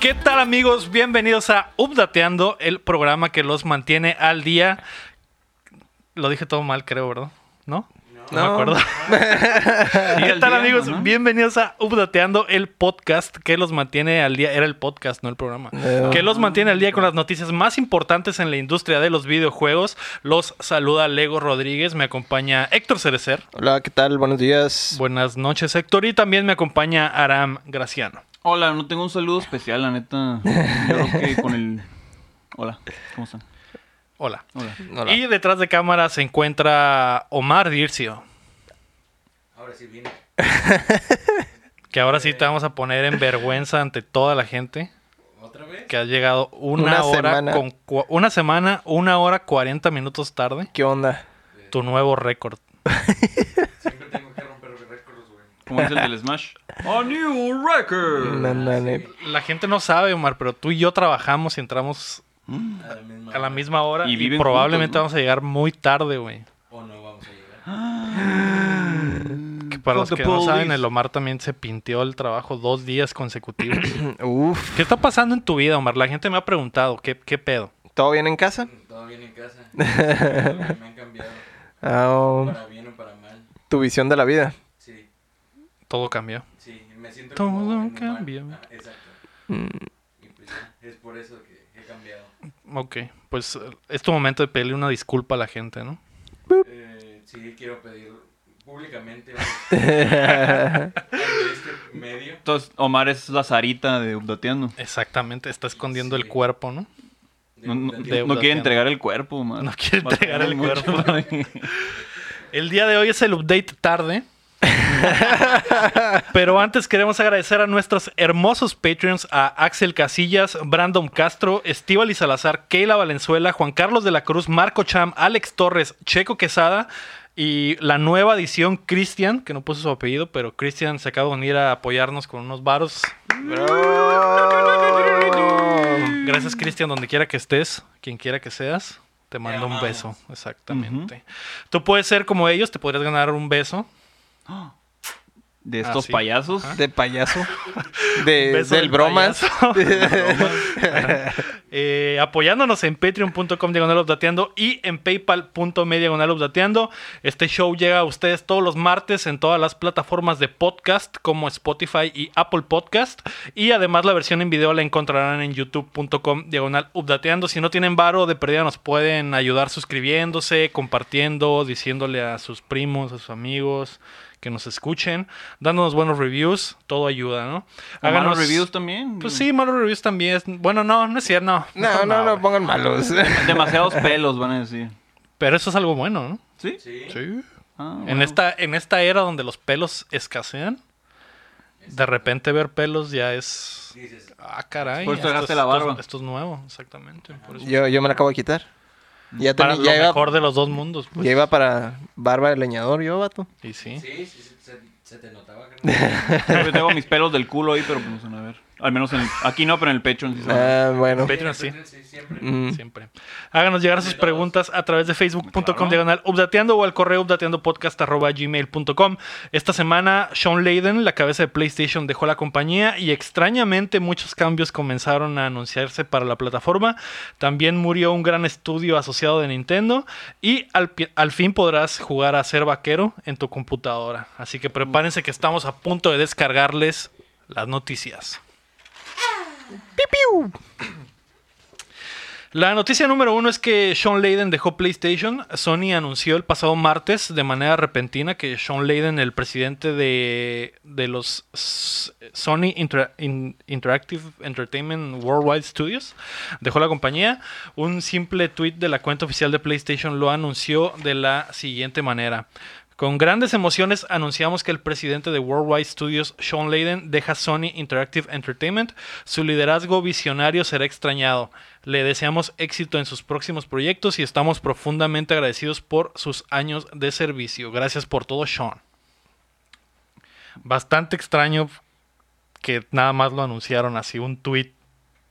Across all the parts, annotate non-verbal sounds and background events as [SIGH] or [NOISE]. ¿Qué tal amigos? Bienvenidos a Updateando, el programa que los mantiene al día. Lo dije todo mal, creo, ¿verdad? ¿No? No, me [LAUGHS] acuerdo. ¿Qué tal amigos? Bienvenidos a Updateando, el podcast que los mantiene al día. Era el podcast, no el programa. Que los mantiene al día con las noticias más importantes en la industria de los videojuegos. Los saluda Lego Rodríguez, me acompaña Héctor Cerecer. Hola, ¿qué tal? Buenos días. Buenas noches, Héctor. Y también me acompaña Aram Graciano. Hola, no tengo un saludo especial, la neta. Yo creo que con el. Hola, ¿cómo están? Hola. Hola. Hola. Y detrás de cámara se encuentra Omar Dircio. Ahora sí vine. [LAUGHS] Que ahora sí te vamos a poner en vergüenza ante toda la gente. ¿Otra vez? Que has llegado una, Una hora semana. con cua- una semana, una hora cuarenta minutos tarde. ¿Qué onda? Tu nuevo récord. Siempre tengo que romper récords, güey. ¿Cómo es el del Smash? ¡A new record! Ándale. La gente no sabe, Omar, pero tú y yo trabajamos y entramos Mm. A la misma a la misma hora Y y, viven probablemente juntos, vamos ¿no? a llegar muy tarde, güey. O no vamos a llegar. Que para Fuck los the que no saben, police. el Omar también se pintió el trabajo dos días consecutivos. Uf. ¿Qué está pasando en tu vida, Omar? La gente me ha preguntado, ¿qué, qué pedo? ¿Todo bien en casa? Todo bien Mm, en casa. Me han cambiado. Ah, oh, Para bien o para mal. tu visión de la vida. Sí, Todo cambió. sí. Me siento Todo como en un bar. cambia. Ah, exacto. Mm, Y pues ya, es por eso que he cambiado. Ok, pues eh, es tu momento de pedirle una disculpa a la gente, ¿no? Eh, sí, quiero pedir públicamente ante este medio. Entonces, Omar es la Sarita de Updateando. Exactamente, está escondiendo el Sí. cuerpo, ¿no? de No, no- Updateando. no quiere Updateando. entregar el cuerpo, Omar. No quiere Va a entregar el mucho cuerpo. para mí. El día de hoy es el update tarde. Pero antes queremos agradecer a nuestros hermosos Patreons, a Axel Casillas, Brandon Castro, Estíbaliz Salazar, Keila Valenzuela, Juan Carlos de la Cruz, Marco Cham, Alex Torres, Checo Quesada y la nueva edición Cristian, que no puso su apellido, pero Cristian se acaba de unir a apoyarnos con unos varos. Oh. bro. Gracias, Cristian, donde quiera que estés, quien quiera que seas, te mando un amamos. beso. Exactamente. Tú puedes ser como ellos, te podrías ganar un beso. De Ah, estos sí. payasos. De payaso. De, Beso [LAUGHS] del del bromas. Eh, apoyándonos en patreon.com diagonal updateando y en paypal.me diagonal updateando. Este show llega a ustedes todos los martes en todas las plataformas de podcast como Spotify y Apple Podcast. Y además la versión en video la encontrarán en youtube.com diagonal updateando. Si no tienen varo de pérdida nos pueden ayudar suscribiéndose, compartiendo, diciéndole a sus primos, a sus amigos que nos escuchen, dándonos buenos reviews, todo ayuda, ¿no? Hagan Háganos- los reviews también. pues digo. sí, malos reviews también. es- Bueno, no, no es cierto, no. No, no, no, güey. pongan malos. [LAUGHS] Demasiados pelos, van a decir. Pero eso es algo bueno, ¿no? ¿Sí? Sí, Sí. Ah, En este- bueno. esta, en esta era donde los pelos escasean, de repente ver pelos ya es. dices, Ah, caray. Por eso esto es- dejaste la esto es- barba. Esto es nuevo, exactamente. por eso. Yo, yo me la acabo de quitar. Ya, Para tenía- lo ya iba, mejor de los dos mundos, pues. ya iba para barba de leñador yo, vato. Y sí. sí, sí, se, se- se te notaba. carnal. Yo tengo mis pelos del culo ahí, pero pues a ver. Al menos en el- aquí no, pero en el pecho. sí se van a ver. Ah, bueno. Patreon sí. Sí, siempre. Mm. Siempre. Háganos llegar sus preguntas a través de facebook.com Claro. diagonal updateando o al correo updateandopodcast.gmail.com. Esta semana, Sean Layden, la cabeza de PlayStation, dejó la compañía y extrañamente muchos cambios comenzaron a anunciarse para la plataforma. También murió un gran estudio asociado de Nintendo y al, pi- al fin podrás jugar a ser vaquero en tu computadora. Así que prepárense que estamos a punto de descargarles las noticias. La noticia número uno es que Sean Layden dejó PlayStation. Sony anunció el pasado martes de manera repentina que Sean Layden, el presidente de, de los S- Sony Inter- In- Interactive Entertainment Worldwide Studios, dejó la compañía. Un simple tweet de la cuenta oficial de PlayStation lo anunció de la siguiente manera. Con grandes emociones anunciamos que el presidente de Worldwide Studios, Sean Layden, deja Sony Interactive Entertainment. Su liderazgo visionario será extrañado. Le deseamos éxito en sus próximos proyectos y estamos profundamente agradecidos por sus años de servicio. Gracias por todo, Sean. Bastante extraño que nada más lo anunciaron así, un tweet.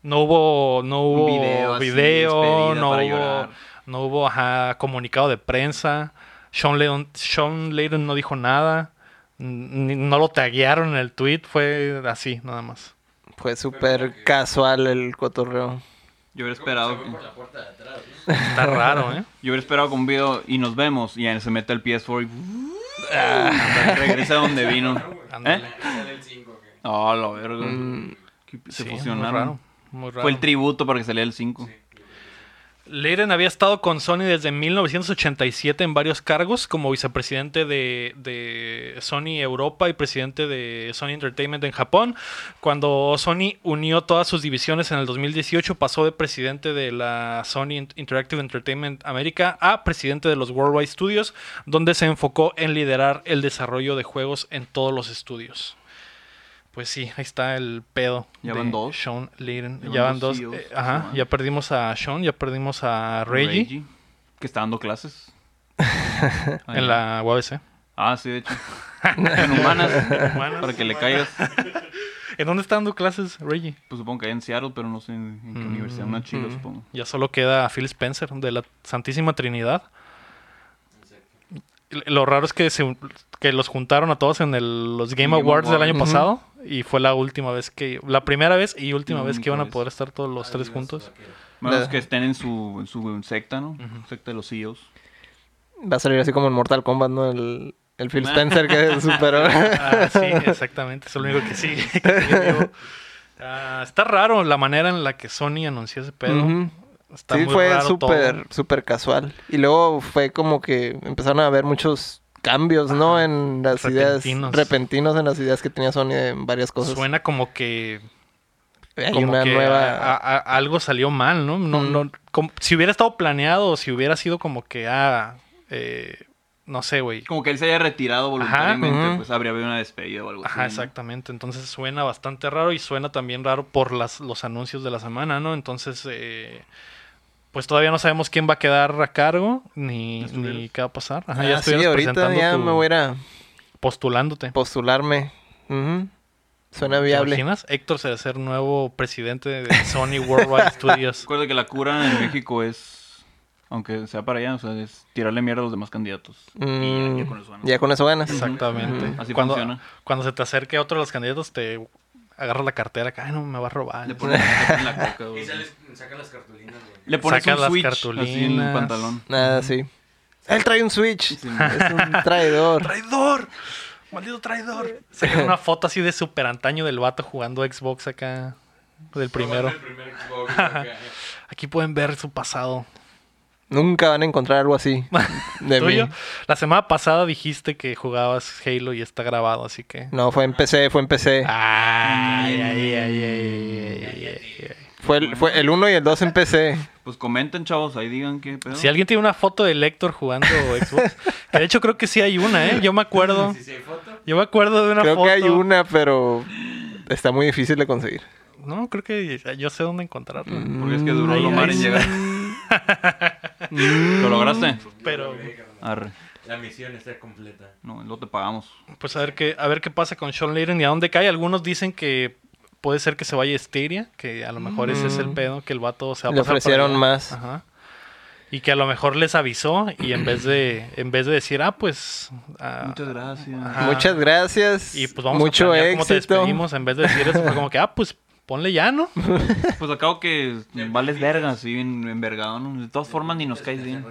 No hubo, no Un hubo video así, video, despedida no para hubo llorar. no hubo ajá, comunicado de prensa. Sean Layden, Sean Layden no dijo nada. N- ni- No lo taguearon en el tweet. Fue así, nada más. Fue súper casual el cotorreo. Yo hubiera Se esperado. fue que- por la puerta de atrás. ¿no? Está raro, [LAUGHS] ¿eh? Yo hubiera esperado con un video y nos vemos. Y él se mete el PS4 y. Ándale, regresa donde [LAUGHS] vino. Ándale. ¿Eh? Ah. Sale el 5, que Oh, la verga. Mm, Que Se Sí, Muy fusionaron. raro. Muy raro. Fue el tributo para que saliera el 5. Leiden había estado con Sony desde 1987 en varios cargos, como vicepresidente de, de Sony Europa y presidente de Sony Entertainment en Japón. Cuando Sony unió todas sus divisiones en el 2018, pasó de presidente de la Sony In- Interactive Entertainment América a presidente de los Worldwide Studios, donde se enfocó en liderar el desarrollo de juegos en todos los estudios. Pues sí, ahí está el pedo. Ya de van dos. Sean Leiden. Ya Ya, van van dos E dos. CEOs, eh, no ajá, mames. ya perdimos a Sean, ya perdimos a Reggie, Que está dando clases. Allá. [LAUGHS] en la UABC. Ah, sí, [LAUGHS] de hecho. en humanas. Humanas. para que le caigas. ¿En dónde está dando clases Reggie? Pues supongo que allá en Seattle, pero no sé en, en qué Mm, universidad. Una chica, mm. supongo. Ya solo queda Phil Spencer de la Santísima Trinidad. L- Lo raro es que, se- que los juntaron a todos en el- los Game, Game Awards del año Awards. pasado y fue la última vez que, la primera vez y última La vez que iban única a vez. poder estar todos los tres Adidas, juntos. vaquero. Menos La- que estén en su, en su secta, ¿no? Secta de los E CEOs. Va a salir así como en Mortal Kombat, ¿no? El, [LAUGHS] el Phil Spencer que superó. Ah, sí, [LAUGHS] exactamente. Es lo único que sí. que sigue vivo. Ah, está raro la manera en la que Sony anunció ese pedo. Ujú. Está sí, muy fue raro todo. súper, súper casual. Y luego fue como que empezaron a haber muchos cambios, ¿no? En las repentinos. ideas, repentinos en las ideas que tenía Sony en varias cosas. Suena como que Hay como una que nueva... a- a- a- algo salió mal, ¿no? no, Mm. no como- si hubiera estado planeado, si hubiera sido como que, ah, eh, no sé, güey. Como que él se haya retirado voluntariamente, ujú. pues habría habido una despedida o algo Mm. Ajá, así. ¿no? exactamente. Entonces suena bastante raro y suena también raro por las, los anuncios de la semana, ¿no? Entonces, eh, pues todavía no sabemos quién va a quedar a cargo ni, Ya estuvieron. ni qué va a pasar. Ajá, Ah, sí, estuvieras ahorita presentando ya tu- me voy a ir a postulándote. postularme. Ujú. Suena ¿Te viable. imaginas? Héctor será ser nuevo presidente de Sony [LAUGHS] Worldwide Studios. Recuerda que la cura en México es, aunque sea para allá, o sea, es tirarle mierda a los demás candidatos. Mm, Y ya, ya con eso ganas. ya con eso ganas. Exactamente. Ujú. Así cuando, funciona. Cuando se te acerque otro de los candidatos, te agarra la cartera. acá, Ay, no, me va a robar. Le pones, le pones la coca, Y güey. sales, saca las cartulinas, güey. Le pones Saca un las switch así en cartulinas. el pantalón. Nada, sí. Él trae un Switch. Sí. [LAUGHS] Es un traidor. ¡Traidor! ¡Maldito traidor! Saca una foto así de super antaño del vato jugando Xbox acá. Del primero. El primer [LAUGHS] Xbox, acá. Aquí pueden ver su pasado. Nunca van a encontrar algo así. [LAUGHS] De ¿Tuyo? mí. La semana pasada dijiste que jugabas Halo y está grabado, así que. No, fue en PC, fue en PC. Ah. Ay, ay, ay, ay, ay, ay, ay, ay. Fue el, fue el 1 y el 2 en PC. Pues comenten, chavos, ahí digan qué pedo. Si alguien tiene una foto de Lector jugando Xbox, que de hecho creo que sí hay una, ¿eh? Yo me acuerdo. Si se hay foto, Yo me acuerdo de una Creo foto. que hay una, pero está muy difícil de conseguir. No, creo que yo sé dónde encontrarla. Mm. Porque es que duró Ay, lo mar ay, en sí. llegar. Mm. [LAUGHS] ¿Lo lograste? Pero, Arre. la misión está completa. No, luego te pagamos. pues a ver qué, a ver qué pasa con Sean Layden y a dónde cae. Algunos dicen que puede ser que se vaya a Styria, que a lo mejor ese es el Mm. pedo, que el vato se va a Le pasar para ofrecieron allá. más. Ajá. Y que a lo mejor les avisó y en vez de, en vez de decir, ah, pues... ah, Muchas gracias. Ajá. Muchas gracias. Ah. y pues vamos a Mucho planear cómo te éxito. despedimos. En vez de decir eso, fue como que, ah, pues ponle ya, ¿no? Pues acabo que Le vales pides. verga, así, bien envergado, ¿no? De todas formas, ni nos caes bien.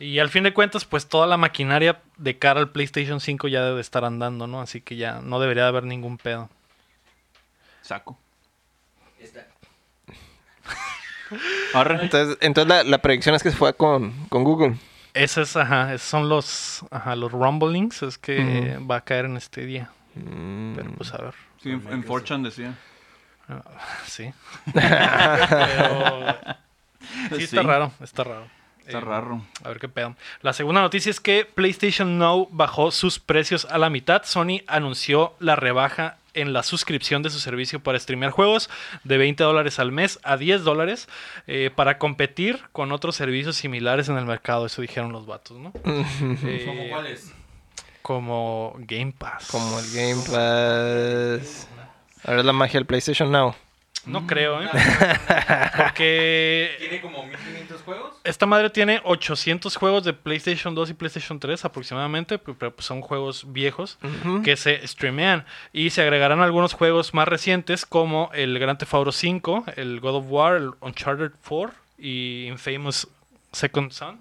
Y al fin de cuentas, pues toda la maquinaria de cara al PlayStation 5 ya debe estar andando, ¿no? Así que ya no debería de haber ningún pedo. Saco. Está- Arre. Entonces, entonces la, la predicción es que se fue con, con Google. Eso es, ajá, esos son los, ajá, los rumblings, es que eh, va a caer en este día. Mm. Pero pues a ver, Sí, en, en 4chan decía. [LAUGHS] sí. Pero sí, está Sí. raro, está raro. Está Eh, raro. A ver qué pedo. La segunda noticia es que PlayStation Now bajó sus precios a la mitad. Sony anunció la rebaja en la suscripción de su servicio para streamear juegos de 20 dólares al mes a 10 dólares eh, para competir con otros servicios similares en el mercado. Eso dijeron los vatos, [LAUGHS] ¿no? Eh, ¿Cómo cuáles? como Game Pass. Mm. Como el Game Pass. Ahora es la magia del PlayStation Now. No [LAUGHS] creo, ¿eh? Tiene Porque como 1500 juegos. esta madre tiene 800 juegos de PlayStation 2 y PlayStation 3 aproximadamente, pero pero, pues, son juegos viejos Ujú. que se streamean. Y se agregarán algunos juegos más recientes como el Grand Theft Auto 5, el God of War, el Uncharted 4 y Infamous Second Son,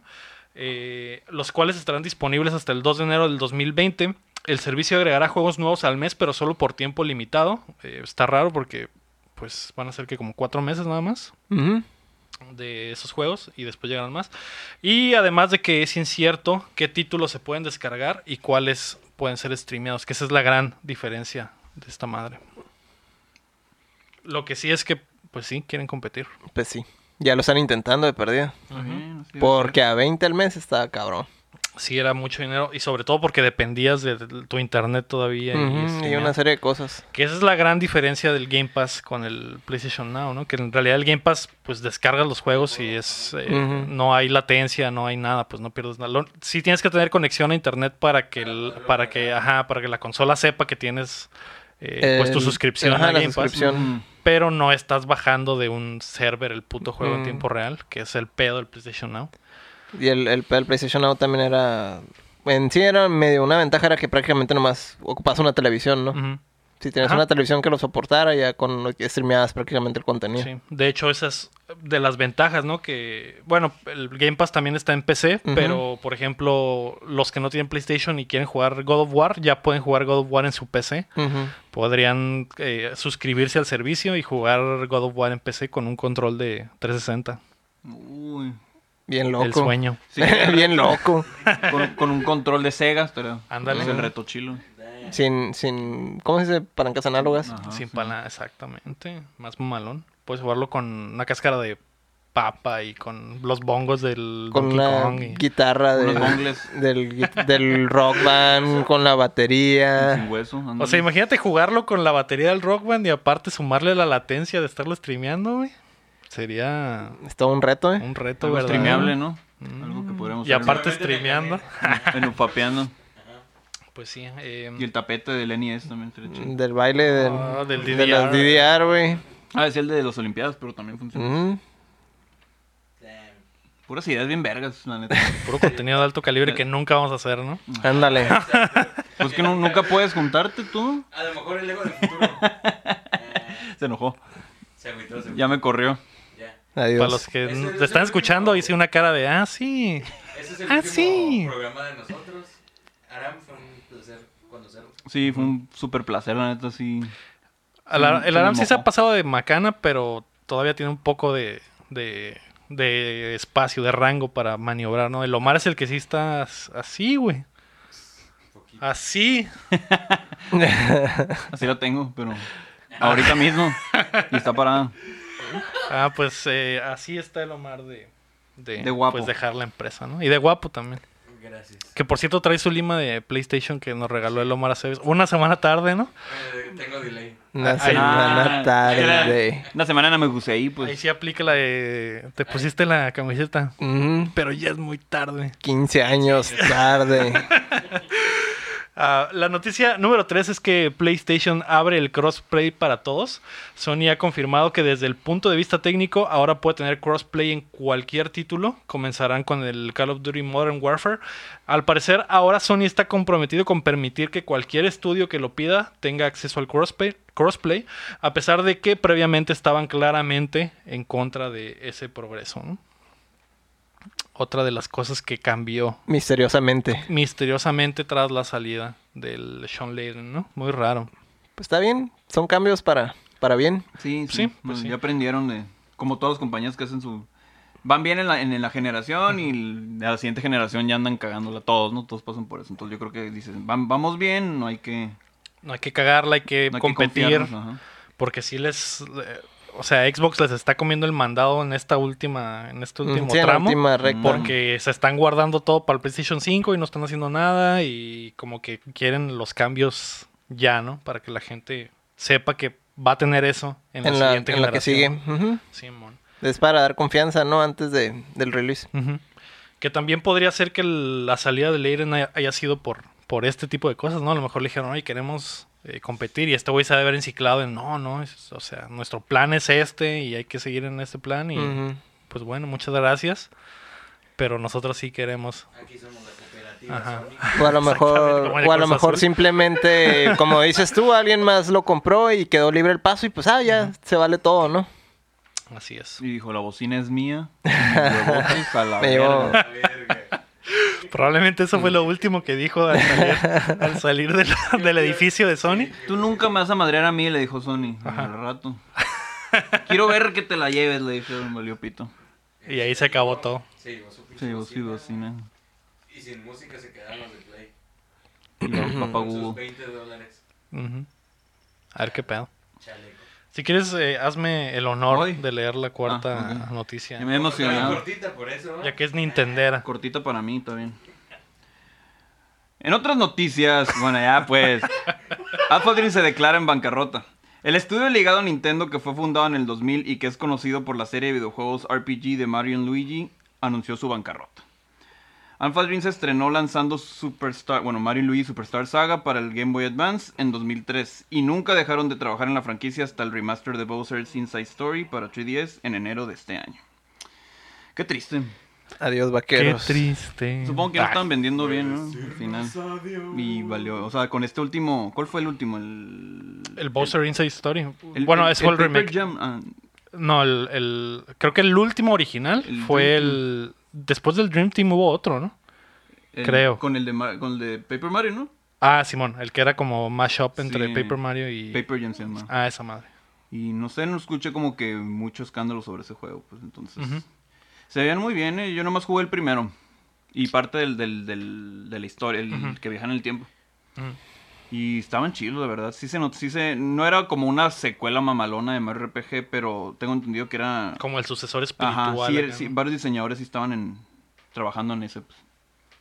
eh, los cuales estarán disponibles hasta el 2 de enero del 2020. El servicio agregará juegos nuevos al mes, pero solo por tiempo limitado. Eh, está raro porque pues van a ser que como cuatro meses nada más Ujú. de esos juegos y después llegarán más. Y además de que es incierto qué títulos se pueden descargar y cuáles pueden ser streameados, que esa es la gran diferencia de esta madre. Lo que sí es que, pues sí, quieren competir. Pues sí. Ya lo están intentando de perdida. Está bien, así debe Porque a 20 al mes está cabrón. Sí, era mucho dinero y sobre todo porque dependías de tu internet todavía. y Ujú, Y streamear. una serie de cosas. Que esa es la gran diferencia del Game Pass con el PlayStation Now, ¿no? Que en realidad el Game Pass, pues descargas los juegos y es. eh, Ujú. No hay latencia, no hay nada, pues no pierdes nada. Lo- sí tienes que tener conexión a internet para que, el- para que, ajá, para que la consola sepa que tienes eh, pues tu El- suscripción ajá, a la Game Pass. ser. suscripción. Mm. Pero no estás bajando de un server el puto juego en Mm. tiempo real, que es el pedo del PlayStation Now. Y el, el, el PlayStation Now también era... En sí era medio una ventaja, era que prácticamente nomás ocupas una televisión, ¿no? Ujú. Si tienes Ajá. una televisión que lo soportara, ya con lo que streameabas prácticamente el contenido. Sí. De hecho, esas de las ventajas, ¿no? Que, bueno, el Game Pass también está en PC, Ujú. pero, por ejemplo, los que no tienen PlayStation y quieren jugar God of War, ya pueden jugar God of War en su PC. Ujú. Podrían eh, suscribirse al servicio y jugar God of War en PC con un control de 360. Mm. Uy. Bien loco. El [LAUGHS] sueño. Sí, Bien loco. con, con un control de Sega, pero. Ándale. Es el reto chilo. Sin, sin... ¿Cómo se dice? Palancas análogas. Ajá, Sin Ah, sí. pala, exactamente. Más malón. Puedes jugarlo con una cáscara de papa y con los bongos del Con Donkey una Kong. y- guitarra Con del, los bongles. del, gui- del rock [LAUGHS] band, con la batería. Sin hueso. ándale. O sea, imagínate jugarlo con la batería del Rock Band y aparte sumarle la latencia de estarlo streameando, güey. Sería Es todo un reto, ¿eh? un reto, Algo ¿verdad? Mm. streameable, ¿no? Algo que podríamos Y hacer aparte Obviamente streameando. En un papeando. [LAUGHS] Pues sí. eh, Y el tapete del NES también estaría chido. Del baile del, Ah, del de las DDR, güey. Ah, es el de las Olimpiadas, pero también funciona. Ujú. Puras ideas bien vergas, la neta. Puro contenido de alto [LAUGHS] calibre que nunca vamos a hacer, ¿no? [LAUGHS] Ándale. Pues que nu- nunca puedes juntarte tú. A lo mejor el ego del [LAUGHS] futuro. Eh, Se enojó. se agüitó, se Ya agüitó. me corrió. Ya. Para Adiós. los que Ese- te ese están es el escuchando, último. hice una cara de, ah, sí. Ese es el Ah, último sí. programa de nosotros. Aram, fue un placer conocerlos. Sí, fue un super placer, la neta, sí. Al- Sí, el se Aram me sí se mojó. ha pasado de macana, pero todavía tiene un poco de, de, de espacio, de rango para maniobrar, ¿no? El Omar es el que sí está as- así, güey. Un poquito. Así. [LAUGHS] Así la tengo, pero ahorita mismo. Y está parada. Ah, pues eh, así está el Omar de, de, De guapo. Pues dejar la empresa, ¿no? Y de guapo también. Gracias. Que por cierto trae su lima de PlayStation que nos regaló el Omar hace una semana tarde, ¿no? Eh, tengo delay. Una Ay, semana ah, tarde. Una semana no me gusté ahí, Ahí pues. sí aplica la de... Te pusiste la camiseta. Ujú. Pero ya es muy tarde. 15 años [LAUGHS] tarde. Ah, la noticia número 3 es que PlayStation abre el crossplay para todos. Sony ha confirmado que desde el punto de vista técnico ahora puede tener crossplay en cualquier título. Comenzarán con el Call of Duty Modern Warfare. Al parecer ahora Sony está comprometido con permitir que cualquier estudio que lo pida tenga acceso al crossplay, crossplay a pesar de que previamente estaban claramente en contra de ese progreso. ¿no? Otra de las cosas que cambió Misteriosamente. misteriosamente tras la salida del Sean Layden, ¿no? Muy raro. Pues está bien. Son cambios para, para bien. Sí, Sí, sí. pues Bueno, sí. Ya aprendieron de. Como todas las compañías que hacen su. Van bien en la, en la generación y a la siguiente generación ya andan cagándola todos, ¿no? Todos pasan por eso. Entonces yo creo que dicen, "Vam- vamos bien, no hay que. Eh, No hay que cagarla, hay que no hay que competir. confiarnos, ajá. porque si les. eh, o sea, Xbox les está comiendo el mandado en esta última. En este último Sí, en la tramo. última recta. Porque se están guardando todo para el PlayStation 5 y no están haciendo nada. Y como que quieren los cambios ya, ¿no? Para que la gente sepa que va a tener eso en, En la, la, siguiente en la que sigue. generación. Ujú. Simón. Es para dar confianza, ¿no? Antes de, del release. Ujú. Que también podría ser que el- la salida de Leiden haya, haya sido por, por este tipo de cosas, ¿no? A lo mejor le dijeron, oye, queremos eh, competir. Y este güey se ha de haber enciclado en, no, no, es- o sea, nuestro plan es este y hay que seguir en este plan. Y [LAUGHS] Ujú. pues bueno, muchas gracias. Pero nosotros sí queremos. Aquí somos la cooperativa Ajá. Sony. O a lo Exactamente, mejor, como el o a lo Cruz mejor Azul. [LAUGHS] simplemente, como dices tú, alguien más lo compró y quedó libre el paso y pues, ah, ya se vale todo, ¿no? Así es. Y dijo, la bocina es mía. [LAUGHS] Y huevotes a la Me llevo- verga. La verga. Probablemente eso fue lo último que dijo al salir, al salir de la- del edificio de Sony. Tú nunca me vas a madrear a mí, le dijo Sony. Al rato. Quiero ver que te la lleves, le dije Don Valió Pito. Eh, Y ahí se acabó todo. Se llevó su pinche Se llevó su bocina. bocina. Y sin música se quedaron los de Play. Y luego papá Con sus Hugo. 20 dólares. Ujú. A ver qué pedo. Chaleco. Si quieres, eh, hazme el honor Hoy. de leer la cuarta Ah, ok. noticia. Ya me he Estaba emocionado. cortita por eso, ¿no? Ya que es Nintendera. Cortita para mí, está bien. En otras noticias, bueno, ya pues. Alpha Dream se declara en bancarrota. El estudio ligado a Nintendo que fue fundado en el 2000 y que es conocido por la serie de videojuegos RPG de Mario y Luigi anunció su bancarrota. Alpha Dream se estrenó lanzando Superstar, bueno, Mario y Luigi Superstar Saga para el Game Boy Advance en 2003 y nunca dejaron de trabajar en la franquicia hasta el remaster de Bowser's Inside Story para 3DS en enero de este año. Qué triste. Adiós, Qué vaqueros. triste. Supongo que no Ay, están vendiendo bien, ¿no? Al final. Y valió. O sea, con este último. ¿Cuál fue el último? El. El Bowser Inside Story. el- bueno, el- es el el Paper remake. Jam, ah, No, el, el- Creo que el último original El fue Dream el. Después del Dream Team hubo otro, ¿no? el- Creo. Con el, de Mar- con el de Paper Mario, ¿no? Ah, Simón, el que era como mashup entre Sí. Paper Mario y. Paper Jam se llama. Ah, esa madre. Y no sé, no escuché como que mucho escándalo sobre ese juego. Pues entonces. Ujú. Se veían muy bien, ¿eh? Yo nomás jugué el primero. Y parte del, del, del- de la historia, el Ujú. que viajan en el tiempo. Mm. ah. Y estaban chilos, la verdad. Sí se, not- sí se no era como una secuela mamalona de Mario RPG, pero tengo entendido que era Como el sucesor espiritual. Ajá, sí, acá, er- sí, ¿no? varios diseñadores sí estaban en, trabajando en ese, pues,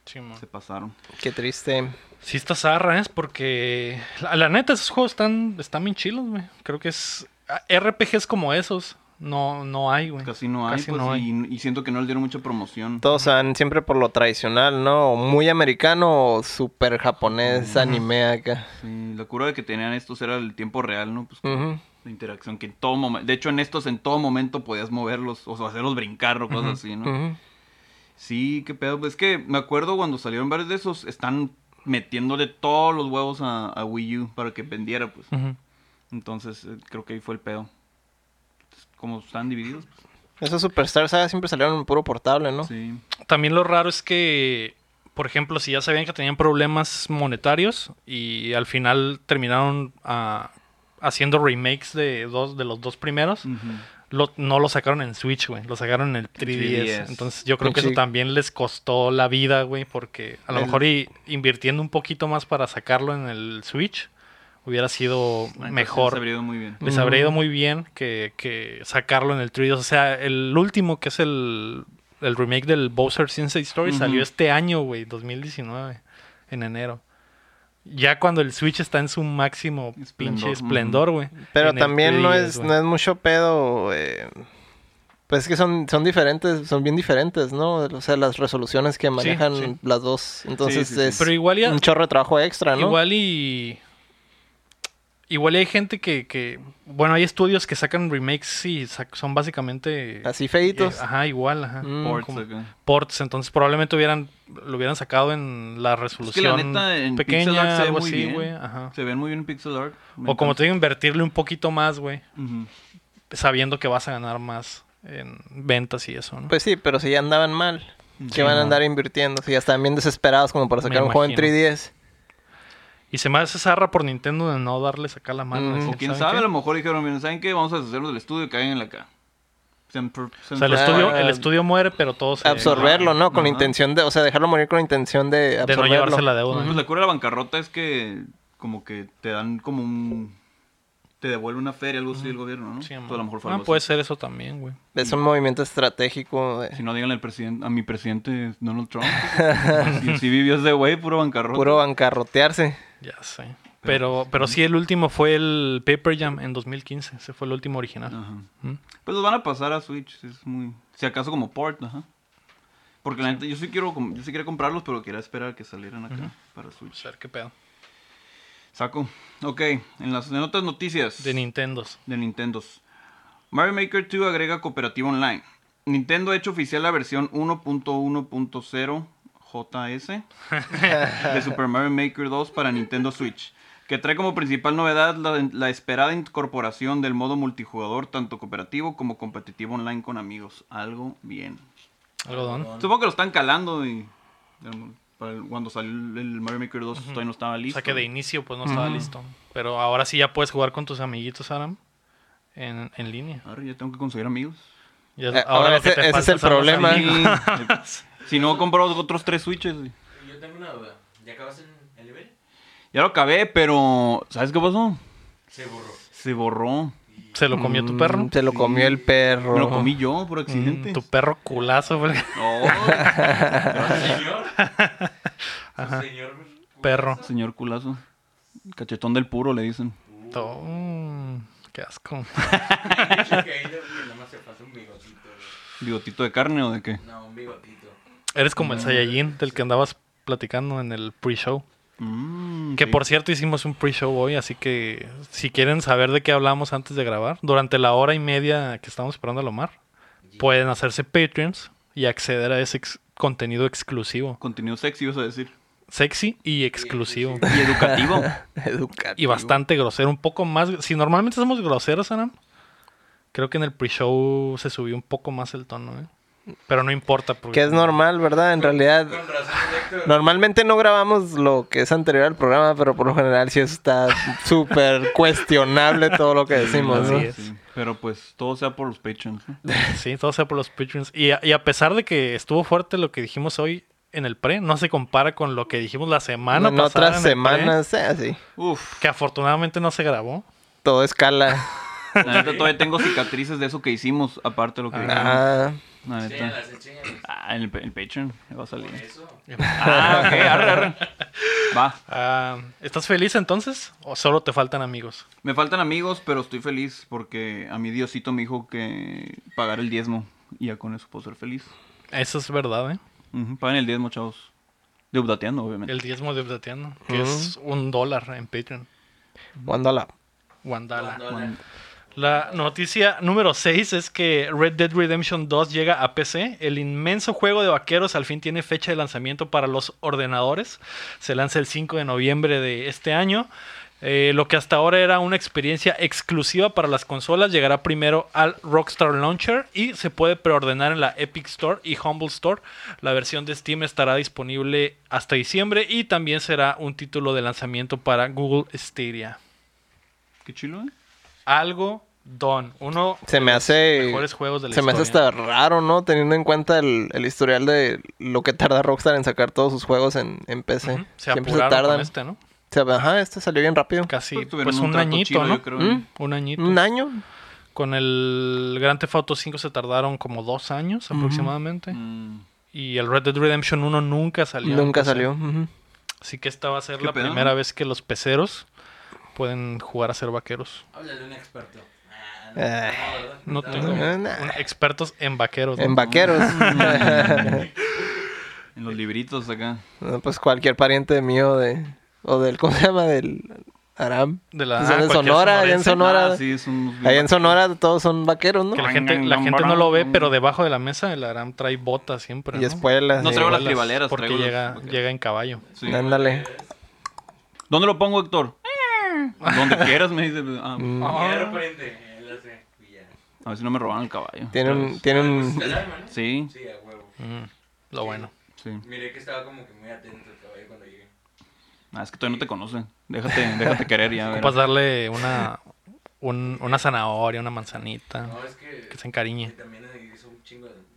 Simón. se pasaron. Qué triste. Sí está zarra, ¿eh? Porque la, la neta, esos juegos están, están bien chilos, güey. Creo que es... ah, RPGs como esos no, no hay, güey. Casi no hay, Casi pues, no hay. Y, y siento que no le dieron mucha promoción. Todos se van siempre por lo tradicional, ¿no? O Muy americano o súper japonés, anime acá. Sí, la cura de que tenían estos era el tiempo real, ¿no? Pues, Ujú. la interacción que en todo momento... De hecho, en estos en todo momento podías moverlos, o sea, hacerlos brincar o cosas así, ¿no? Ujú. Sí, qué pedo. pues, Es que me acuerdo cuando salieron varios de esos, están metiéndole todos los huevos a, a Wii U para que vendiera, pues. Ujú. Entonces, eh, creo que ahí fue el pedo. Como están divididos. pues, Esos Superstar Saga siempre salieron en puro portable, ¿no? Sí. También lo raro es que, por ejemplo, si ya sabían que tenían problemas monetarios y al final terminaron ah, haciendo remakes de, dos, de los dos primeros, Ujú. lo- no lo sacaron en Switch, güey. Lo sacaron en el 3DS. 3DS. Entonces yo creo que eso Sí. también les costó la vida, güey. Porque a lo El- mejor y, invirtiendo un poquito más para sacarlo en el Switch hubiera sido Entonces, mejor. Se habría ido muy bien. Les habría ido muy bien que, que sacarlo en el 3DS. O sea, el último que es el, el remake del Bowser's Inside Story Ujú. salió este año, güey, 2019, en enero. Ya cuando el Switch está en su máximo pinche Esplendor, esplendor, güey. Pero en el también no 3DS, es, güey. no es mucho pedo. eh, pues es que son, son diferentes, son bien diferentes, ¿no? O sea, las resoluciones que manejan sí. las dos. Entonces Sí, sí, sí. es Pero igual ya, un chorro de trabajo extra, ¿no? Igual y. Igual y hay gente que, que- Bueno, hay estudios que sacan remakes y sac- son básicamente. Así feitos. eh, ajá, igual, ajá. Mm. Ports como- acá. Ports, entonces probablemente hubieran, lo hubieran sacado en la Es que la resolución neta en pixel art pequeña, se ve algo muy así, bien. güey. Ajá. Se ven muy bien en pixel art. Me ah. O como encanta. te digo, invertirle un poquito más, güey. Ujú. Sabiendo que vas a ganar más en ventas y eso, ¿no? Pues sí, pero si ya andaban mal, que Sí, van a no. andar invirtiendo? Si ya están bien desesperados como para Me sacar un juego en imagino. 3DS. y se me hace zarra por Nintendo de no darles acá la mano. Mm. decir, O quién ¿saben sabe, a qué? lo mejor dijeron, miren, ¿saben qué? Vamos a hacerlo del estudio y caigan acá. Sean pro- O sean sea, el pro- Ah, estudio, el estudio muere, pero todos... absorberlo, ¿no? Con Ajá. intención de, o sea, dejarlo morir con intención de De no absorberlo. llevarse la deuda. Pues la cura de la bancarrota es que como que te dan como un... Te devuelve una feria, algo así, el gobierno, ¿no? Sí, Entonces, amor. pues a lo mejor fue Ah, algo así. puede ser eso también, güey. Es un movimiento estratégico pues. de Si no, díganle al presidente, a mi presidente [LAUGHS] Donald Trump. si, si vivió ese güey, puro bancarrota. puro bancarrotearse. Ya sé. Pero, pues, pero sí, el último fue el Paper Jam en 2015. Ese fue el último original. Ajá. ¿Mm? Pues los van a pasar a Switch, es muy... Si acaso como port, ajá. Porque la neta, yo sí quiero, com- yo sí quería comprarlos, pero quería esperar a que salieran acá para Switch. Pues a ver qué pedo. Saco. Ok, en las en otras noticias de Nintendo. de Nintendo. Mario Maker 2 agrega cooperativa online. Nintendo ha hecho oficial la versión 1.1.0 [LAUGHS] JS de Super Mario Maker 2 para Nintendo Switch, que trae como principal novedad la, la esperada incorporación del modo multijugador tanto cooperativo como competitivo online con amigos. Algo bien. Algodón. Supongo que lo están calando y digamos, para el- cuando salió el el Mario Maker 2 todavía no estaba O listo. sea que de inicio pues no estaba Ujú. listo. Pero ahora sí ya puedes jugar con tus amiguitos, Aram. En, en línea. Ahora ya tengo que [LAUGHS] conseguir amigos. Ya- Eh, ahora lo que ese- te ese falta es el son los problema. amigos. Sí. si no, compro otros tres switches. güey. Yo tengo una duda. ¿Ya acabas en el nivel? Ya lo acabé, pero ¿sabes qué pasó? Se borró. Se borró. Se lo comió tu perro. Mm, Se lo comió el perro. Me lo comí yo por accidente. Oh, Mm, tu perro culazo, güey. [LAUGHS] No, Señor. Señor. Perro. señor culazo. Cachetón del puro, le dicen. To- mm, Qué asco. Dicho que ahí le- que nada más se pasa un bigotito. güey. ¿Bigotito de carne o de qué? No, un bigotito. Eres como Mm. el Saiyajin del que andabas platicando en el pre-show. Mm, Que sí. por cierto hicimos un pre-show hoy, así que si quieren saber de qué hablamos antes de grabar, durante la hora y media que estamos esperando a Lomar, pueden hacerse Patreons y acceder a ese ex- contenido exclusivo. Contenido sexy, vas a decir. Sexy y exclusivo. Y educativo. [LAUGHS] Educativo. Y bastante grosero, un poco más... Si normalmente somos groseros, Anam, creo que en el pre-show se subió un poco más el tono, ¿eh? Pero no importa. Porque Que es normal, ¿verdad? En realidad, Con razón, Héctor. normalmente no grabamos lo que es anterior al programa, pero por lo general sí está [LAUGHS] súper cuestionable todo lo que decimos, así ¿no? es. Sí, Pero pues todo sea por los patrons. ¿no? Sí, todo sea por los Patreons. Y a, y a pesar de que estuvo fuerte lo que dijimos hoy en el pre, no se compara con lo que dijimos la semana en pasada. Ah, otras en el pre, semanas, eh, así. Uf, que afortunadamente no se grabó. Todo escala. la neta todavía tengo cicatrices de eso que hicimos, aparte de lo que dijimos. Ah, La neta. Enséñalas, enséñalas. Ah, en el, en el Patreon va a salir. Eso. Ah, ok, arre, arre. Va. Ah, ¿Estás feliz entonces? ¿O solo te faltan amigos? Me faltan amigos, pero estoy feliz porque a mi Diosito me dijo que pagar el diezmo. Y ya con eso puedo ser feliz. Eso es verdad, ¿eh? Ujú, Paguen el diezmo, chavos. Deudateando, obviamente. El diezmo de Obdateando, que es un dólar en Patreon. guándala. Wandala. No, Cuando- La noticia número 6 es que Red Dead Redemption 2 llega a PC. El inmenso juego de vaqueros al fin tiene fecha de lanzamiento para los ordenadores. Se lanza el 5 de noviembre de este año. Eh, lo que hasta ahora era una experiencia exclusiva para las consolas llegará primero al Rockstar Launcher y se puede preordenar en la Epic Store y Humble Store. La versión de Steam estará disponible hasta diciembre y también será un título de lanzamiento para Google Stadia. Qué chilo, ¿eh? Algo don. Uno Se me hace. mejores juegos de la Se me hace historia. hasta raro, ¿no? Teniendo en cuenta el, el historial de lo que tarda Rockstar en sacar todos sus juegos en, en PC. Ujú. Se Siempre apuraron se tardan. con este, ¿no? Se- ajá, este salió bien rápido. Casi, Pues pues, tuvieron un, trato añito, chido, ¿no? yo creo. ¿Mm? Un añito. ¿Un año? Con el Grand Theft Auto 5 se tardaron como dos años aproximadamente. Mm, Y el Red Dead Redemption 1 nunca salió. pues, Nunca O sea, salió. ujú. Así que esta va a ser Qué la pedo, primera ¿no? vez que los peceros pueden jugar a ser vaqueros. Háblale a un experto. Ah, Eh, No Ah. ¿verdad? tengo no, no. un- expertos en vaqueros. ¿no? Ah, En vaqueros. [LAUGHS] en los libritos acá. [LAUGHS] No, pues cualquier pariente mío de. O del. ¿Cómo se llama? Del. Aram. Pues, De la- Son ah, de cualquier Sonora, allá en sonorense. Sonora. Ah, sí, es un... Allá en Sonora todos son vaqueros, ¿no? Que la gente, la gente no lo ve, pero debajo de la mesa el Aram trae botas siempre. Y ¿no? espuelas. No sí. traigo las Bolas, tribaleras, Porque traigo los- llega, ok. llega en caballo. Sí. Ándale. ¿Dónde lo pongo, Héctor? Donde quieras, me dice. Ah, Mm. Y de repente, él hace, eh, y ya. a ver si no me roban el caballo. Tiene un. Tiene pues, un El alma, ¿no? Mm. Sí, Sí, a huevo. Mm, lo bueno. sí. Miré que estaba como que muy atento el caballo cuando llegué. Ah, es que todavía no te conocen. Déjate, déjate [LAUGHS] querer ya. a ver. Ocupas darle una, un- una zanahoria, una manzanita. No, es que, Que se que encariñe. también hizo un chingo de...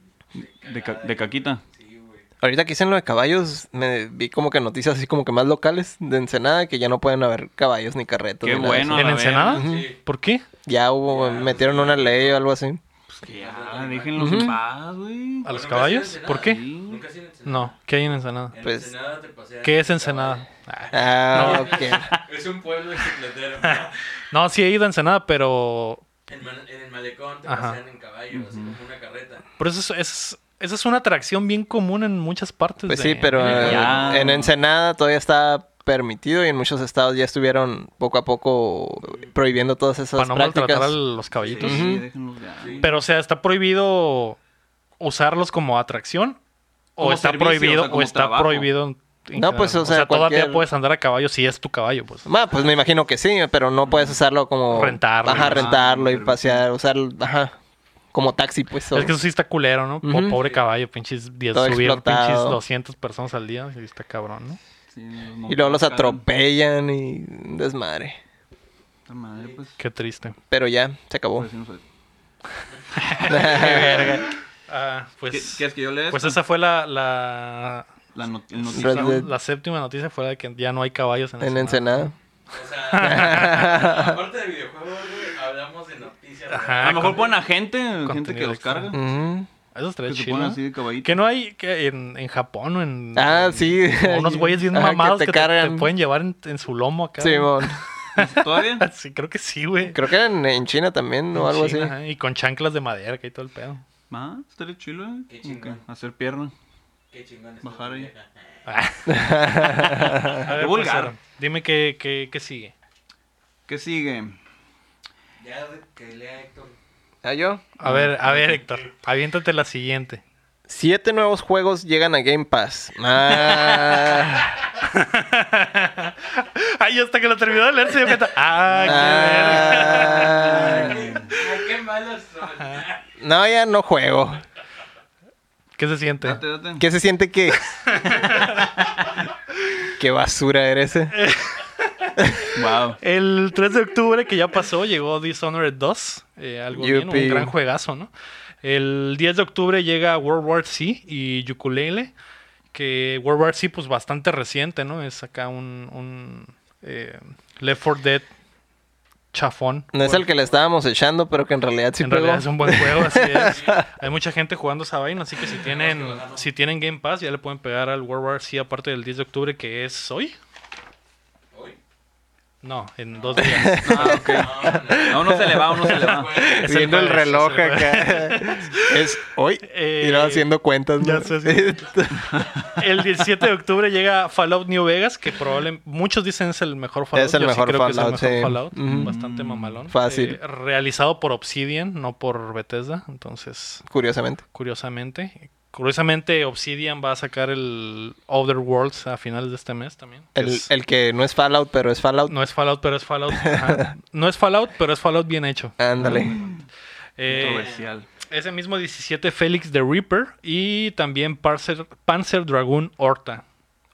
De, ca- cagada de y- caquita. Sí, güey. Ahorita que hice en lo de caballos, me vi como que noticias así como que más locales de Ensenada que ya no pueden haber caballos ni carretas. Qué ni nada de bueno. eso. ¿En la Ensenada? verga. Sí. ¿Por qué? Ya hubo, metieron una ley o algo así. Pues que ya, déjenlos en paz, güey. ¿A los Bueno, caballos? casi no ¿Por hace qué? nada. Sí. Nunca has ido a Ensenada. No, ¿qué hay en Ensenada? En Pues, Ensenada te paseas ¿Qué es en Ensenada? caballo. Ah. Ah, [LAUGHS] ok. [LAUGHS] Es un pueblo bicicletero. ¿no? No, sí he ido a Ensenada, pero... en, man- en el malecón te Ajá. pasean en caballo, así como una carreta. Pero eso es, es- esa es una atracción bien común en muchas partes. Pues de- sí, pero de- eh, Ya. en Ensenada todavía está permitido y en muchos estados ya estuvieron poco a poco prohibiendo todas esas Para no prácticas. maltratar a los caballitos. Sí, Ujú. déjenlos ya. Pero, o sea, ¿está prohibido usarlos como atracción? ¿O Como está servicio, prohibido? o sea, como ¿O está trabajo. prohibido? en general? pues, o sea, todavía cualquier- puedes andar a caballo si es tu caballo, pues. Ma, pues me imagino que sí, pero no puedes usarlo como Rentarlo. Ajá, Ah, rentarlo y pero- pasear, usar, ajá, como taxi pues. o- Es que eso sí está culero, ¿no? Po- Ujú. Pobre caballo, pinches 10, Todo subieron explotado. pinches 200 personas al día. Sí, está cabrón, ¿no? Sí, no- Y luego los cagan. atropellan y un desmadre. Puta madre, pues, Qué triste. Pero ya, se [LAUGHS] acabó. pues, sí, no sé. Ah, ¿Qué- pues, ¿Quieres que yo lea pues esto? esa fue la, la, La not- el Red noticiero. la, Dead. la séptima noticia, fue la de que ya no hay caballos en, [LAUGHS] en Ensenada. Ensenada. [LAUGHS] O [LAUGHS] sea, aparte de videojuegos, güey, hablamos de noticias. Ajá. A lo mejor Ah, con- ponen a gente, gente que contenido los extra. Mm, carga. Ujú. Eso estaría Que se chido. ponen así de caballito. Que no hay que en, en Japón o en. Ah, en- sí. o [LAUGHS] unos güeyes bien [LAUGHS] Ajá, mamados que te, cargan. te pueden llevar en, en su lomo acá. güey. [LAUGHS] Simón. [LAUGHS] ¿Todavía? sí, creo que sí, güey. Creo que en, en China también o En algo China, así. ajá, Y con chanclas de madera que hay todo el pedo. Ah, estaría chilo, eh. Qué Como que chingón. Hacer pierna. Qué chingón. está Bajar tu ahí. vieja. Ah. A ver, Qué vulgar. profesor, Dime qué, qué, qué sigue. ¿Qué sigue? Ya de- que lea Héctor. ¿Ah, yo? A ver, a ver, Héctor. Aviéntate la siguiente. Siete nuevos juegos llegan a Game Pass. Ah, [LAUGHS] Ay, hasta que lo terminó de leer se dio cuenta. [LAUGHS] Ah, qué verga. [LAUGHS] ah, Ay, qué malos son. no, ya no juego. ¿Qué se siente? Date, date. ¿Qué se siente [LAUGHS] que... Qué basura eres eh? Wow. El 3 de octubre que ya pasó llegó Dishonored 2, eh, algo bien, Yupi. un gran juegazo, ¿no? El 10 de octubre llega World War C y Yukulele, que World War C pues bastante reciente, ¿no? Es acá un, un, eh, Left 4 Dead chafón. No es el que le estábamos echando, pero que en realidad sí en pegó. realidad es un buen juego, así [LAUGHS] es. Hay mucha gente jugando esa vaina, así que si tienen, si tienen Game Pass ya le pueden pegar al World War C aparte del 10 de octubre que es hoy. Hoy. No, en dos días. Ah, ok. No, no. No, no se le va, uno se le va. Güey, Es el Viendo el, jueves, reloj es el acá. es hoy. Eh, y luego haciendo cuentas. ya ¿no? sé, [LAUGHS] El 17 de octubre llega Fallout New Vegas, que probablemente muchos dicen es el mejor Fallout. Es el Yo sí mejor creo que es el Fallout, mejor sí. Fallout. Ujú. Bastante mamalón. Fácil. Eh, realizado por Obsidian, no por Bethesda. Entonces, Curiosamente. curiosamente. Curiosamente, Obsidian va a sacar el Other Worlds a finales de este mes también. que El, es- el que no es Fallout, pero es Fallout. No es Fallout, pero es Fallout. ajá. No es Fallout, pero es Fallout bien hecho. Ándale. [LAUGHS] Eh, Controversial. ese mismo 17, Félix the Reaper. Y también Panzer, Panzer Dragoon Horta.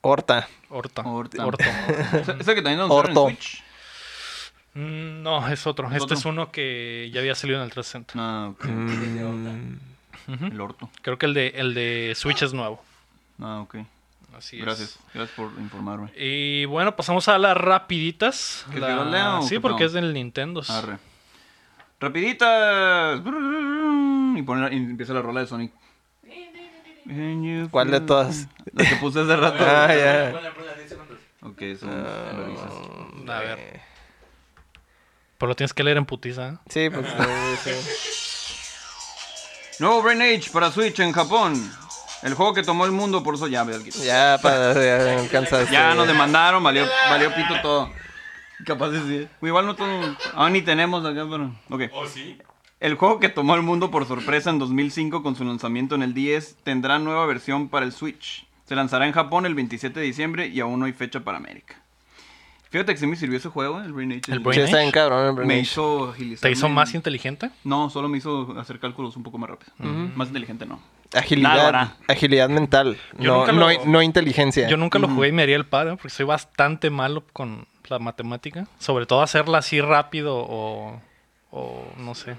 Horta. Horta. Horta. [LAUGHS] Horto. Eso eso que también lo anunciaron Orto. en Switch. Mm, No, es otro. ¿Es este otro? es uno que ya había salido en el 360. Ah, ok. Mm, Ujú. El orto. Creo que el de, el de Switch es nuevo. Ah, ok. Así es. Gracias. Gracias por informarme. Y bueno, pasamos a las rapiditas. ¿Quieres La- que lo lea o Sí, qué porque pedo? es del Nintendo. Arre. Rapiditas. Y, poner, y empieza la rola de Sonic. ¿Cuál de todas? La que puse hace [LAUGHS] rato. Ah, ya. Ponla, ponla, diez segundos. Ok, eso. lo revisas. A ver. Pero lo tienes que leer en putiza. ¿eh? Sí, pues. sí, sí. Nuevo Brain Age para Switch en Japón. El juego que tomó el mundo, por eso ya me Ya, para, ya alcanzaste. Ya nos demandaron, valió, valió pito todo. Este, Capaz de sí. Igual no todo. Aún ni tenemos acá, pero. Ok. ¿O sí? El juego que tomó al mundo por sorpresa en 2005 con su lanzamiento en el 10 tendrá nueva versión para el Switch. Se lanzará en Japón el 27 de diciembre y aún no hay fecha para América. Fíjate que sí me sirvió ese juego, eh, el Brain Age. El Me- Brain Sí, está bien Age. cabrón el Brain Me Age. hizo agilizar. ¿Te hizo mi- más inteligente? No, solo me hizo hacer cálculos un poco más rápido. Más inteligente, no. Nada, Agilidad. ahora. Agilidad mental. Yo No, nunca lo- no, no inteligencia. Yo nunca lo Mm. jugué y me haría el paro, porque soy bastante malo con la matemática. Sobre todo hacerla así rápido o, o no sé.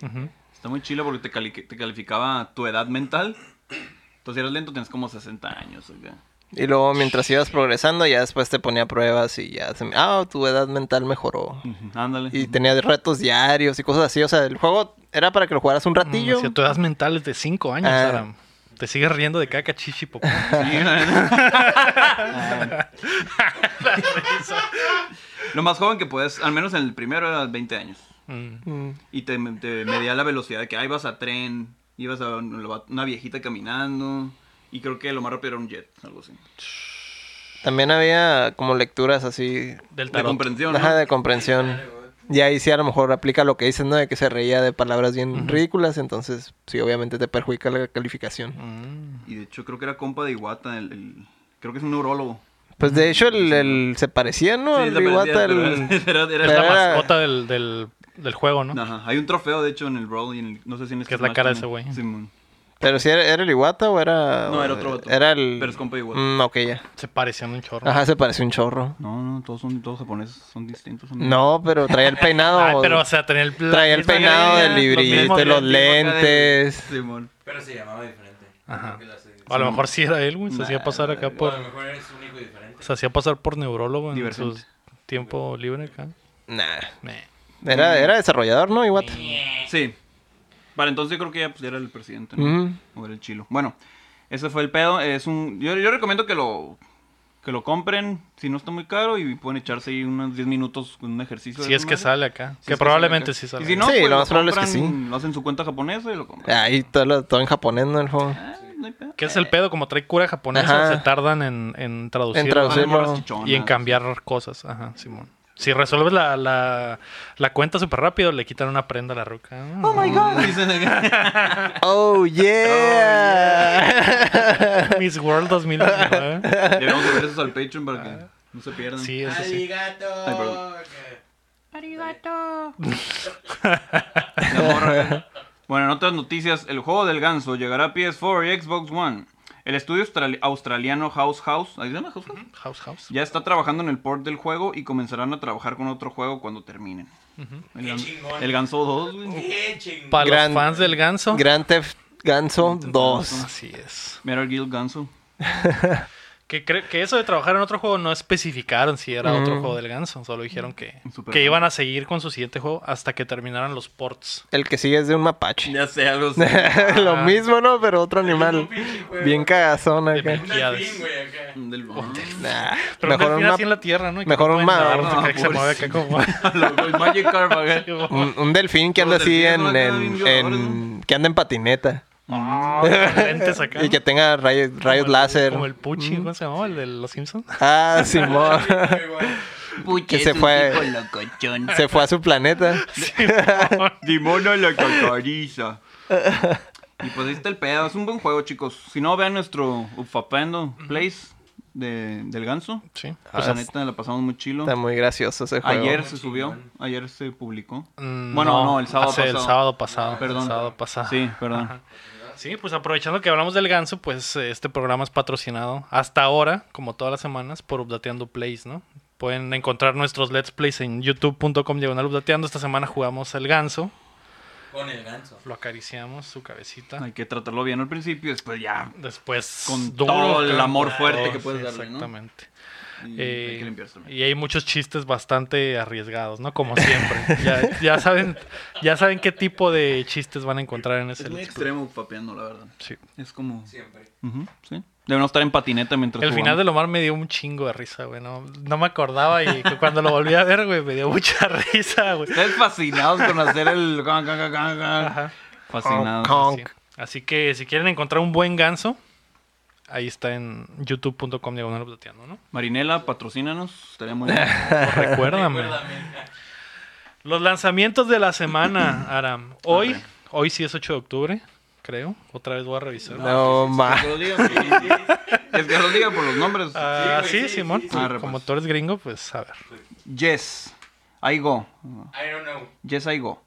Ujú. Está muy chilo porque te, cali- te calificaba tu edad mental. Entonces, si eres lento, tienes como 60 años. acá. Y luego mientras ibas progresando, ya después te ponía pruebas y ya. se- Ah, tu edad mental mejoró. Ándale. Y tenía retos diarios y cosas así. O sea, el juego era para que lo jugaras un ratillo. Mm, Si tu edad mental es de 5 años, Ah. Aram. Te sigues riendo de cada cachichi, popó. [LAUGHS] Sí, la neta. Lo más joven que puedes, al menos en el primero era 20 años. Mm. Mm. Y te, te medía la velocidad de que ah, ibas a tren, ibas a una viejita caminando. Y creo que lo más rápido era un jet, algo así. También había como lecturas así Del De tarot. comprensión, ¿no? Ajá, de comprensión. Y ahí sí a lo mejor aplica lo que dices, ¿no? De que se reía de palabras bien ridículas, entonces sí, obviamente te perjudica la calificación. Mm. Y de hecho creo que era compa de Iwata, el, el- creo que es un neurólogo. Pues de hecho el, el- se parecía, ¿no? Sí, Al se parecía, Iwata, pero el- era- [LAUGHS] era- Es la Pero era- mascota del, del, del juego, ¿no? Ajá, hay un trofeo de hecho en el Brawl y en el- no sé si en el Que es la Smash cara de también. ese güey. Simón. Pero si era, era el Iwata o era... No, era otro vato. Era el... Pero es compa de Iwata. Mm, ok, ya. Se parecían un chorro. Ajá, se pareció un chorro. No, no, todos son todos japoneses, son distintos. son- No, pero traía el peinado... [LAUGHS] Ay, pero, o sea, tenía el, la traía el misma peinado greña, del librito, mismos los lentes. lentes... Simón. Pero se llamaba diferente. Ajá. Pues, Creo que la se- A lo mejor sí era él, güey. Se Nah, hacía pasar acá O a por... lo mejor eres único y diferente. Se hacía pasar por neurólogo en Divergente. su tiempo libre acá. Nah. Meh. Era, era desarrollador, ¿no? Iwata. Sí. Para entonces yo creo que ya pues, era el presidente, ¿no? Ujú. O era el chilo. Bueno, ese fue el pedo. Es un. Yo, yo recomiendo que lo. Que lo compren. Si no está muy caro. Y pueden echarse ahí unos 10 minutos con un ejercicio. de Si es esa que madre. sale acá. Si que es probablemente sale sí acá. salga. Y si no, Sí, pues, lo lo más probable es que compran, Lo hacen su cuenta japonesa y lo compran. Ahí todo, lo- todo en japonés, ¿no? El juego. Ah, no hay pedo. ¿Qué es el pedo? Como trae cura japonesa, Ajá. se tardan en, en traducirlo En traducir. Valen morras hacerlo- chichonas. y en cambiar cosas. Ajá, Simón. Si resuelves la, la, la cuenta súper rápido, le quitan una prenda a la ruca. Oh my god. Dicen [LAUGHS] acá. Oh yeah. [LAUGHS] Miss World 2019. [LAUGHS] Debemos de ver esos al Patreon para que no se pierdan. Sí, eso sí. Arigato. Ay, perdón. que- La morra. bueno, en otras noticias, el juego del ganso llegará a PS4 y Xbox One. El estudio austral- australiano House House, ¿ahí se llama House House? House, house. Ya está trabajando en el port del juego y comenzarán a trabajar con otro juego cuando terminen. el, Qué gan- chingón. el ganso 2, güey. Qué chingón. Para Gran- los fans del ganso. Grand Theft Ganso 2. Así es. Metal Gear Ganso. Que, cre- que eso de trabajar en otro juego no especificaron si era otro Mm. juego del ganso. Solo dijeron que, Super que Ganso. iban a seguir con su siguiente juego hasta que terminaran los ports. El que sigue es de un mapache. Ya sé, algo así. Lo mismo, ¿no? Pero otro animal. Bien cagazón acá. De Un delfín, güey, acá. [LAUGHS] Del Oh. Nah, Pero mejor un delfín una- así en la tierra, ¿no? Y que mejor no un pueden ma- nadar, no, que se mueve acá como- [LAUGHS] [LAUGHS] [LAUGHS] Loco, el Magic Carp, acá. un, un delfín que Los anda así delfines en, van a quedar en- bien violadores, en- que anda en patineta Ah, con lentes acá, y que ¿no? tenga rayos, Como rayos el- láser. Como el Puchi, Mm. ¿cómo se llamaba? El de los Simpsons. [LAUGHS] Ah, Simón. que se fue se fue a su planeta. Dimona la [LAUGHS] cacariza. y pues ahí está el pedo. Es un buen juego, chicos. Si no, vean nuestro Ufapendo Place de, del ganso. Sí. Pues Ah, la neta, la pasamos muy chilo. Está muy gracioso ese juego. Ayer se subió, ayer se publicó. Mm, Bueno, no, el sábado hace pasado. El sábado pasado. Perdón. Ah, El sábado pasado. Sí, perdón. Sí, pues aprovechando que hablamos del ganso, pues eh, este programa es patrocinado hasta ahora, como todas las semanas, por Updateando Plays, ¿no? Pueden encontrar nuestros Let's Plays en youtube.com diagonal Updateando. Esta semana jugamos el ganso, Con el ganso. lo acariciamos, su cabecita. Hay que tratarlo bien al principio y después ya. Después. Con todo el acá, amor con fuerte todo, que puedes darle, ¿no? Exactamente. y Eh, hay que limpiarse. y hay muchos chistes bastante arriesgados, ¿no? Como siempre. ya, ya saben, ya saben qué tipo de chistes van a encontrar en ese Es muy Let's Play. extremo Ufapeando, la verdad. Sí. Es como. Siempre. Ujú, sí. Debemos estar en patineta mientras. El final del Omar me dio un chingo de risa, güey. No, no me acordaba y que cuando lo volví a ver, güey, me dio mucha [LAUGHS] risa, güey. Ustedes fascinados con [LAUGHS] hacer el. gan, gan, gan, gan, gan. Ajá. Fascinados. Sí. Así que si quieren encontrar un buen ganso, ahí está en youtube.com diagonal updateando, ¿no? Marinela, patrocínanos. Estaría muy bien. Recuérdame. Recuérdame. Los lanzamientos de la semana, Aram. Hoy, hoy sí es 8 de octubre, creo. Otra vez voy a revisar. No Es más. que lo digan, sí, sí. Es que lo digan por los nombres. Ah, Sí, sí, güey, sí, Simón. sí, sí. Arre, Como pues. tú eres gringo, pues a ver. Yes. I go. I don't know. Yes, I go.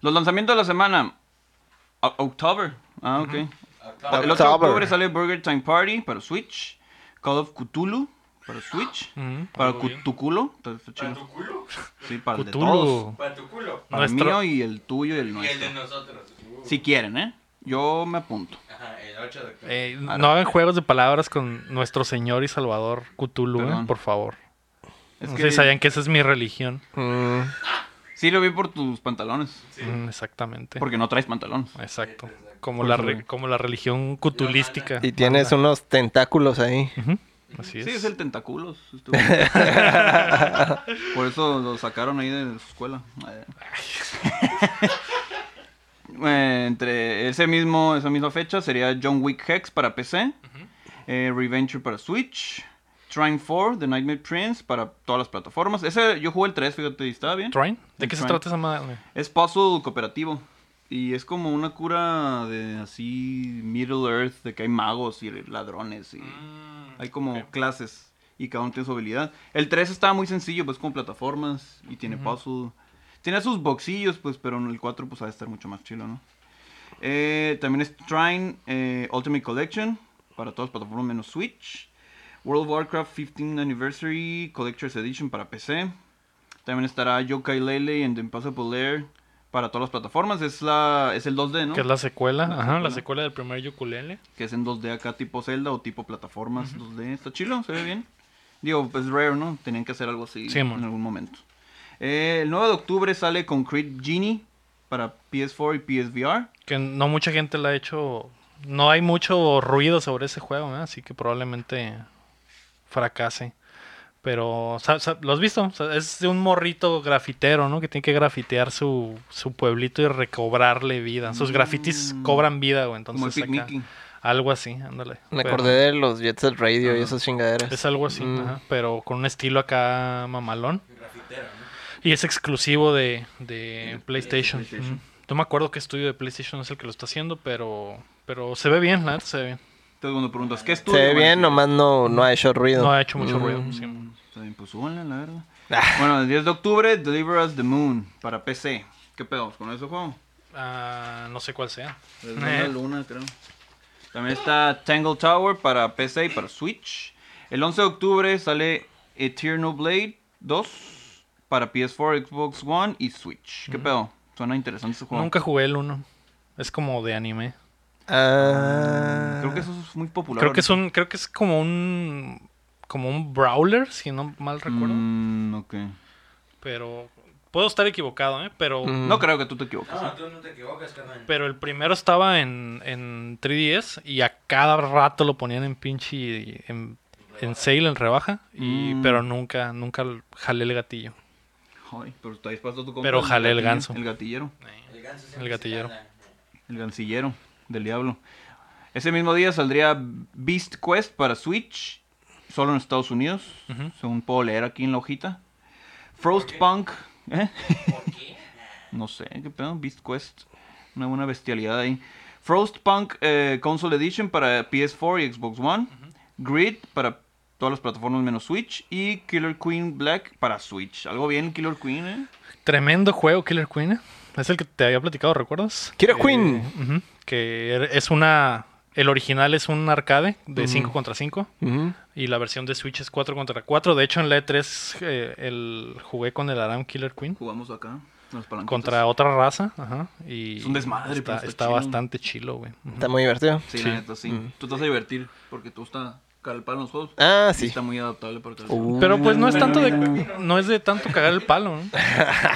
Los lanzamientos de la semana. O- October. Ah, ok. Acá. El 8 de October. octubre sale Burger Time Party para Switch. Call of Cthulhu para Switch. Ujú. Para Muy bien. Cthulhu. Está- está Para chido. tu culo. Sí, para el de Cthulhu. todos. Para tu culo. Para el Nuestro- mío y el tuyo y el Y el de nuestro. nosotros. Uh. Si quieren, ¿eh? Yo me apunto. Ajá, el 8 de octubre. Eh, no hagan juegos de palabras con nuestro señor y salvador Cthulhu, eh, Perdón. por favor. Es no que sé si sabían que esa es mi religión. Mm, sí lo vi por tus pantalones. Sí. Mm, exactamente. Porque no traes pantalones. Exacto. Como la, re- como la religión cutulística. y tienes unos tentáculos ahí. Ujú. Así es. Sí, es el tentaculos. estuvo. Por eso lo sacaron ahí de su escuela. Eh, Entre ese mismo, esa misma fecha sería John Wick Hex para PC, eh, Reventure para Switch, Trine 4, The Nightmare Prince, para todas las plataformas. Ese yo jugué el 3, fíjate, y estaba bien. ¿Trine? ¿De El qué se Trine. trata esa madre? Es puzzle cooperativo. Y es como una cura de así Middle Earth, de que hay magos y ladrones y Mm. hay como clases y cada uno tiene su habilidad. El 3 estaba muy sencillo, pues con plataformas y tiene puzzle. Tiene sus boxillos, pues, pero en el 4 pues ha de estar mucho más chilo, ¿no? Eh, también es Trine eh, Ultimate Collection para todas las plataformas menos Switch. World of Warcraft 15th Anniversary Collector's Edition para PC. También estará Yokai Lele en The Impossible Lair para todas las plataformas. Es, la, es el 2D, ¿no? Que es la secuela. Ajá, la secuela. secuela del primer Yukulele. que es en 2D acá tipo Zelda o tipo plataformas 2D. Está chilo, se ve bien. Digo, pues rare, ¿no? Tenían que hacer algo así Sí, mon. en algún momento. Eh, el 9 de octubre sale Concrete Genie para PS4 y PSVR. Que no mucha gente la ha hecho. No hay mucho ruido sobre ese juego, ¿eh? así que probablemente fracase. Pero, sa- sa- ¿lo has visto? O sea, es de un morrito grafitero, ¿no? Que tiene que grafitear su, su pueblito y recobrarle vida. Sus grafitis Mm. cobran vida, güey. Como el Entonces, Pic acá- Mickey. algo así, ándale. Me Pero acordé de los Jet Set Radio y esas chingaderas. Es algo así, Mm. ajá, pero con un estilo acá mamalón. Grafitera, ¿no? Y es exclusivo de, de PlayStation. PlayStation. Ujú. No me acuerdo qué estudio de PlayStation es el que lo está haciendo, pero pero se ve bien, la neta se ve bien. Entonces cuando preguntas, ¿qué Se estudio? ve Van a bien, decir, nomás no, no ha hecho ruido. No ha hecho mucho ruido. Mm, sí. está bien, pues súbanle, la verdad. Ah. Bueno, el 10 de octubre, Deliver Us the Moon para PC. ¿Qué pedo con ese juego? Ah, no sé cuál sea. Desde Eh. una Pues luna, creo. También está Tangle Tower para PC y para Switch. El 11 de octubre sale Eternal Blade 2 para PS4, Xbox One y Switch. ¿Qué pedo? Suena interesante ese juego. Nunca jugué el uno. Es como de anime. Ah, Mm, Creo que eso es muy popular. Creo que es un creo que es como un como un brawler, si no mal recuerdo, Mm, ok. pero puedo estar equivocado, ¿eh? pero Mm. No creo que tú te equivoques. No, tú no te equivocas, carnal. Pero el primero estaba en, en 3DS y a cada rato lo ponían en pinche y- en, en sale, en rebaja. Y, Mm. Pero nunca, nunca jalé el gatillo. Ay, pero estáis pasando tu compra. Pero jalé el gatillo- ganso. El gatillero. El ganso siempre El gatillero. se gana. El gancillero del diablo. Ese mismo día saldría Beast Quest para Switch, solo en Estados Unidos, Ujú. según puedo leer aquí en la hojita. Frostpunk, ¿eh? ¿Por qué? [LAUGHS] no sé, qué pedo, Beast Quest, una buena bestialidad ahí. Frostpunk eh, Console Edition para PS4 y Xbox One, Grid para todas las plataformas menos Switch y Killer Queen Black para Switch. Algo bien Killer Queen, ¿eh? Tremendo juego, Killer Queen. ¿eh? Es el que te había platicado, ¿recuerdas? Killer Que- Queen. ujú, Que er- es una. El original es un arcade de 5 contra 5. Ujú. Y la versión de Switch es 4 contra 4. De hecho, en la E3 eh, el, jugué con el Aram Killer Queen. Jugamos acá. Las palanquitas. Contra otra raza. Ajá, y Ah, Es un desmadre, Está, pero está está chido. bastante chilo, güey. Ujú. Está muy divertido. Sí, Sí. la neta, sí. Mm. Tú te vas a divertir porque tú estás calpado en los juegos. Ah, Sí. sí. Está muy adaptable para [LAUGHS] calpar. Uh. Pero pues no es tanto de no es de tanto cagar el palo, ¿no?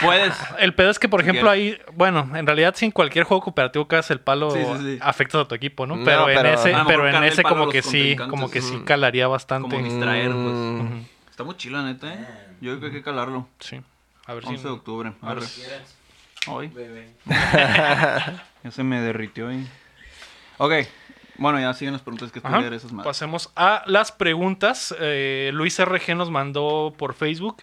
Puedes. El pedo es que, por Bien. ejemplo, ahí, bueno, en realidad si en cualquier juego cooperativo cagas el palo, Sí, sí, sí. afectas a tu equipo, ¿no? No, Pero, en pero- ese, Ah, mejor pero en cagarle el ese palo a como los que sí, contrincantes. como que sí Mm. calaría bastante. Como distraer, pues. Mm. Está muy chila, neta, eh. Yo creo que hay que calarlo. Sí. A ver si 11 de octubre. Arre. ¿Quieres? Ay, Bebé. ya se me derritió ahí. Ok. Bueno, ya siguen las preguntas que estoy Ajá. leer esas más. Pasemos a las preguntas. Eh, Luis RG nos mandó por Facebook.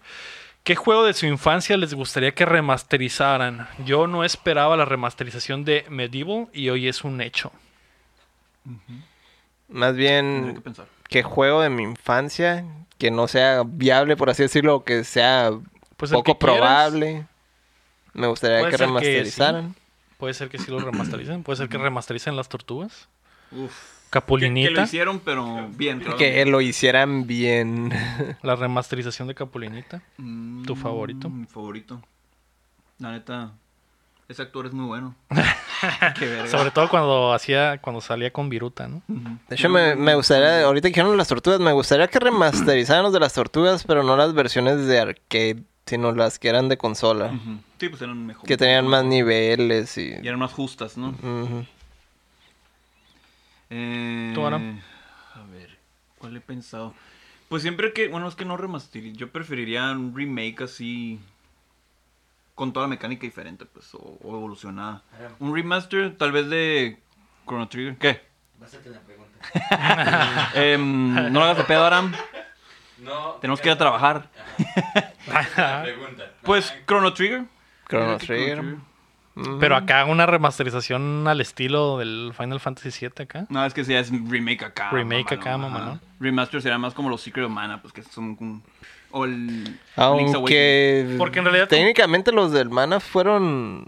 ¿Qué juego de su infancia les gustaría que remasterizaran? Yo no esperaba la remasterización de Medieval y hoy es un hecho. Mm. Más Tendría que bien, pensar. que juego de mi infancia que no sea viable, por así decirlo, que sea Pues el poco que quieras. probable. Me gustaría Puede que ser que sí. remasterizaran. Puede ser que [CLEARS THROAT] sí lo remastericen. Puede ser que remastericen las tortugas. Uf. Que, que lo Capulinita. hicieron, pero bien. creo. Que lo hicieran bien. La remasterización de Capulinita. Mm, ¿Tu favorito? Mi favorito. La neta. Ese actor es muy [LAUGHS] bueno. Qué verga. Sobre todo cuando hacía, cuando salía con Viruta, [LAUGHS] ¿no? Ujú. De hecho, me, me gustaría, ahorita que dijeron las tortugas, me gustaría que remasterizaran los de las tortugas, pero no las versiones de arcade, sino las que eran de consola. Ujú. Sí, pues eran mejor. Que tenían más niveles y... Y eran más justas, ¿no? Ujú. Eh, ¿Tú, Aram? A ver, ¿cuál he pensado? Pues siempre que, bueno, es que no remasterizar, yo preferiría un remake así, con toda la mecánica diferente, pues, o, o evolucionada. Aram. Un remaster tal vez de [LAUGHS] Chrono Trigger. ¿Qué? [LAUGHS] Eh, Vas a tener pregunta. Em, no lo hagas de pedo, Aram. No. Tenemos que ir a trabajar. La pregunta. [LAUGHS] Pues Chrono Trigger. Chrono Creo que Trigger. Pero acá una remasterización al estilo del Final Fantasy VII acá. No, es que sí, es remake acá. Remake acá, mamá, mamá, ¿no? Remaster será más como los Secret of Mana, pues que son un... O el... Link's Awakening. Aunque. Porque en realidad- Técnicamente los del Mana fueron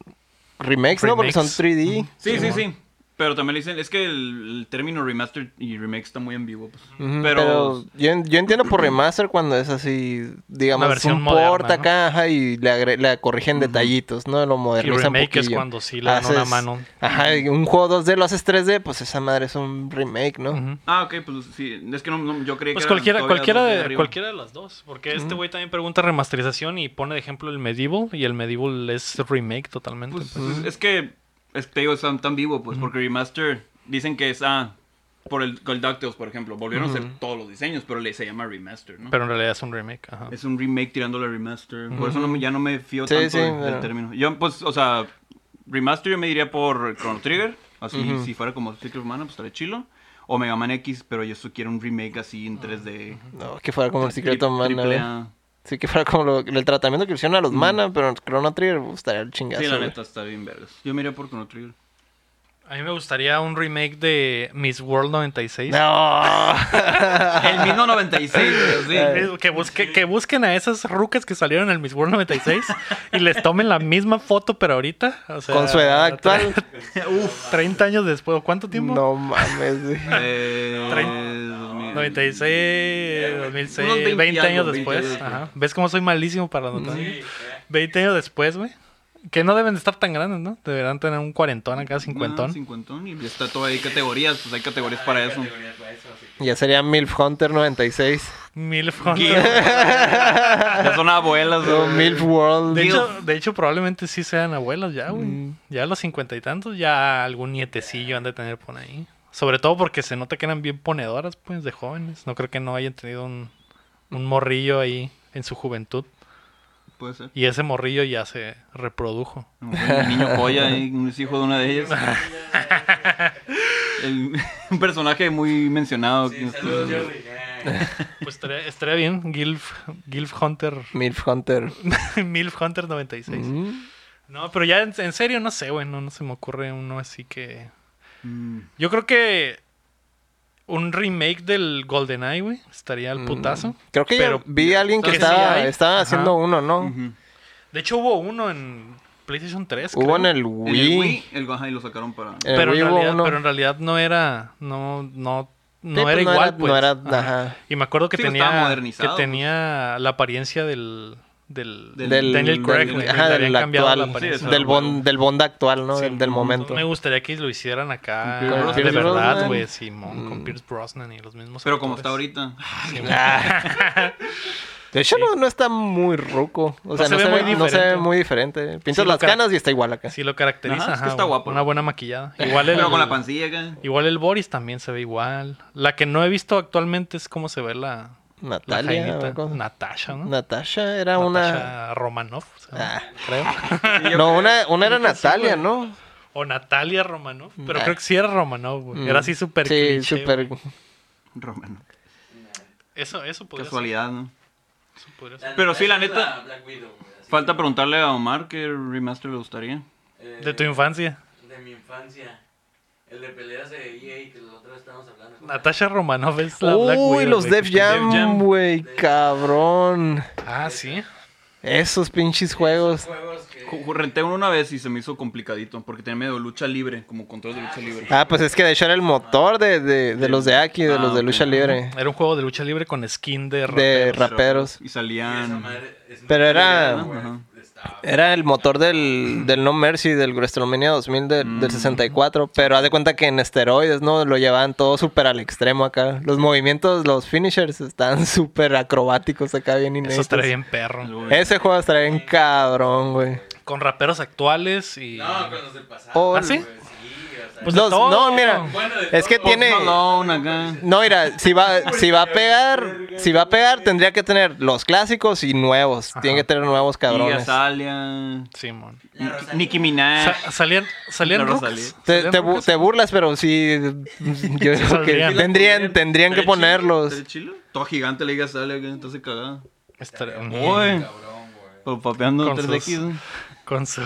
remakes, ¿no? Porque son Remakes. 3D. Sí, sí, sí. Pero también le dicen... Es que el, el término remaster y remake está muy ambiguo. Pues. Ujú, Pero... Pero, yo, en- yo [CLEARS THROAT] entiendo por remaster cuando es así, digamos, Una versión un port moderna, ¿no? acá ajá, y le, agre- le corrigen detallitos, ¿no? Lo modernizan Y remake es poquillo. cuando sí le dan una mano. Ajá, y un juego 2D lo haces 3D, pues esa madre es un remake, ¿no? Ujú. Ah, ok, pues sí. Es que no, no, yo creía Pues que... cualquiera, eran todavía cualquiera, dos de de, arriba. cualquiera de las dos. Porque este güey también pregunta remasterización y pone de ejemplo el Medieval. Y el Medieval es remake totalmente. Pues, pues. es, es que... Es, te digo, están tan vivo, pues. Porque remaster... Dicen que es... Ah, por el, con el DuckTales, por ejemplo. Volvieron a hacer todos los diseños, pero le, se llama remaster, ¿no? Pero en realidad es un remake. Ajá. Es un remake tirándole a remaster. Por eso no me- ya no me fío Ah. Sí, tanto sí, del, del pero- término. Yo, pues, o sea, remaster yo me diría por Chrono Trigger. Así, si fuera como Secret of Mana, pues estaría chilo. O Mega Man X, pero yo quiero un remake así en 3D. No, que fuera como el secreto Tri- Mana. triple güey. A. Sí, que fuera como lo- el tratamiento que hicieron a los Mana, pero en Chrono Trigger pues, estaría el chingazo. Sí, la güey. neta está bien vergas. Yo me iría por Chrono Trigger. A mí me gustaría un remake de Miss World 96. Ah, No. El 1996, [LAUGHS] güey, sí. eh, Que, busque- que busquen a esas rucas que salieron en el Miss World 96 y les tomen la misma foto, pero ahorita. o sea, Con su edad actual. [LAUGHS] 30 años después. ¿Cuánto [LAUGHS] tiempo? No [LAUGHS] mames, güey. Eh, Trein- 2000. 96, 2006, Unos 20, 20 años algo, 20 después. años, Ajá. ¿Ves cómo soy malísimo para los notas? Sí, eh. 20 años después, güey. Que no deben de estar tan grandes, ¿no? Deberán tener un cuarentón acá, cincuentón. Ah, cincuentón. Y está todo ahí categorías. Pues hay categorías para eso. Categoría para eso, así Ya sería Milf Hunter [LAUGHS] 96. Milf Gil. Hunter. Ya son abuelas. O güey. Milf World. De Gil. hecho, de hecho, probablemente sí sean abuelas ya, güey. Mm. Ya a los cincuenta y tantos, ya algún nietecillo han de tener por ahí. Sobre todo porque se nota que eran bien ponedoras, pues, de jóvenes. No creo que no hayan tenido un, un morrillo ahí en su juventud. Puede ser. Y ese morrillo ya se reprodujo. A lo mejor El niño polla, ¿eh? es hijo de una de ellas. [LAUGHS] El- [LAUGHS] un personaje muy mencionado. Sí, saludos, Jordi. Eh. Pues estaría, [LAUGHS] estaría bien, Gilf, Gilf Hunter, [LAUGHS] Milf Hunter. Milf Hunter 96. Mm. No, pero ya en, en serio, no sé, güey, no, no se me ocurre uno así que... Mm. Yo creo que un remake del GoldenEye, güey, estaría al putazo. Mm. Creo que Pero- yo vi a alguien que creo que estaba, sí hay. estaba Ajá. haciendo uno, ¿no? Ujú. De hecho, hubo uno en PlayStation 3, Hubo creo. en el En el Wii. Wii, el ajá, y lo sacaron para. en el pero, en Wii hubo realidad, uno. pero en realidad no era... No, no, no Sí, era pues, no igual, era- pues. no era- ajá. Y me acuerdo que Sí, pues, tenía... estaba que modernizado, pues. tenía la apariencia del... Del, Del- Daniel Craig, güey. ajá, le del habían cambiado la actual. apariencia. Sí, del, bond, del Bond actual, ¿no? Sí, del, del un- momento. Me gustaría que lo hicieran acá Con Pierce de Brosnan. verdad, güey, Simón, Mm. con Pierce Brosnan y los mismos. Pero como está actores. ahorita. Ah. De hecho, no, no está muy ruco. O sea, no, se, ve, muy no se ve diferente. muy diferente. Pintas Sí, las lo car- canas y está igual acá. Sí lo caracteriza, Ajá, es que ajá, está güey, guapo. Una buena maquillada. Igual el, Pero con la pancilla acá. igual el Boris también se ve igual. La que no he visto actualmente es cómo se ve la, la Natalia. Jainita. ¿cómo se- Natasha, ¿no? Natasha era Natasha Romanoff, o sea, Ah. creo. una. No, una, una era Natalia, ¿no? [LAUGHS] O Natalia Romanoff, pero Ah. Mm. creo que sí era Romanoff, güey. Era así súper Sí, cliché, súper. güey. Pues Romano. Eso, eso podría ser, Casualidad, ¿no? eso podría ser. La Pero sí, la es neta- Black Widow, güey, así Falta que, preguntarle a Omar qué remaster le gustaría. eh, De tu infancia. De mi infancia. El de peleas de EA que los otros estábamos hablando. Natasha Romanoff es la Black Uy, Widow, los güey, Def que- Jam, güey, cabrón. Ah, sí. Esos pinches juegos. Juegos que. Ju- ju- Renté uno una vez y se me hizo complicadito porque tenía medio lucha libre, como control de lucha libre. Ah, pues es que de hecho era el motor de, de, de los de aquí, de Ah, los de ok. lucha libre, Era un juego de lucha libre con skin de de rapero. raperos. Y y esa salían. madre es una Pero era- pelea, güey, Ajá. estaba- Era el motor del, del No Mercy, del WrestleMania 2000 del, Mm. del 64, pero haz de cuenta que en esteroides, ¿no? Lo llevaban todo súper al extremo acá. Los movimientos, los finishers están [LAUGHS] súper acrobáticos acá, bien Eso inéditos. estaría bien perro. Algo de- Ese juego estaría bien cabrón, güey. Con raperos actuales y... No, con los del pasado. Oh, ¿Ah, sí? güey, sí, o sea, Pues Los- de todo. Pues no, mira, Bueno, de es que todo. tiene... Post Malone acá. No, mira, si va, si va a pegar, si va a pegar, tendría que tener los clásicos y nuevos. Tiene que tener nuevos Y cabrones. Azalia. Simón. La Rosalía. Nicki Minaj. Sa- salían salían La rucas. Rosalía. Te, Salían te bu- rucas. te burlas, pero sí, yo creo que [LAUGHS] saldrían. tendrían, tendrían que ¿Tres chilo? ponerlos. ¿Tres chilo? todo gigante le digas, sale, güey, estás cagada. Estaría Uy. muy. Cabrón, güey. Pero papeando Con 3X. sus- [LAUGHS] güey. Con, su-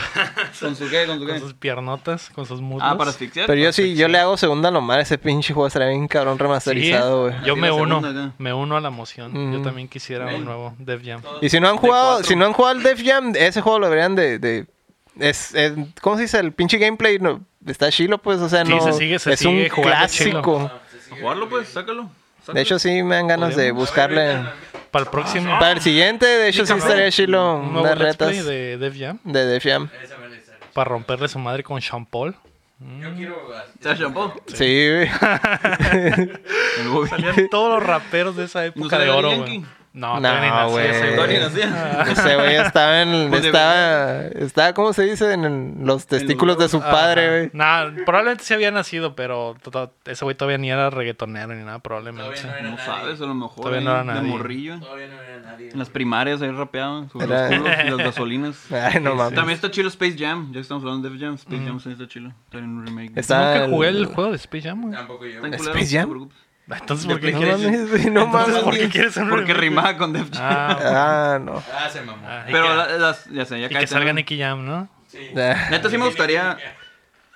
¿Con su qué? ¿Con su con qué? sus piernotas, con sus muslos. Ah, para asfixiar. Pero yo sí, yo le hago segunda nomás. Ese pinche juego estaría bien cabrón Sí, remasterizado, güey. yo Así me la uno, segunda acá. me uno a la moción. Yo Ujú. también quisiera Ey. un nuevo Def Jam. Y si no han De jugado, cuatro. si no han jugado al Def Jam, ese juego lo deberían de, de- es, es- ¿cómo se dice? El pinche gameplay no, está chilo, pues, o sea, Sí, no se sigue- se es sigue un jugando chilo. Ah, clásico. Ah, se sigue Jugarlo, pues, viviendo. sácalo. De hecho sí me dan ganas de Podríamos. buscarle Para Ah, el próximo, para el siguiente, de hecho sí cabrón. estaría chilo un nuevo Let's unas retas Play de Def Jam. de Def Jam. Esa me la hice. Para romperle su madre con Sean Paul. Mm. Yo quiero. [LAUGHS] ¿Se champó? Sí, güey. El Bobby. Salían todos los raperos de esa época sale de Daddy oro, Yankee? güey. No, [LAUGHS] No, todavía ni güey. nacía ese güey. Todavía ni nacía. Ese güey [LAUGHS] estaba en Pues estaba estaba ¿cómo se dice? En los testículos de su Ah, Ajá. padre, güey. Nah, probablemente sí había nacido, pero to- to- ese güey todavía ni era reggaetonero ni nada, probablemente. Todavía no era No nadie. sabes, a lo mejor. Todavía ahí, no era De nadie. morrillo. Todavía no era nadie. En las primarias ahí rapeaban. Sobre Era- los culos [LAUGHS] y las gasolinas. Ah, Ay, no mames. También está chilo Space Jam. Ya que estamos hablando de Def Jam. Space Jam sí está chilo. También un remake. Está Nunca jugué el- el juego de Space Jam, güey. Tampoco yo. Está en ¿Space culero, no te Jam? preocupes. Entonces, De ¿por qué no No PlayStation. mames? mames, güey, no Entonces, mames. ¿por qué quieres un [LAUGHS] Porque remake? rimaba con Def Jam. Ah, [LAUGHS] bueno. Ah, no. Ah, se mamó. Ah, y Pero que- la- las, ya sé, ya y que, cállate, salga ¿no? Nicky Jam, ¿no? Sí. Neta, sí me gustaría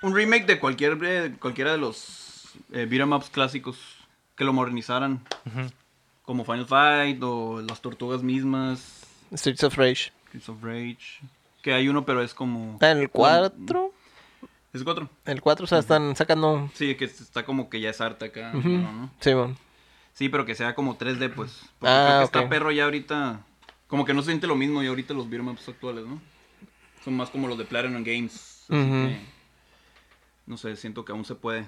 un remake de cualquier, eh, cualquiera de los eh, beat 'em ups clásicos que lo modernizaran. Como Final Fight o Las Tortugas mismas, Streets of Rage. Streets of Rage. Que hay uno, pero es como. Está en el 4. Es cuatro. El 4, o sea, están sacando. Sí, que está como que ya es arte acá. Ujú. pero ¿no? Sí, bueno. Sí, pero que sea como 3D, pues. Porque Ah, creo que ok. está perro ya ahorita. Como que no se siente lo mismo ya ahorita los beat'em ups actuales, ¿no? Son más como los de Platinum Games. así Ujú. que, no sé, siento que aún se puede.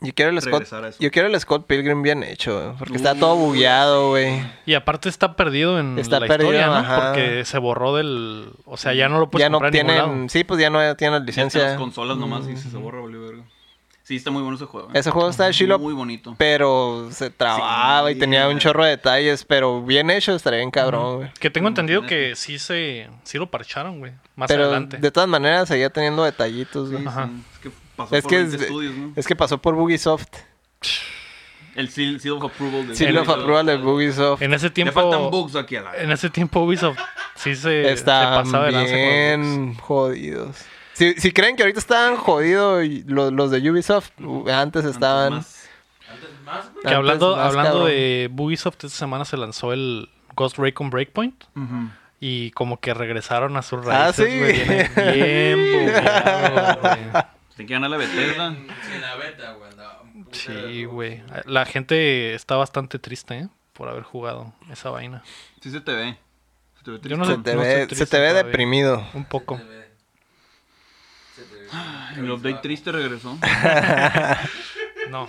Yo quiero el Scott. Regresar a eso. Yo quiero el Scott Pilgrim bien hecho, güey, porque está Uh, todo bugueado, güey. Y aparte está perdido en Está la perdido, historia, ¿no? ajá. Porque se borró del... O sea, ya no lo puedes Ya no comprar en ningún tienen, lado. sí, pues ya no tienen Licencia. Las licencia. consolas nomás y Mm. se, se borra, valió verga. Sí, está muy bueno ese juego. ¿eh? Mm. Ese juego está de chilo, Muy bonito. pero se trababa y Sí. tenía un chorro de detalles, pero bien hecho estaría bien cabrón, güey. Que tengo entendido que sí se... Sí lo parcharon, güey. Más Pero adelante. de todas maneras seguía teniendo detallitos, Sí, güey. Ajá. sí, Es que pasó Es por que 20 es- estudios, ¿no? Es que pasó por Bugisoft. El seal, seal of approval. del- Sí, lo aprobó de Bugisoft. En ese Le faltan tiempo... bugs aquí a la... En ese tiempo Ubisoft sí se, se Están pasaba de lanza con los bugs. bien jodidos. Si, si creen que ahorita estaban jodidos y lo- los de Ubisoft, u- antes estaban. Más. Antes más, güey. Que Antes hablando, más hablando cabrón. de Ubisoft, esta semana se lanzó el Ghost Recon Breakpoint. Ujú. Y como que regresaron a sus Ah, raíces, ¿sí? güey. Viene Bien [LAUGHS] bugueado, güey. Te quedan a la Sí, Bethesda. en, sí, en la beta, güey. andaba un putero Pues Sí, de- güey. Ah, La gente está bastante triste, ¿eh? Por haber jugado esa vaina. Sí se te ve. Se te ve Yo no Se sé. te estoy ve, triste se te ve todavía. deprimido. Un Se te [LAUGHS] poco. ve. Se te ve. El update [LAUGHS] triste regresó. No.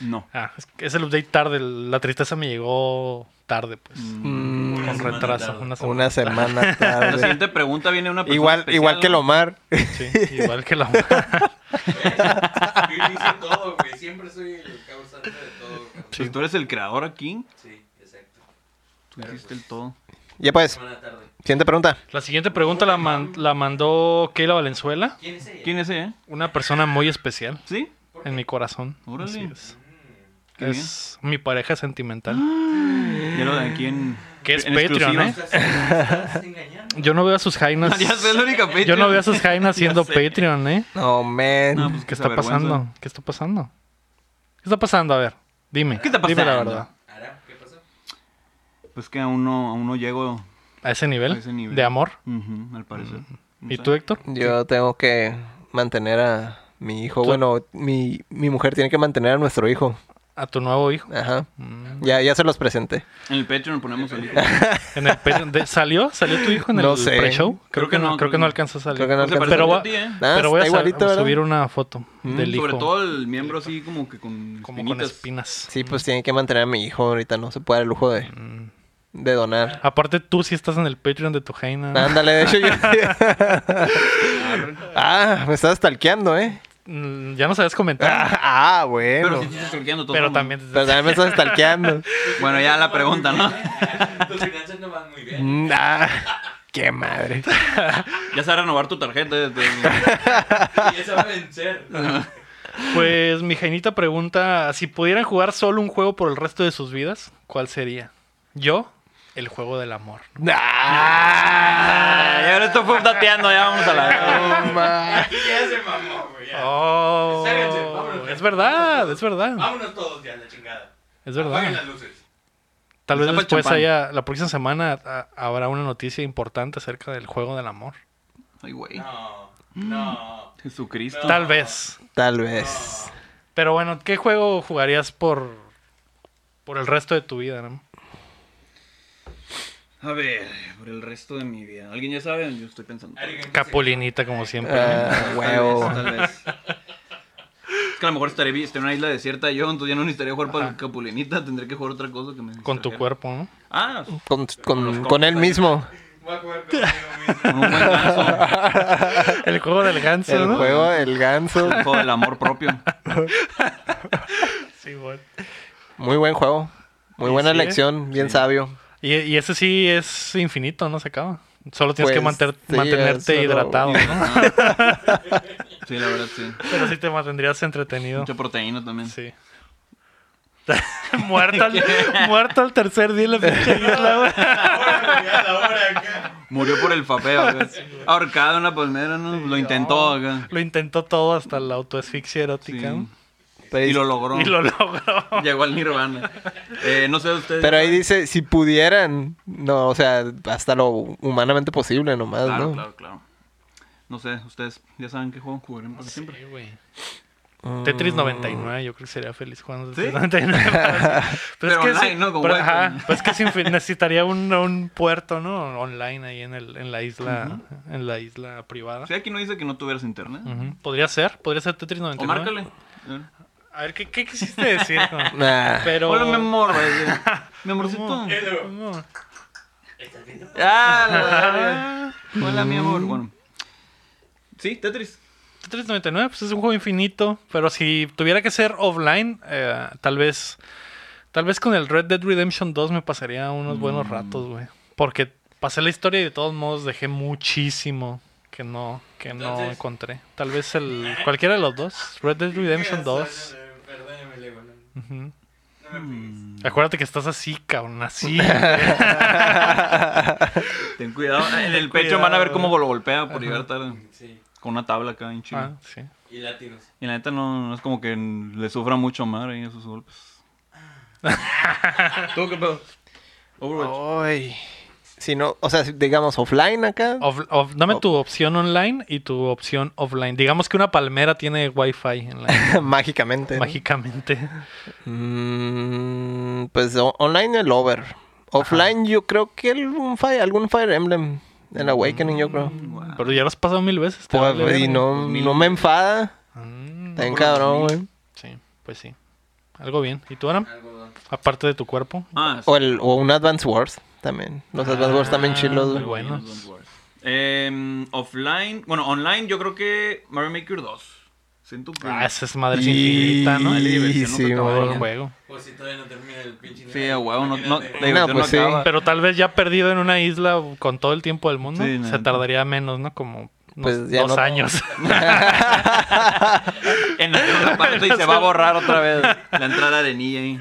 No. Ah, es, que es el update tarde. el- La tristeza me llegó tarde, pues. Mm, Con semana retraso. tarde. Una semana. una semana [LAUGHS] La tarde. siguiente pregunta viene de una persona igual, Pues, especial, igual que ¿no? Lomar. [LAUGHS] Sí, igual que la. Yo hice todo, güey. Siempre soy el causante de todo. güey. Pues tú eres el creador aquí. Sí, exacto. Tú hiciste el todo. Ya pues, Semana tarde. siguiente pregunta. La siguiente pregunta la, man- la mandó Keila Valenzuela. ¿Quién es ella? ¿Quién es ella? Una persona muy especial ¿Sí? en mi corazón. Órale. Así es. Qué Es mi pareja sentimental. Ya lo de aquí en. Que es en Patreon, exclusiva. ¿eh? Estás- estás engañando. Yo no veo a sus jainas. [LAUGHS] Ya sé, es la única Patreon. Yo no veo a sus jainas [LAUGHS] Ya siendo sé. Patreon, ¿eh? No, No, man. pues, ¿Qué que se está pasando? avergüenza. ¿Qué está pasando? ¿Qué está pasando? A ver, dime. ¿Qué está Dime la pasando? verdad. Ara, ¿qué pasó? Pues que aún no, aún no llego, ¿A ese nivel? A ese nivel. ¿De amor? ujú, al parecer. No ¿Y sé. tú, Héctor? Yo tengo que mantener a mi hijo. Bueno, mi, mi mujer tiene que mantener a nuestro hijo. ¿A tu nuevo hijo? Ajá. Mm. Ya, ya se los presenté. En el Patreon ponemos el [LAUGHS] hijo. ¿En el [LAUGHS] pe- de- ¿Salió? ¿Salió tu hijo en el No sé. pre-show? Creo, que no, creo que no no. alcanzó a salir. Creo que no Se alcanzó. parece Pero mucho va- a ti, ¿eh? Ah, Pero voy a, está sab- igualito, a ¿verdad? subir una foto Mm. del hijo. Sobre todo el miembro así como que con como espinitas. con espinas. Mm. Sí, pues tiene que mantener a mi hijo ahorita. No se puede dar el lujo de, Mm. de donar. Aparte, tú sí estás en el Patreon de tu jaina. Ándale, de [LAUGHS] hecho yo... [LAUGHS] ah, me estás stalkeando, ¿eh? Mm, Ya no sabes comentar. Ah, ah, Pero bueno. sí te estás stalkeando todo. pero ¿no? también... Pero también me estás stalkeando. [LAUGHS] Bueno, ya la pregunta, ¿no? Tus finanzas no van muy bien. Mm, ah, qué [LAUGHS] madre. Ya se va a renovar tu tarjeta. eh, te- [LAUGHS] Y eso va a vencer. Pues mi Jainita pregunta: si pudieran jugar solo un juego por el resto de sus vidas, ¿cuál sería? Yo, el juego del amor. Ah, y ahora esto fue dateando, ya vamos a la. No, ma. Aquí ya se mamó, güey. ya. Oh, Sálganse, vámonos. es verdad, es verdad. Vámonos todos ya, la chingada. Es Apaguen las verdad. luces. Tal vez Tapa el después champán. haya, la próxima semana ah, habrá una noticia importante acerca del juego del amor. Ay, güey. No, no. Jesucristo. Tal vez. Tal vez. Pero bueno, ¿qué juego jugarías por, por el resto de tu vida, no? A ver, por el resto de mi vida. ¿Alguien ya sabe? Yo estoy pensando. Alguien que Capulinita, como siempre. Ah, [LAUGHS] huevo. Tal vez. Es que a lo mejor estaré, estaré en una isla desierta yo, entonces ya no necesitaría jugar para el Capulinita, tendré que jugar otra cosa que me con tu distrajera. cuerpo, ¿no? [LAUGHS] Ah, sí, Con, los con, compas con él ahí. mismo. se- Voy a jugar conmigo con un mismo. buen ganso, El juego del ganso, El ¿no? juego, el ganso. el juego del [LAUGHS] amor propio. Sí, bueno. Muy buen juego. Muy Sí, buena sí, ¿eh? elección. Bien Sí. sabio. Y, y ese sí es infinito, no se acaba. Solo tienes que Pues, manter- sí, mantenerte eso lo- [LAUGHS] hidratado, ¿no? Ah. Sí, la verdad, sí. Pero sí te mantendrías entretenido. Mucha proteína también. Sí. [LAUGHS] muerto, al, muerto al tercer día en la pinche isla, güey. Ahora, güey, ahora acá. Murió por el fapeo. acá. Ahorcado en una palmera, ¿no? Lo intentó acá. Lo intentó todo hasta la autoasfixia Sí. erótica. ¿no? Pero, Y lo logró. Y lo logró. Llegó al Nirvana. Eh, no sé ustedes. pero ahí dice, si pudieran. No, o sea, hasta lo humanamente posible nomás, Claro, ¿no? claro, claro. No sé, ustedes ya saben qué juego jugaremos para siempre. Sí, güey. Mm. Tetris 99, yo creo que sería feliz jugando Tetris ¿Sí? 99. [LAUGHS] Pero, Pero es que online, sí- ¿no? Con pero, wifi. ajá, pues es que sin fin- necesitaría un, un puerto, ¿no? Online ahí en, el, en la isla en la isla privada. Si aquí no dice que no tuvieras internet. Ujú. Podría ser, podría ser Tetris O 99. márcale. A ver, ¿qué, qué quisiste decir? [LAUGHS] con- Nah. Pero... Hola, mi amor. [LAUGHS] güey. Mi amorcito. Eh, luego, ¿Cómo? ¿Estás viendo? Ah, la verga. Hola, mi amor. Bueno. Sí, Tetris. Tetris 99, pues es un juego infinito, pero si tuviera que ser offline, eh, tal vez tal vez con el Red Dead Redemption 2 me pasaría unos Mm. buenos ratos, güey, porque pasé la historia y de todos modos dejé muchísimo que no que no Entonces- encontré. Tal vez el cualquiera de los dos, Red Dead Redemption 2. Perdóneme, Lego. No Ujú. no me pegues. Acuérdate que estás así, cabrón, [LAUGHS] así. Ah, Ten cuidado. En el Ten pecho van a ver cuidado. cómo lo golpea por llegar tarde. Sí. Con una tabla acá en Chile. Ah, sí. Y latinos. Y la neta no, no es como que le sufra mucho más ahí esos golpes. ¿Tú qué pedo? Overwatch. Ay. Si no, o sea, digamos offline acá. Off- off- dame Off. tu opción online y tu opción offline. Digamos que una palmera tiene wifi en [LAUGHS] la Mágicamente. ¿no? mágicamente. [LAUGHS] Mm, pues o- online el over. Offline yo creo que algún Fire, algún Fire Emblem. El Awakening yo creo. Wow. Pero ya lo has pasado mil veces. te Pues, vale verga. y no, no me enfada. Mm, Está bien cabrón, güey. sí, pues sí. Algo bien. ¿Y tú, Aram? Algodón. Aparte de tu cuerpo. Ah, sí. O, el, o un Advance Wars también. Los Advance Ah, Wars también chilos. güey. Ah, bueno. Don't worry. Em, offline, bueno, online yo creo que Mario Maker 2. Siento que... Ah, esa es madre Y- infinita, ¿no? Vale, diversión, sí, nunca Todo acaba. güey. el juego. Pues si todavía no termina el pinche. Sí, a huevo, no, no, Imagínate. la diversión pues sí. no acaba. Pero tal vez ya perdido en una isla con todo el tiempo del mundo, Sí, se neta. tardaría menos, ¿no? Como unos Pues ya dos no- [LAUGHS] años. [LAUGHS] En otra parte y se va a borrar otra vez la entrada de Nia ahí.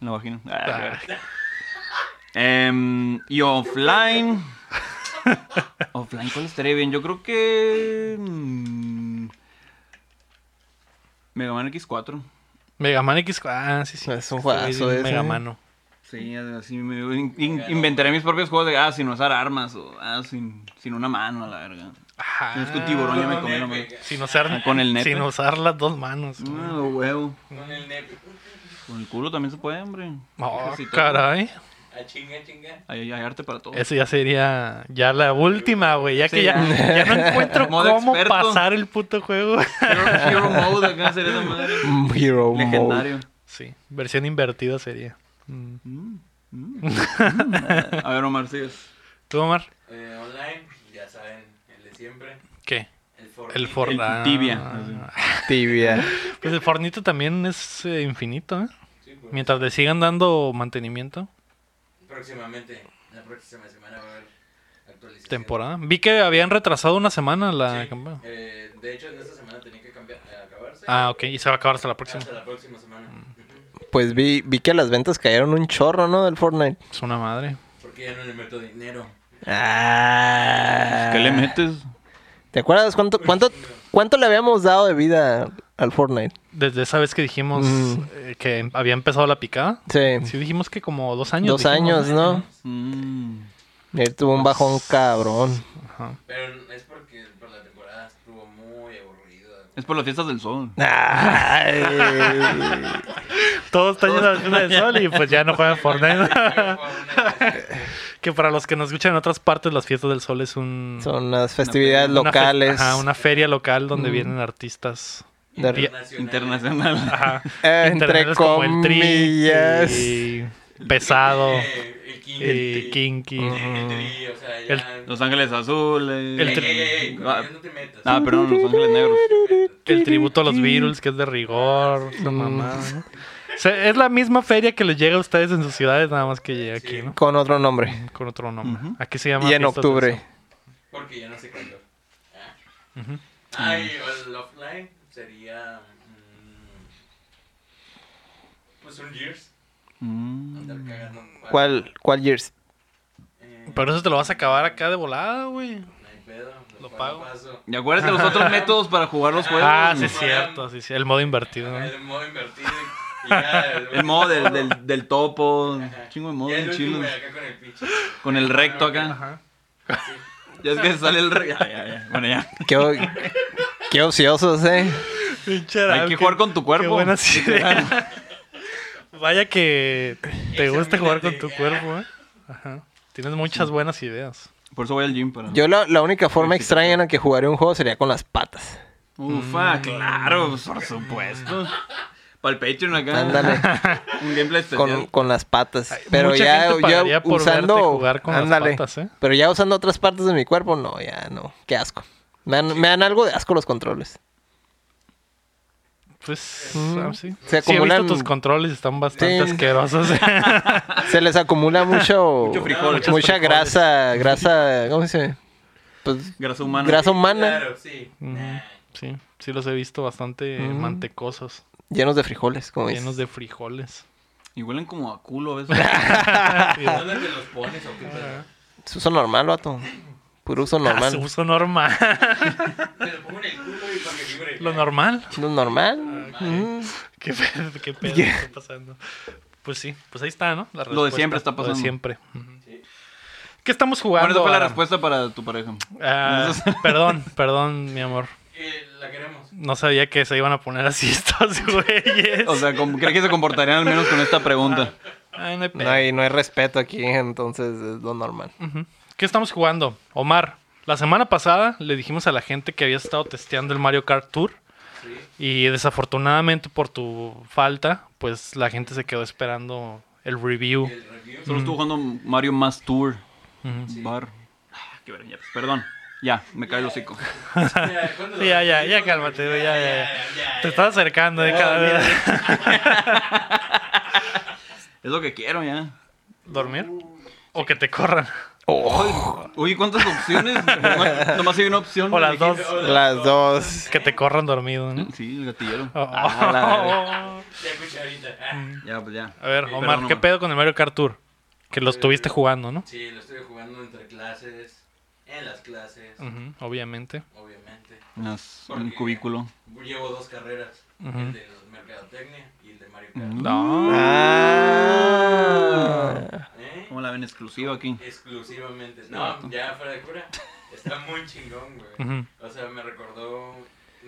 En la vagina. Ah, qué verga. Em, y offline. [LAUGHS] Offline, ¿cuál estaría bien? Yo creo que. mm, Mega Man X4. Mega Man X. Ah, sí, sí. Es un juegazo ese. Mega Mano. Sí, así me, in- in- inventaré mis propios juegos de. Ah, sin usar armas. O, ah, sin, sin una mano, a la verga. Si no es que un tiburón ya me comí la mano. Sin usar, Con el nepe. sin usar las dos manos. Ah, huevo. Con el nepe. Con el culo también se puede, hombre. Oh, Ejercitar. caray. A chinga, chinga. Hay, hay arte para todo. Eso ya sería ya la última, güey. Ya que Sí, ya, ya ya. no encuentro [LAUGHS] Modo cómo experto. pasar el puto juego. [LAUGHS] Hero, Hero Mode, acá sería esa madre. Mm, [LAUGHS] Hero Mode. Legendario. Sí, versión invertida sería. Mm. Mm, Mm, [LAUGHS] A ver, Omar, sigues. ¿Tú, Omar? Eh, online, ya saben, el de siempre. ¿qué? El Fortnite. El Fortnite. Ah. El tibia. Tibia. Pues el Fortnite también es eh, infinito, ¿eh? Sí, pues. Mientras le sigan dando mantenimiento. Próximamente, la próxima semana va a haber Actualización. temporada. Vi que habían retrasado una semana la Sí. campaña. Eh, de hecho, en esta semana tenía que cambiar, eh, acabarse. Ah, ok. Y se va a acabar hasta la próxima. Mm. Hasta la próxima semana. Pues vi, vi que las ventas cayeron un chorro, ¿no? Del Fortnite. Es una madre. Porque ya no le meto dinero. Ah. Pues, ¿Qué le metes? ¿Te acuerdas cuánto, cuánto, cuánto le habíamos dado de vida al Fortnite? Desde esa vez que dijimos Mm. eh, que había empezado la picada. Sí. Sí, dijimos que como dos años. Dos dijimos, años, ¿no? Mm. Y él tuvo un bajón cabrón. Ajá. Pero es porque por la temporada estuvo [LAUGHS] muy aburrida. Es por las fiestas del sol. [LAUGHS] Ah, Ay. Todos están en la luna del sol y pues [LAUGHS] ya no juegan Fortnite. [LAUGHS] que para los que nos escuchan en otras partes, las fiestas del sol es un... Son unas festividades una fe- locales. ajá, una feria local donde Mm. vienen artistas. de- Internacional. Internacional. Ajá. [LAUGHS] Eh, entre Internacionales como el Tri comillas. y pesado. Eh, El King. [LAUGHS] El Kinky. El Tri, o sea, ya. Los Ángeles Azules. El Ey, ey, ey, con Ah, ellos no te metas. Ah, perdón, Los Ángeles Negros. El tributo a los Beatles, que es de rigor. Mm, esa mamada, ¿no? O sea, es la misma feria que les llega a ustedes en sus ciudades, nada más que llega aquí, ¿no? Con otro nombre. Con otro nombre. Ujú. Aquí se llama. Y en Fiestas del octubre. Porque ya no sé cuándo. Ah. Ay, el offline sería. mm, pues un Gears. Mm. Andar cagando. en palo. ¿Cuál, cuál years? Eh, Sol. Pero eso te lo vas a acabar acá de volada, güey. no hay pedo. Lo pago. paso. Y acuérdate los otros métodos para jugar los juegos. Ah, sí, el es modo- cierto. Sí, sí. El modo invertido. ¿no? Ah, El modo invertido. [LAUGHS] Y ya, El modo del, del, del topo. Ajá. Chingo de modos Y el último, chilos. güey, acá con el pinche. Con el recto acá. Ajá. Ya es que sale el recto. Ya, ya, ya. Bueno, ya. Qué, o- qué ociosos, ¿eh? Hay que jugar con tu cuerpo. Ah, Qué buenas ideas. [LAUGHS] Vaya que te gusta jugar con tu cuerpo, ¿eh? Ajá. Tienes muchas buenas ideas. Por eso voy al gym para. Yo la, la única forma extraña en la que jugaría un juego sería con las patas. Ufa, Mm. claro, por supuesto. Para el Patreon Ah, acá. [LAUGHS] Ándale. Un gameplay especial. Con, con las patas. Pero mucha ya, gente ya pagaría por usando. verte jugar con las ándale. patas, ¿eh? Pero ya usando otras partes de mi cuerpo, no, ya no. Qué asco. Me dan, me dan algo de asco los controles. Pues, Mm. ah, sí. Sí, Se he visto acumulan- tus controles, están bastante Sí. [LAUGHS] asquerosos. Se les acumula mucho. Mucho frijol. mucha Muchos frijoles. grasa. Grasa. ¿Cómo se dice? Pues. Grasa humana. Grasa humana. Claro, sí. Nah. sí, sí los he visto bastante Mm. mantecosos, Llenos de frijoles, como dices. llenos de frijoles. Y huelen como a culo a [LAUGHS] veces. Ah, ¿Dónde te los pones o qué pedo? Es uso normal, vato. Puro uso Ah, normal. su uso normal. Te lo pongo en el culo y para que vibre. Lo normal. ¿No es normal? Mm. ¿Qué pedo, qué pedo está pasando? Pues sí, pues ahí está, ¿no? La Lo de respuesta, siempre está Lo de pasando. siempre. Ujú. ¿Qué estamos jugando? Bueno, esa fue la Aram? respuesta para tu pareja. Ah, Entonces- perdón, perdón, mi amor. Eh, la queremos. No sabía que se iban a poner así [LAUGHS] estos güeyes. O sea, como- ¿crees que se comportarían al menos con esta pregunta? Ah, Ay, no hay pedo. No hay, no hay respeto aquí, entonces es lo normal. Ujú. ¿Qué estamos jugando? Omar, la semana pasada le dijimos a la gente que había estado testeando el Mario Kart Tour Sí. y desafortunadamente por tu falta, pues la gente se quedó esperando el review. El review. Solo estuvo jugando Mario Más Tour. Ujú. Bar. Ah, Qué verga, ya, pues, Perdón. Ya, me cae el hocico. Ya, ¿cuándo lo Sí, ya, ya, recibimos, ya cálmate, güey? güey, ya, ya, ya. ya, Te ya. estás acercando de cada vez. Es lo que quiero ya. ¿Dormir? ¿O que te corran? Uy, ¿cuántas [LAUGHS] opciones? Nomás, nomás hay una opción. O las dos. Las dos. Que te corran dormido, ¿no? Sí, el gatillero. Oh. Ah, la verga. Ya escuché ahorita. Ah, Ya, pues ya. A ver, Sí, Omar, perdón, ¿qué pedo con el Mario Kart Tour? Que lo estuviste jugando, ¿no? Sí, lo estuve jugando entre clases, en las clases, Ujú, obviamente. obviamente. Unas- ¿Por Un qué? cubículo. Llevo dos carreras, Ujú. Mm, el de los mercadotecnia y el de Mario Kart. No. Ah. ¿Eh? ¿Cómo la ven exclusiva aquí? Exclusivamente. No, ya fuera de cura. [LAUGHS] Está muy chingón, güey. Ujú. O sea, me recordó.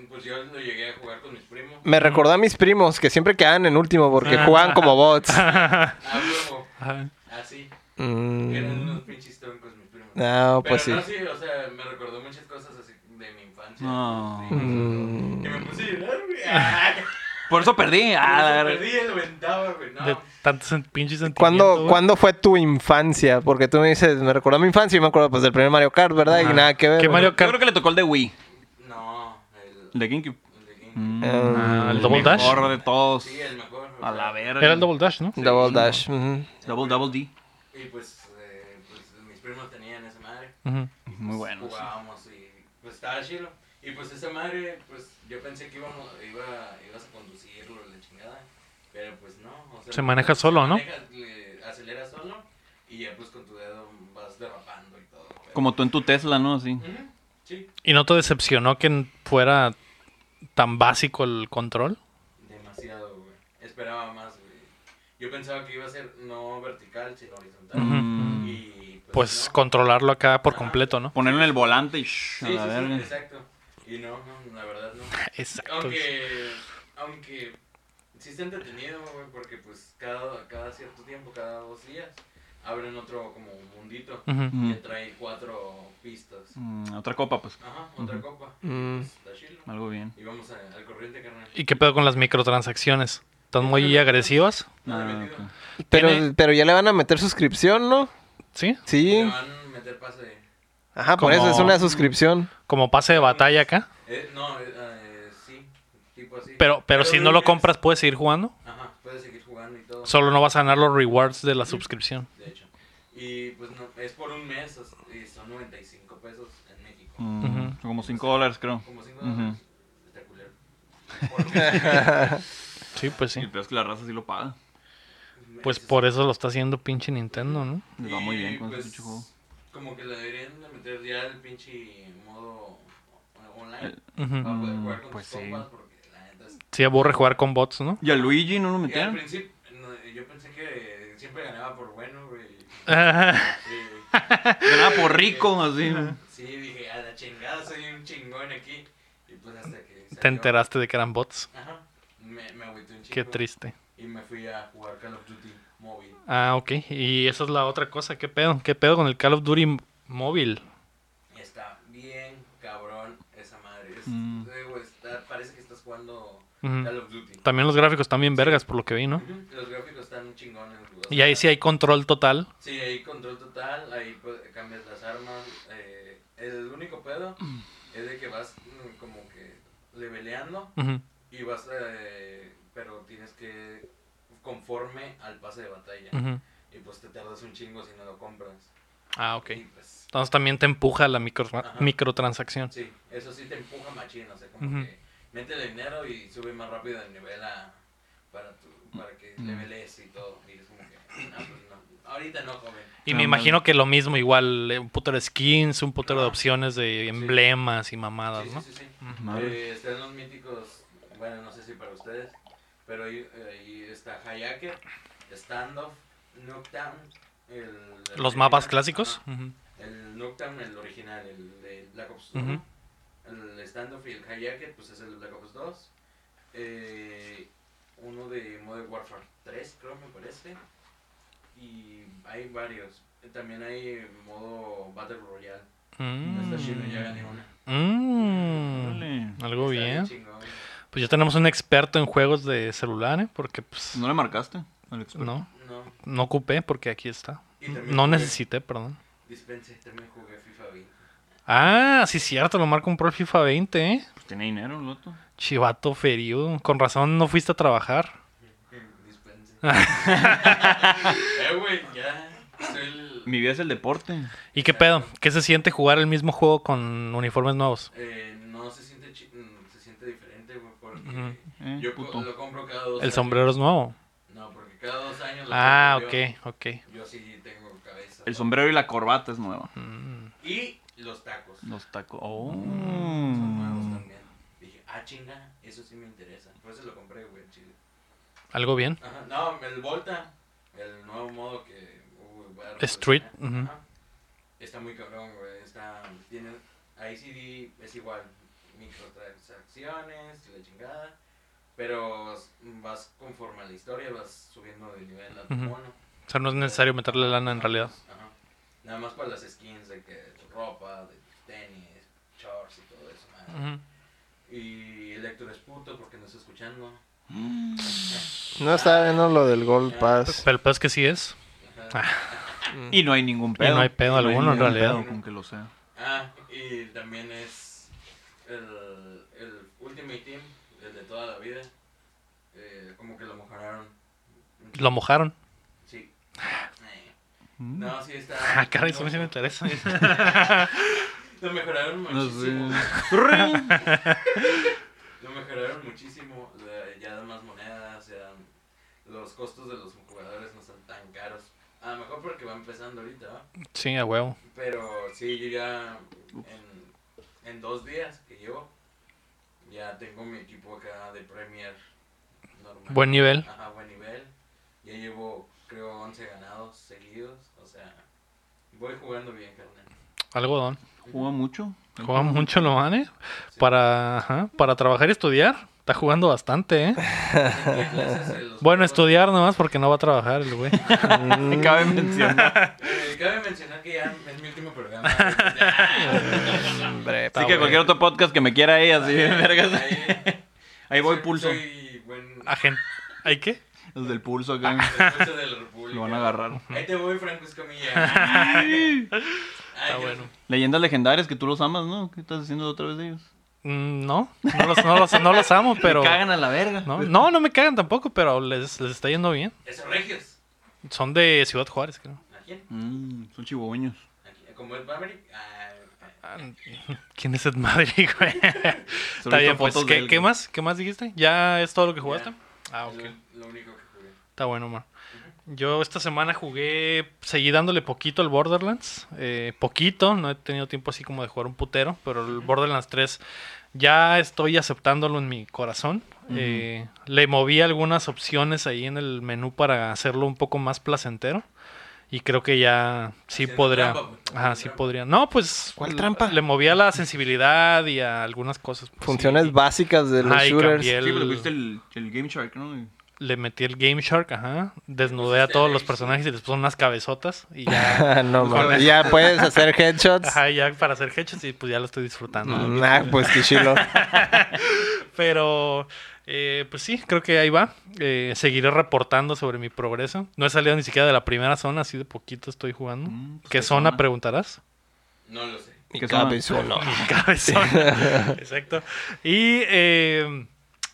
Pues yo lo llegué a jugar con mis primos. Mm. Me recordó a mis primos que siempre quedaban en último porque jugaban como bots. A huevo, Ajá. así. Eran Mm. unos pinches troncos mis primos. No, Pero pues sí. no, sí, o sea, me recordó muchas cosas así de mi infancia. No. Sí, Mm. Que me puse a llorar, güey. [LAUGHS] Ah, Por eso perdí. Ah, la verga. perdí el ventaba, güey. No. De tantos sen- pinches sentimientos. ¿Cuándo, güey. ¿Cuándo fue tu infancia? Porque tú me dices, me recordó a mi infancia y me acuerdo pues del primer Mario Kart, ¿verdad? Ajá. Y nada que ver. ¿Qué ¿no? Mario Yo Kart? creo que le tocó el de Wii. No, el, El de GameCube. el de Game. Mm. Ah, ¿el Double Dash? mejor de todos. Sí, el mejor. o A sea, la verga. Era el Double Dash, ¿no? Double Dash. ujú. Double, double D. Y pues, eh, pues mis primos tenían esa madre. Ujú. Muy bueno. sí. Jugábamos y pues estaba chido. Y pues esa madre, pues yo pensé que íbamos, iba, ibas a conducirlo, la chingada. Pero pues no. o sea, Se maneja solo, ¿no? maneja, le acelera solo y ya pues con tu dedo vas derrapando y todo. pero- Como tú en tu Tesla, ¿no? Así. Ujú, Sí, ¿Y no te decepcionó que fuera tan básico el control? demasiado, güey. Esperaba más, güey. Yo pensaba que iba a ser no vertical, sino horizontal. Mm. Y pues. Pues no. controlarlo acá por Ajá. completo, ¿no? Ponerlo en el volante y shh, Sí, a sí, la sí, verga. exacto. Y no, no, la verdad no. Exacto. Aunque, aunque sí está entretenido, güey, porque pues cada, cada cierto tiempo, cada dos días, abren otro como mundito Ujú. Mm. que trae cuatro pistas. Mm, Otra copa, pues. Ajá, otra copa. Mm. Está chilo. Algo bien. Y vamos a- al corriente, carnal. ¿Y qué pedo con las microtransacciones? ¿Están muy agresivas? No le he Ah, metido. ok. Tiene- Pero, pero ya le van a meter suscripción, ¿no? ¿Sí? Le Sí. van a meter pase. Ajá, por Como- eso es una [LAUGHS] suscripción. Como pase de batalla acá. Eh, no, eh, eh, sí, tipo así. Pero, pero si no lo es- compras, ¿puedes seguir jugando? Ajá, puedes seguir jugando y todo. Solo no vas a ganar los rewards de la suscripción. de hecho. Y pues no, es por un mes o sea, y son 95 pesos en México. Mm, Ujú. son Como 5 dólares, creo. Como 5 Ujú. dólares. Está culero. Porque- Sí, pues Y sí. el peor es que la raza sí lo paga. Pues por eso lo está haciendo pinche Nintendo, ¿no? Les va muy Y, bien con pues, ese pinche juego. Como que le deberían de meter ya el pinche modo eh, online. El- Ujú. Para poder jugar con pues tus sí. compas, porque la neta es- Sí, aburre jugar con bots, ¿no? [LAUGHS] Y a Luigi no lo Y al metieron. principio, no, yo pensé que siempre ganaba por bueno, güey. [LAUGHS] Ajá. Y- Ganaba por rico, así. sí, dije, a la chingada, soy un chingón aquí. Y pues hasta que. Te salió- enteraste de que eran bots. Ajá. Me, me agüité un chico. Qué triste. Y me fui a jugar Call of Duty móvil. Ah, ok. Y esa es la otra cosa. ¿Qué pedo? ¿Qué pedo con el Call of Duty m- móvil? Está bien cabrón esa madre. Es- Mm. eh, güey, está- parece que estás jugando Ujú. Call of Duty. También los gráficos están bien vergas, por lo que vi, Mm. ¿no? Ujú, Los gráficos están chingones. güey, o Y sea, ahí sí hay control total. Sí, ahí control total, ahí pues, cambias las armas. eh, el único pedo es de que vas mm, como que leveleando Ujú. y vas, eh, pero tienes que conforme al pase de batalla. Ujú. Y pues te tardas un chingo si no lo compras. Ah, ok. Y, pues, Entonces también te empuja la micro- Ajá. microtransacción. Sí, eso sí te empuja machín, o sea, como Ujú. que métele dinero y sube más rápido el nivel a, para, tu, para que leveles y todo. Y es como que, no, pues no, ahorita no, joven. Y me Ah, imagino que lo mismo, igual, eh, un putero de skins, un putero de opciones de emblemas y mamadas, Sí, ¿no? sí, sí, sí. Madre. Eh, están los míticos, bueno, no sé si para ustedes, pero ahí, ahí está Hayake, Standoff, Nuketown. El, el Los mapas original, clásicos. ajá, Ujú. El Nuketown, el original, el de Black Ops 1. Ujú. El Standoff y el Hayake, pues es el Black Ops 2. Eh, uno de Modern Warfare 3, creo, me parece. Y hay varios. También hay modo Battle Royale. Mm. Está chido, ya gané una. Mm. Órale. Algo Está bien. chingón. Pues ya tenemos un experto en juegos de celular, ¿eh? Porque pues ¿No le marcaste? al experto? no, No. no ocupé porque aquí está. Y también No jugué- necesité, perdón. Dispense, también jugué FIFA 20. Ah, sí cierto, lo marco un pro FIFA 20, ¿eh? Pues tiene dinero, el otro. Chivato ferido. Con razón no fuiste a trabajar. [LAUGHS] [LAUGHS] Dispense. eh, güey, ya. Soy el. Mi vida es el deporte. ¿Y qué pedo? ¿Qué se siente jugar el mismo juego con uniformes nuevos? Eh, no se siente, chi- mm, se siente diferente, güey, porque Ujú. Eh, yo co- puto. lo compro cada dos El años. sombrero es nuevo. No, porque cada dos años. lo Ah, compro yo. ok, ok. Yo sí tengo cabeza. El sombrero y la corbata es nueva. Mm. Y los tacos. Los tacos. Oh. Son nuevos también. Dije, ah, chinga, eso sí me interesa. Por eso lo compré, güey, al chile. Algo bien. Ajá, No, el Volta, el nuevo modo que. uh, va a Street, revolucionar. ujú. Ajá. Está muy cabrón, güey. Está. Tiene. Ahí sí es igual. Microtransacciones, la chingada. Pero vas conforme a la historia, vas subiendo de nivel a tu Ujú. mono. O sea, no es necesario meterle lana en realidad. Ajá. Nada más para las skins de que de ropa, de tenis, shorts y todo eso, madre. Ujú. Mm. Y el Héctor es puto porque no está escuchando. Mm. No está viendo lo del Gold Pass. Pero el pedo es que sí es. Ajá. Ah. Y no hay ningún pedo. Y no hay pedo alguno, en ningún realidad. pedo con que lo sea. Ah, y también es el, el Ultimate Team, el de toda la vida. Eh, como que lo mejoraron. Lo mojaron. Sí. Eh, Mm. No, sí está. Ah, caray, eso a mí sí me interesa. [LAUGHS] Lo mejoraron No sé. muchísimo. Lo mejoraron muchísimo. la- Ya dan más monedas, ya dan- Los costos de los jugadores no están tan caros. A lo mejor porque va empezando ahorita, ¿va? sí, a huevo. Pero sí, yo ya en, en dos días que llevo, ya tengo mi equipo acá de Premier normal. Buen nivel. Ajá, buen nivel. Ya llevo, creo, 11 ganados seguidos. O sea, voy jugando bien, carnal. [LAUGHS] Algodón. Juega mucho. Juega mucho lo man, ¿eh? Para, ajá, para trabajar y estudiar. Está jugando bastante, ¿eh? Tengo clases en los Bueno, juegos. estudiar nomás porque no va a trabajar el [LAUGHS] güey. Cabe mencionar. Eh, cabe mencionar que ya es mi último programa. [LAUGHS] Ahí- Hombre, Así Está que bueno. cualquier otro podcast que me quiera ahí, así, vergas. ahí [LAUGHS] Ahí voy soy- pulso. Soy buen Agen- ¿Hay qué? Los del pulso acá. Ah. pulso de la República. Lo van a agarrar. Ahí te voy, [LAUGHS] Franco Escamilla. Está Está bueno. Leyendas legendarias que tú los amas, ¿no? ¿Qué estás haciendo otra vez de ellos? Mm, No, no los, no los- no los [LAUGHS] amo, pero... Te cagan a la verga. No, no, no me cagan tampoco, pero les, les está yendo bien. Esos regios. Son de Ciudad Juárez, creo. ¿A quién? Mm, son chihuahueños. ¿A quién? ¿Como el Maverick? Ah, Ah, [LAUGHS] ¿Quién es Ed Madrid, [LAUGHS] güey? Solo Está he visto bien, pues. fotos de ¿Qué, él, qué güey. más? ¿Qué más dijiste? ¿Ya es todo lo que jugaste? Ya. Ah, es ok. lo, lo único que jugué. Está bueno, man. Yo esta semana jugué, seguí dándole poquito al Borderlands. eh, poquito, no he tenido tiempo así como de jugar un putero, pero el Borderlands 3 ya estoy aceptándolo en mi corazón. Eh, le moví algunas opciones ahí en el menú para hacerlo un poco más placentero. Y creo que ya sí Haciendo podría. trampa, pues, Ajá, haciendo sí trampa. podría. No, pues. ¿Cuál l- trampa? Le moví a la sensibilidad y a algunas cosas. pues, sí. Funciones básicas de los Ay, shooters. cambié pues, Sí, pero el- viste el, el Game Shark, ¿no? Y- le metí el Game Shark, ajá. Desnudé a todos los personajes y les puse unas cabezotas. Y [LAUGHS] ya, [LAUGHS] no, Mejor mames. de- Ya puedes hacer headshots. ajá, ya para hacer hechos y pues ya lo estoy disfrutando. Nah, pues [LAUGHS] qué chilo. Pero, eh, pues sí, creo que ahí va. Eh, seguiré reportando sobre mi progreso. No he salido ni siquiera de la primera zona, así de poquito estoy jugando. Mm, pues, ¿Qué qué zona, zona? preguntarás? No lo sé. Mi ¿Qué zona? cabezuelo. [LAUGHS] [LAUGHS] Cabezona. Exacto. Y eh,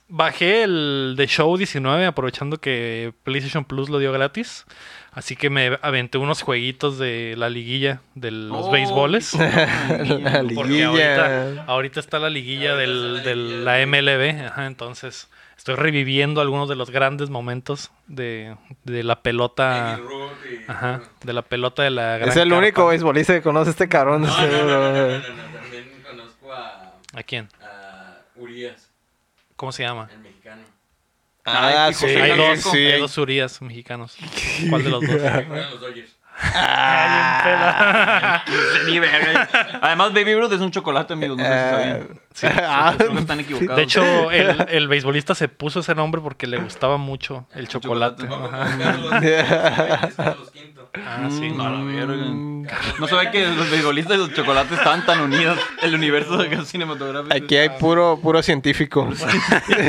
bajé el de Show 19 aprovechando que PlayStation Plus lo dio gratis. Así que me aventé unos jueguitos de la liguilla de los Oh, beisboles. [LAUGHS] La Porque ahorita, liguilla. ahorita está la liguilla Ahorita del, está la del- liguilla de- la MLB. Ajá, entonces estoy reviviendo algunos de los grandes momentos de, de la Ah. pelota. David Root y- Ajá, de la pelota de la gran Es el carpa. único beisbolista que conoce este cabrón. No, no, no, no, no, seguro. no, no, no, También conozco a, ¿A quién? a Urias, ¿Cómo se llama? el mexicano. Ah, Ay, sí, José hay, dos, sí. hay dos Urias mexicanos. ¿Cuál de los [LAUGHS] dos? Juegan los Dodgers. Ah, bien Pues, ni verga. Además, Baby Ruth es un chocolate, amigos. No sé si sabían. Sí, Ah, Creo que están pela. equivocados. De hecho, el, el beisbolista se puso ese nombre porque le gustaba mucho el chocolate. chocolate. Vamos Ajá. con [LAUGHS] Carlos, es Carlos Quinto. Ah, sí. Mm, a la verga. Carlos No sabía Vela. que los beisbolistas y los chocolates estaban tan unidos. El universo de cinematográfico. Aquí hay puro, puro científico.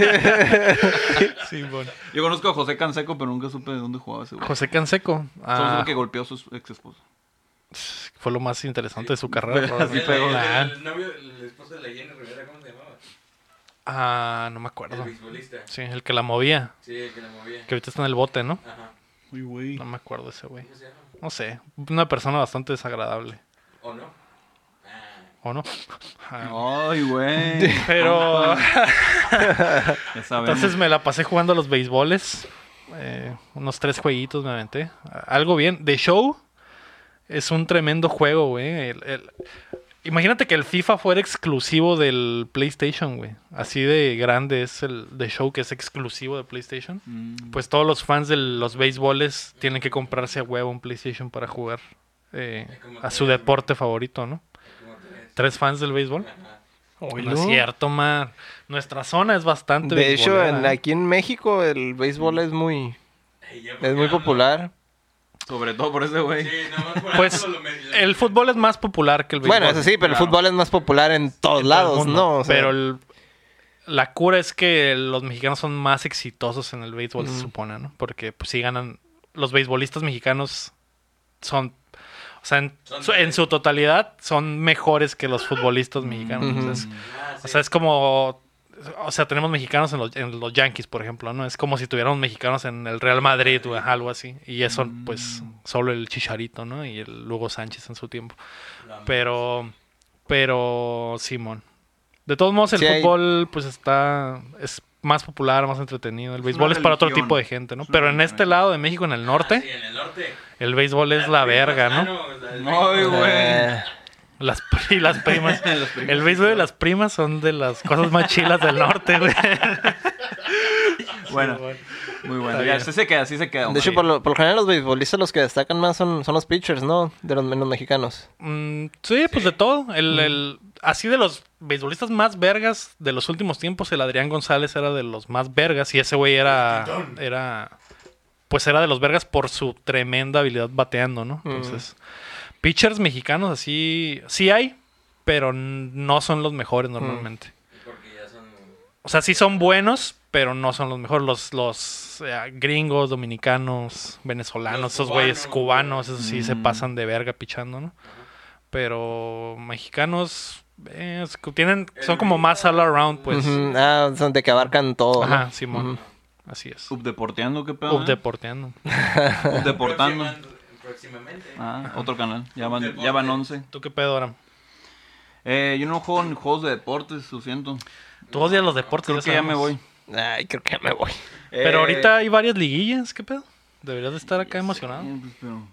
[LAUGHS] Sí, bueno. Yo conozco a José Canseco, pero nunca supe de dónde jugaba ese güey. José Canseco. Solo Ah, supe que golpeó a su ex esposo. fue lo más interesante de su carrera. [LAUGHS] Así El- probablemente. pegó. el- Ah, El novio, el esposo de la Jenny Rivera, ¿cómo se llamaba? Ah, no me El acuerdo. beisbolista. Sí, el que la movía. Sí, el que la movía. Que ahorita está en el bote, ¿no? Ajá. Uy, güey. No me acuerdo ese güey. ¿Cómo se llama? No sé. Una persona bastante desagradable. ¿O no? Ah. ¿O no? [LAUGHS] Ah, Ay, güey. Pero. Ya sabemos. Entonces me la pasé jugando a los beisboles. eh, unos tres jueguitos me aventé. A- Algo bien. The Show es un tremendo juego, güey. El- el- Imagínate que el FIFA fuera exclusivo del PlayStation, güey. Así de grande es el The Show que es exclusivo de PlayStation. Mm. Pues todos los fans de los beisboles tienen que comprarse a huevo un PlayStation para jugar eh, a su deporte favorito, ¿no? ¿Cómo te ves? ¿Tres fans del béisbol? Ajá. no es cierto, man. Nuestra zona es bastante De hecho, beisbolera, en- ¿eh? aquí en México el béisbol es muy, Ay, ya, es porque muy hablo- popular. Sobre todo por ese güey. Sí, nomás por [LAUGHS] Pues, algo lo me- lo- El fútbol es más popular que el béisbol. Bueno, eso sí, pero el claro. fútbol es más popular en todos En todo el lados, mundo. ¿no? O sea, Pero el- la cura es que los mexicanos son más exitosos en el béisbol, se supone, ¿no? Porque pues sí ganan... Los beisbolistas mexicanos son... O sea, en, Son- su, en su totalidad son mejores que los futbolistas mexicanos. Ujú. o sea, es- Ah, sí. o sea, es como O sea, tenemos mexicanos en los, en los Yankees, por ejemplo, ¿no? Es como si tuviéramos mexicanos en el Real Madrid o ajá, algo así. Y eso, pues, Mm. solo el Chicharito, ¿no? Y el Lugo Sánchez en su tiempo. La- Pero, pero, Simón. De todos modos, el Sí, hay- fútbol, pues, está... Es más popular, más entretenido. El béisbol es para otro religión. tipo de gente, ¿no? Es una Pero en religión. este lado de México, en el Ah, sí, norte, en el norte. Ah, el béisbol es la verga, ¿no? No, Ay, güey. Eh, Las, pri- y las [LAUGHS] primas. Los primos. El béisbol de las primas son de las cosas más chilas del norte, güey. Bueno, muy bueno. Está Ya, bien. así se queda, así se queda. de hombre. hecho, por lo, por lo general, los beisbolistas los que destacan más son, son los pitchers, ¿no? De los, los mexicanos. Mm, sí, pues de todo. El, el- así de los beisbolistas más vergas de los últimos tiempos, el Adrián González era de los más vergas y ese güey era, era... Pues era de los vergas por su tremenda habilidad bateando, ¿no? Entonces, pitchers mexicanos así... Sí hay, pero n- no son los mejores normalmente. Porque ya son. O sea, sí son buenos, pero no son los mejores. Los, los eh, gringos, dominicanos, venezolanos, Los esos güeyes cubanos. cubanos, esos sí se pasan de verga pichando, ¿no? Pero mexicanos eh, es que tienen, son como más all around, pues. Ujú, Ah, son de que abarcan todo. ¿no? Ajá, Simón. Así es. Subdeporteando, ¿qué pedo? eh? Subdeporteando. [LAUGHS] Subdeportando. Próximan- Próximamente. Ah, otro canal. Ya van, ya van 11. ¿Tú qué pedo, Aram? Eh, yo no juego en juegos de deportes, lo siento. Tú odias los deportes. Creo que ya me sabemos. voy. Ay, creo que ya me voy. Pero Eh, ahorita hay varias liguillas, ¿qué pedo? Deberías de estar acá emocionado. sí, pues, pero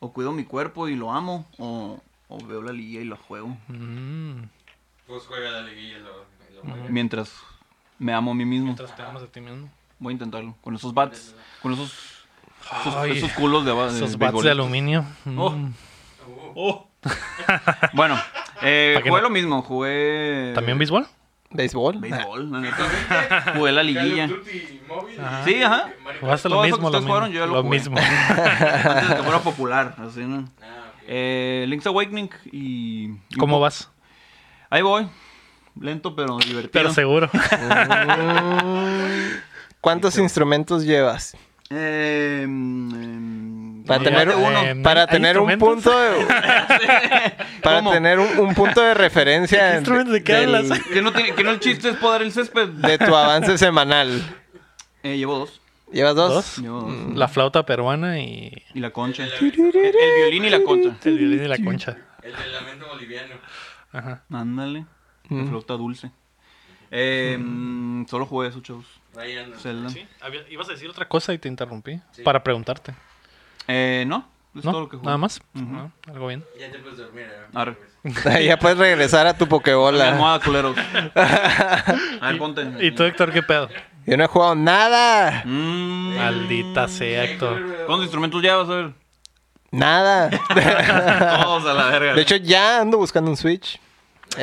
o cuido mi cuerpo y lo amo, o, o veo la liga y la juego. Mm. Pues juega la liguilla y lo, y lo juega. Mientras me amo a mí mismo. Mientras te amas a ti mismo. Voy a intentarlo. Con esos bats, con esos, esos, Ay, esos culos de, ba- de Esos bats de beisbolistas. aluminio. Mm. Oh. Uh, [LAUGHS] Bueno, eh, ¿Para qué jugué no? lo mismo, jugué... ¿También béisbol? ¿Béisbol? Béisbol, la neta. Jugué la Call liguilla. of Duty móvil. Ajá. Sí, ajá. Mario Jugaste lo Todo eso mismo, que lo ustedes mismo. jugaron, yo ya lo Lo jugué. [LAUGHS] mismo. [LAUGHS] Antes de que fuera popular, así, ¿no? Kart. Ah, ok. Eh, Link's Awakening y... y ¿Cómo un po- vas? Ahí voy. Lento, pero divertido. Pero seguro. Mm, ¿Cuántos instrumentos llevas? [LAUGHS] Eh, mm, Para No, tener, ya, uno- eh, para ¿hay tener un punto instrumentos? [LAUGHS] de, para ¿Cómo? tener un, un punto de referencia ¿De qué instrumentos? ¿De qué hablas? Que no, tiene, que no el chiste es poder el césped. de tu avance semanal. Eh, llevo dos. ¿Llevas dos? ¿Dos? Llevo dos. La flauta peruana y Y la concha. El, El, de la- el violín y la concha. el violín y la concha. el del lamento boliviano. Ajá. Ándale. La Mm. flauta dulce. Eh, mm, solo jugué esos shows. Ryan. Zelda. ibas a decir otra cosa y te interrumpí Sí. para preguntarte. Eh, no. Es ¿No? todo lo que jugué. ¿Nada más? Ujú. Ah, algo bien. Ya te puedes dormir, ¿eh? Arre. Ahí [LAUGHS] ya puedes regresar a tu La Pokébola. almohada, [LAUGHS] culeros. A ver, ponte. ¿Y tú, Héctor, qué pedo? Yo no he jugado nada. Mm, Maldita sea, Héctor. ¿Cuántos instrumentos llevas? A [LAUGHS] ver. Nada. Todos a la verga. De hecho, ya ando buscando un Switch.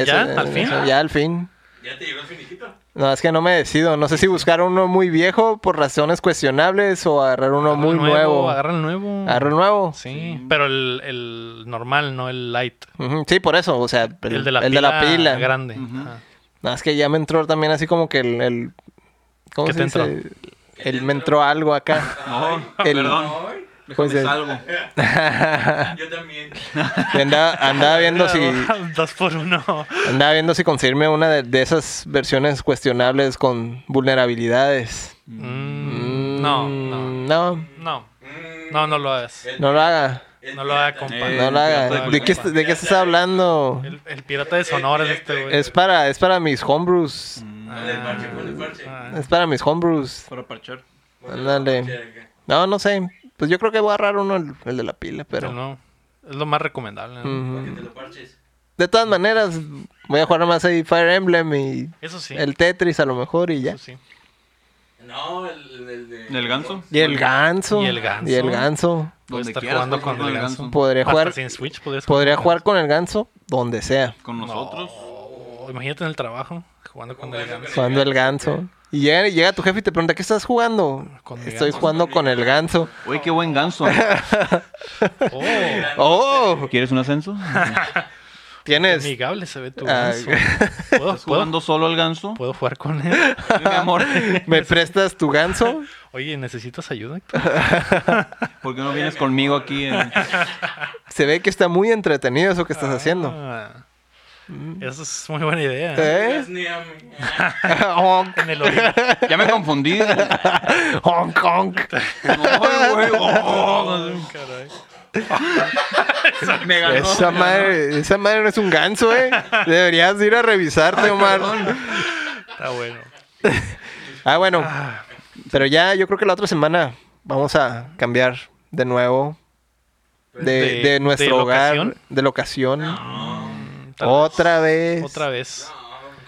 ¿Ya? ¿Al fin? ya al fin. ¿Ya te llegó el finiquito? No, es que no me decido. No sé si buscar uno muy viejo por razones cuestionables o agarrar uno muy nuevo. Agarra el nuevo. Agarro el nuevo. Sí, pero el, el normal, no el light. Ujú, Sí, por eso. O sea, El, el, de, la el de la pila. grande. Ujú. Ajá. Nada, es que ya me entró también así como que el... el ¿Cómo ¿Qué se te dice? El me entró algo acá. No, El- perdón. Ay, Déjame pues el- salgo. yo también. Y andaba, andaba [LAUGHS] viendo si [LAUGHS] Dos por uno. andaba viendo si conseguirme una de, de esas versiones cuestionables con vulnerabilidades. Mm, No, no. Mm, No, No, no, no lo hagas. no lo haga. El No lo haga, Mm, pirata. compa. Eh, No lo haga. ¿De qué, de qué estás hablando? El, el pirata de Sonora es este, güey. Es para, es para mis homebrews. Ah, del parche, ponle parche. Ah, Es para mis homebrews. Para parchar. Ponle ándale. parche acá. No, no sé. Pues yo creo que voy a agarrar uno, el, el de la pila, pero pero... Mm. no. Es lo más recomendable. ¿no? Ujú. Que te lo parches. De todas maneras, voy a jugar más ahí Fire Emblem y Eso sí. Pues, el Tetris a lo mejor y ya. eso sí. No, el, el de. ¿El ganso? Y el ganso. Y el ganso. Y el ganso. Puedes Donde estar quieras, jugando puedes con jugar el con el ganso. ganso. Podría Hasta jugar, sin Switch podrías podría jugar con el ganso donde sea. Con nosotros. Oh, imagínate en el trabajo jugando con el ganso. Jugando el ganso. Y llega, llega tu jefe y te pregunta, ¿qué estás jugando? Con el Estoy ganso. jugando con el ganso. Oye, qué [LAUGHS] buen ganso. Oh, ¡Oh! ¿Quieres un ascenso? Tienes... amigable se ve tu Ah, ganso. [LAUGHS] ¿Puedo, ¿Estás puedo, jugando solo al ganso? puedo jugar con él? Mi amor. ¿Me prestas tu ganso? Oye, ¿necesitas ayuda? Héctor? ¿Por qué no vienes conmigo aquí? eh? Se ve que está muy entretenido eso que estás haciendo. Ah, Mm. Esa es muy buena idea. ¿eh? [LAUGHS] ¿Eh? [LAUGHS] Oh, Disneyami. Honk, En el [LAUGHS] origen. Ya me confundí. honk, honk. No, güey. oh. Oh, caray. me ganó. Esa madre, esa madre no es un [LAUGHS] ganso, ¿eh? Deberías ir a revisarte, Omar. Está bueno. Ah, bueno. Pero ya, yo creo que la otra semana vamos a cambiar de nuevo de, Pues ¿De- de nuestro de hogar, locación? Ah, de locación. Mm, Tal Otra vez. Otra vez.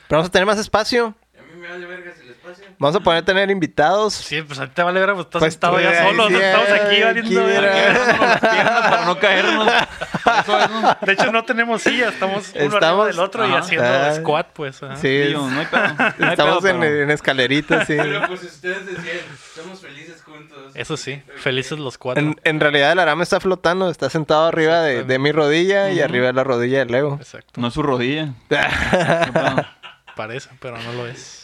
Pero vamos a tener más espacio. A mí me vale verga si el espacio. Vamos a poder tener invitados. Sí, pues ahorita vale ver, pues estás Pues, sentado güey, ya solo. sí, estamos aquí ay, valiendo aquí, verga. mira. Para [LAUGHS] no caernos. Ah, Eso es, ¿no? De hecho, no tenemos silla, estamos uno Estamos- arriba del otro y Ajá. haciendo Ah. squat, pues. ajá. Sí, es- Tío, no hay pedo. No hay pedo, estamos en, pero- en [LAUGHS] escaleritas, sí. Pero pues ustedes decían, somos felices juntos. Eso sí, felices los cuatro. En, en realidad el arame está flotando, está sentado arriba de, de mi rodilla y arriba de la rodilla del Leo. Exacto, No es su rodilla. parece, pero no lo es.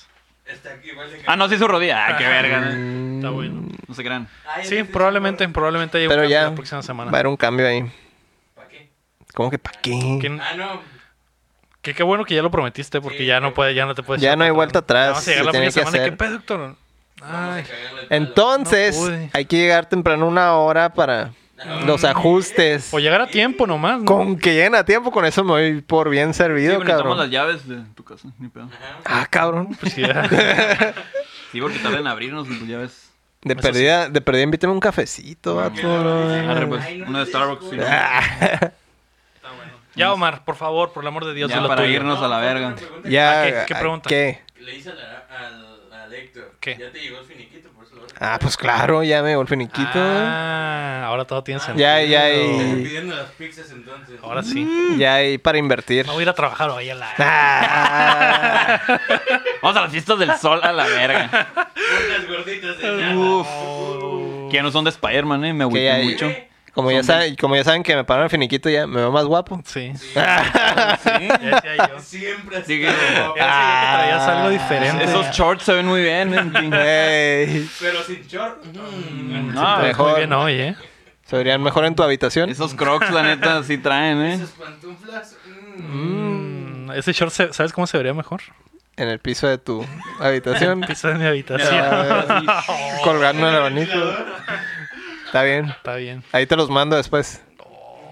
Está aquí igual de Ah, no, sí es su rodilla. Ah, qué verga. ¿no? Mm. Está bueno. No se crean. Ay, este Sí, entonces, probablemente, probablemente haya un Pero cambio ya la próxima semana. [LAUGHS] va a haber un cambio ahí. ¿Para qué? ¿Cómo que para qué? ¿Quién- Ah, no. Que qué bueno que ya lo prometiste porque Sí, ya no güey. puede, ya no te puedes. Ya echar no hay para vuelta atrás, Vamos a llegar se la primera tiene que semana. ¿Qué hacer. pedo, Héctor? Ay, Eh, Entonces, No pude. hay que llegar temprano una hora para los ajustes. o llegar a tiempo nomás. ¿no? Con que lleguen a tiempo, con eso me voy por bien Sí, servido, güey, necesitamos las cabrón. llaves de tu casa. Ni pedo. Ah, cabrón. Pues ya. [LAUGHS] Sí, porque tardan en abrirnos y tus llaves. De Eso perdida, de perdida, invítame un cafecito, vato, Ah, no, Arre, no. pues, Ay, no uno de te Starbucks. sí, digo. ¿no? ya, Omar, por favor, por el amor de Dios, Ya de lo para tuyo. irnos a la verga. [LAUGHS] Ya, Ah, ¿qué- qué ah, pregunta? ¿qué? Le hice al, al, al Héctor. ¿Qué? Ya te llegó el finiquito, por eso lo Ah, pues claro, ya me dio el finiquito. Ah, ahora todo tiene sentido. Ya, ya, Estoy y, pidiendo las pizzas entonces. Ahora sí. ya, y para invertir. Me voy a ir a trabajar hoy a la. Ah, Vamos a las fiestas del sol a la [LAUGHS] verga. Unas gorditas de nada. Uf. Que ya no son de Spider-Man, eh. Me ah. que ya- agüité mucho. Como ya, Son saben, como ya saben que me pararon el finiquito, ya me veo [LAUGHS] más guapo. Sí. sí. Sí. Ya decía yo. Ya decía yo Siempre así. Sí, que- que guapo, traías algo diferente. Esos shorts se ven muy bien. eh, [LAUGHS] en fin. Ey, Pero sin short. Mm. No, Te ves muy mejor. bien hoy, ¿eh? se verían mejor en tu habitación. esos crocs, la neta, sí traen, eh. Esas pantuflas. mm. Mm, ese short, se- ¿sabes cómo se vería mejor? En el piso de tu [LAUGHS] habitación. [LAUGHS] Piso de mi habitación. Ah, Colgando el abanico. Está bien. Está bien. Ahí te los mando después.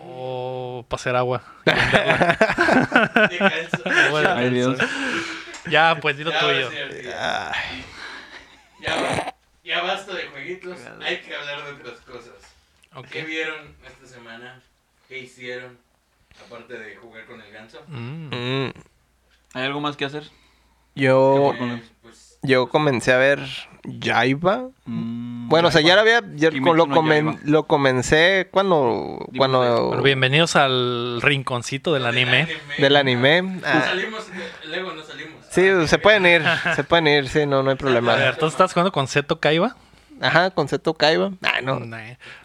O pasar agua. Te canso. Agua de Ay, Dios. Ya, pues dilo Ya, tuyo. ahora sí, ahora sí. Ya, ba- ya basta de jueguitos. Hay que hablar de otras cosas. Ok. ¿Qué vieron esta semana? ¿Qué hicieron? Aparte de jugar con el ganso. Mm. Mm, ¿Hay algo más que hacer? Yo, Eh, con- pues, yo comencé a ver Jaiba. Mm, Bueno, o sea, ya la había, ya Kimetsu lo, no comen- Yaiba. lo comencé cuando, Dibujo Bueno, cuando bienvenidos al rinconcito del anime. del anime. No Ah, salimos, eh, luego no salimos. sí, Ah, se [LAUGHS] pueden ir, se pueden ir, sí, no, no hay A problema. ver, ¿tú estás jugando con Seto Kaiba? Ajá, concepto Kaiba. Ah, no. Nah.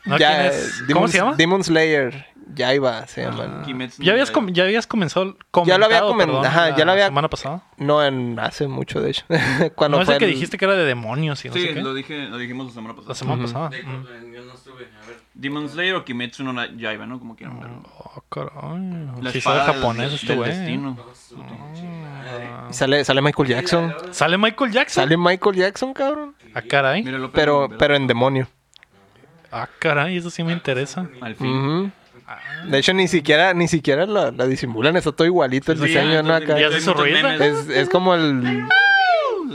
No, Ya, eh, ¿quién es? Demon- ¿Cómo se llama? Demon Slayer. Jaiba se llama. Ah, Kimetsu no Ya habías, Yaiba. com- ya habías comenzado. Ya lo había comentado, comen- perdón, ajá, la ya lo había- semana pasada. No, en hace mucho, de hecho. [LAUGHS] No, cuando es el fue que el- dijiste que era de demonios y no sé Sí, qué. lo, dije, lo dijimos la semana La pasada. semana pasada. de- Mm. Pues, Yo no estuve, a ver. Demon Slayer o Kimetsu no na- Yaiba, ¿no? Como quieran verlo. Oh, caray. La Sí espada sabe del- japonés este del güey. destino. Ojo, su pinche madre. Ah. Sale, sale Michael Jackson. ¿Sale Michael Jackson? Sale Michael Jackson, cabrón. Ah, caray. Mira, López, ¿Eh? Pero, ¿verdad? pero en demonio. Ah, caray, eso sí me interesa. Al fin. Ujú. Ah, De hecho, ni siquiera, ni siquiera la, la disimulan. Está todo igualito el Sí, diseño, ¿no? entonces, Acá. Ya hay se hizo muchos ruido. memes. Es, es como el.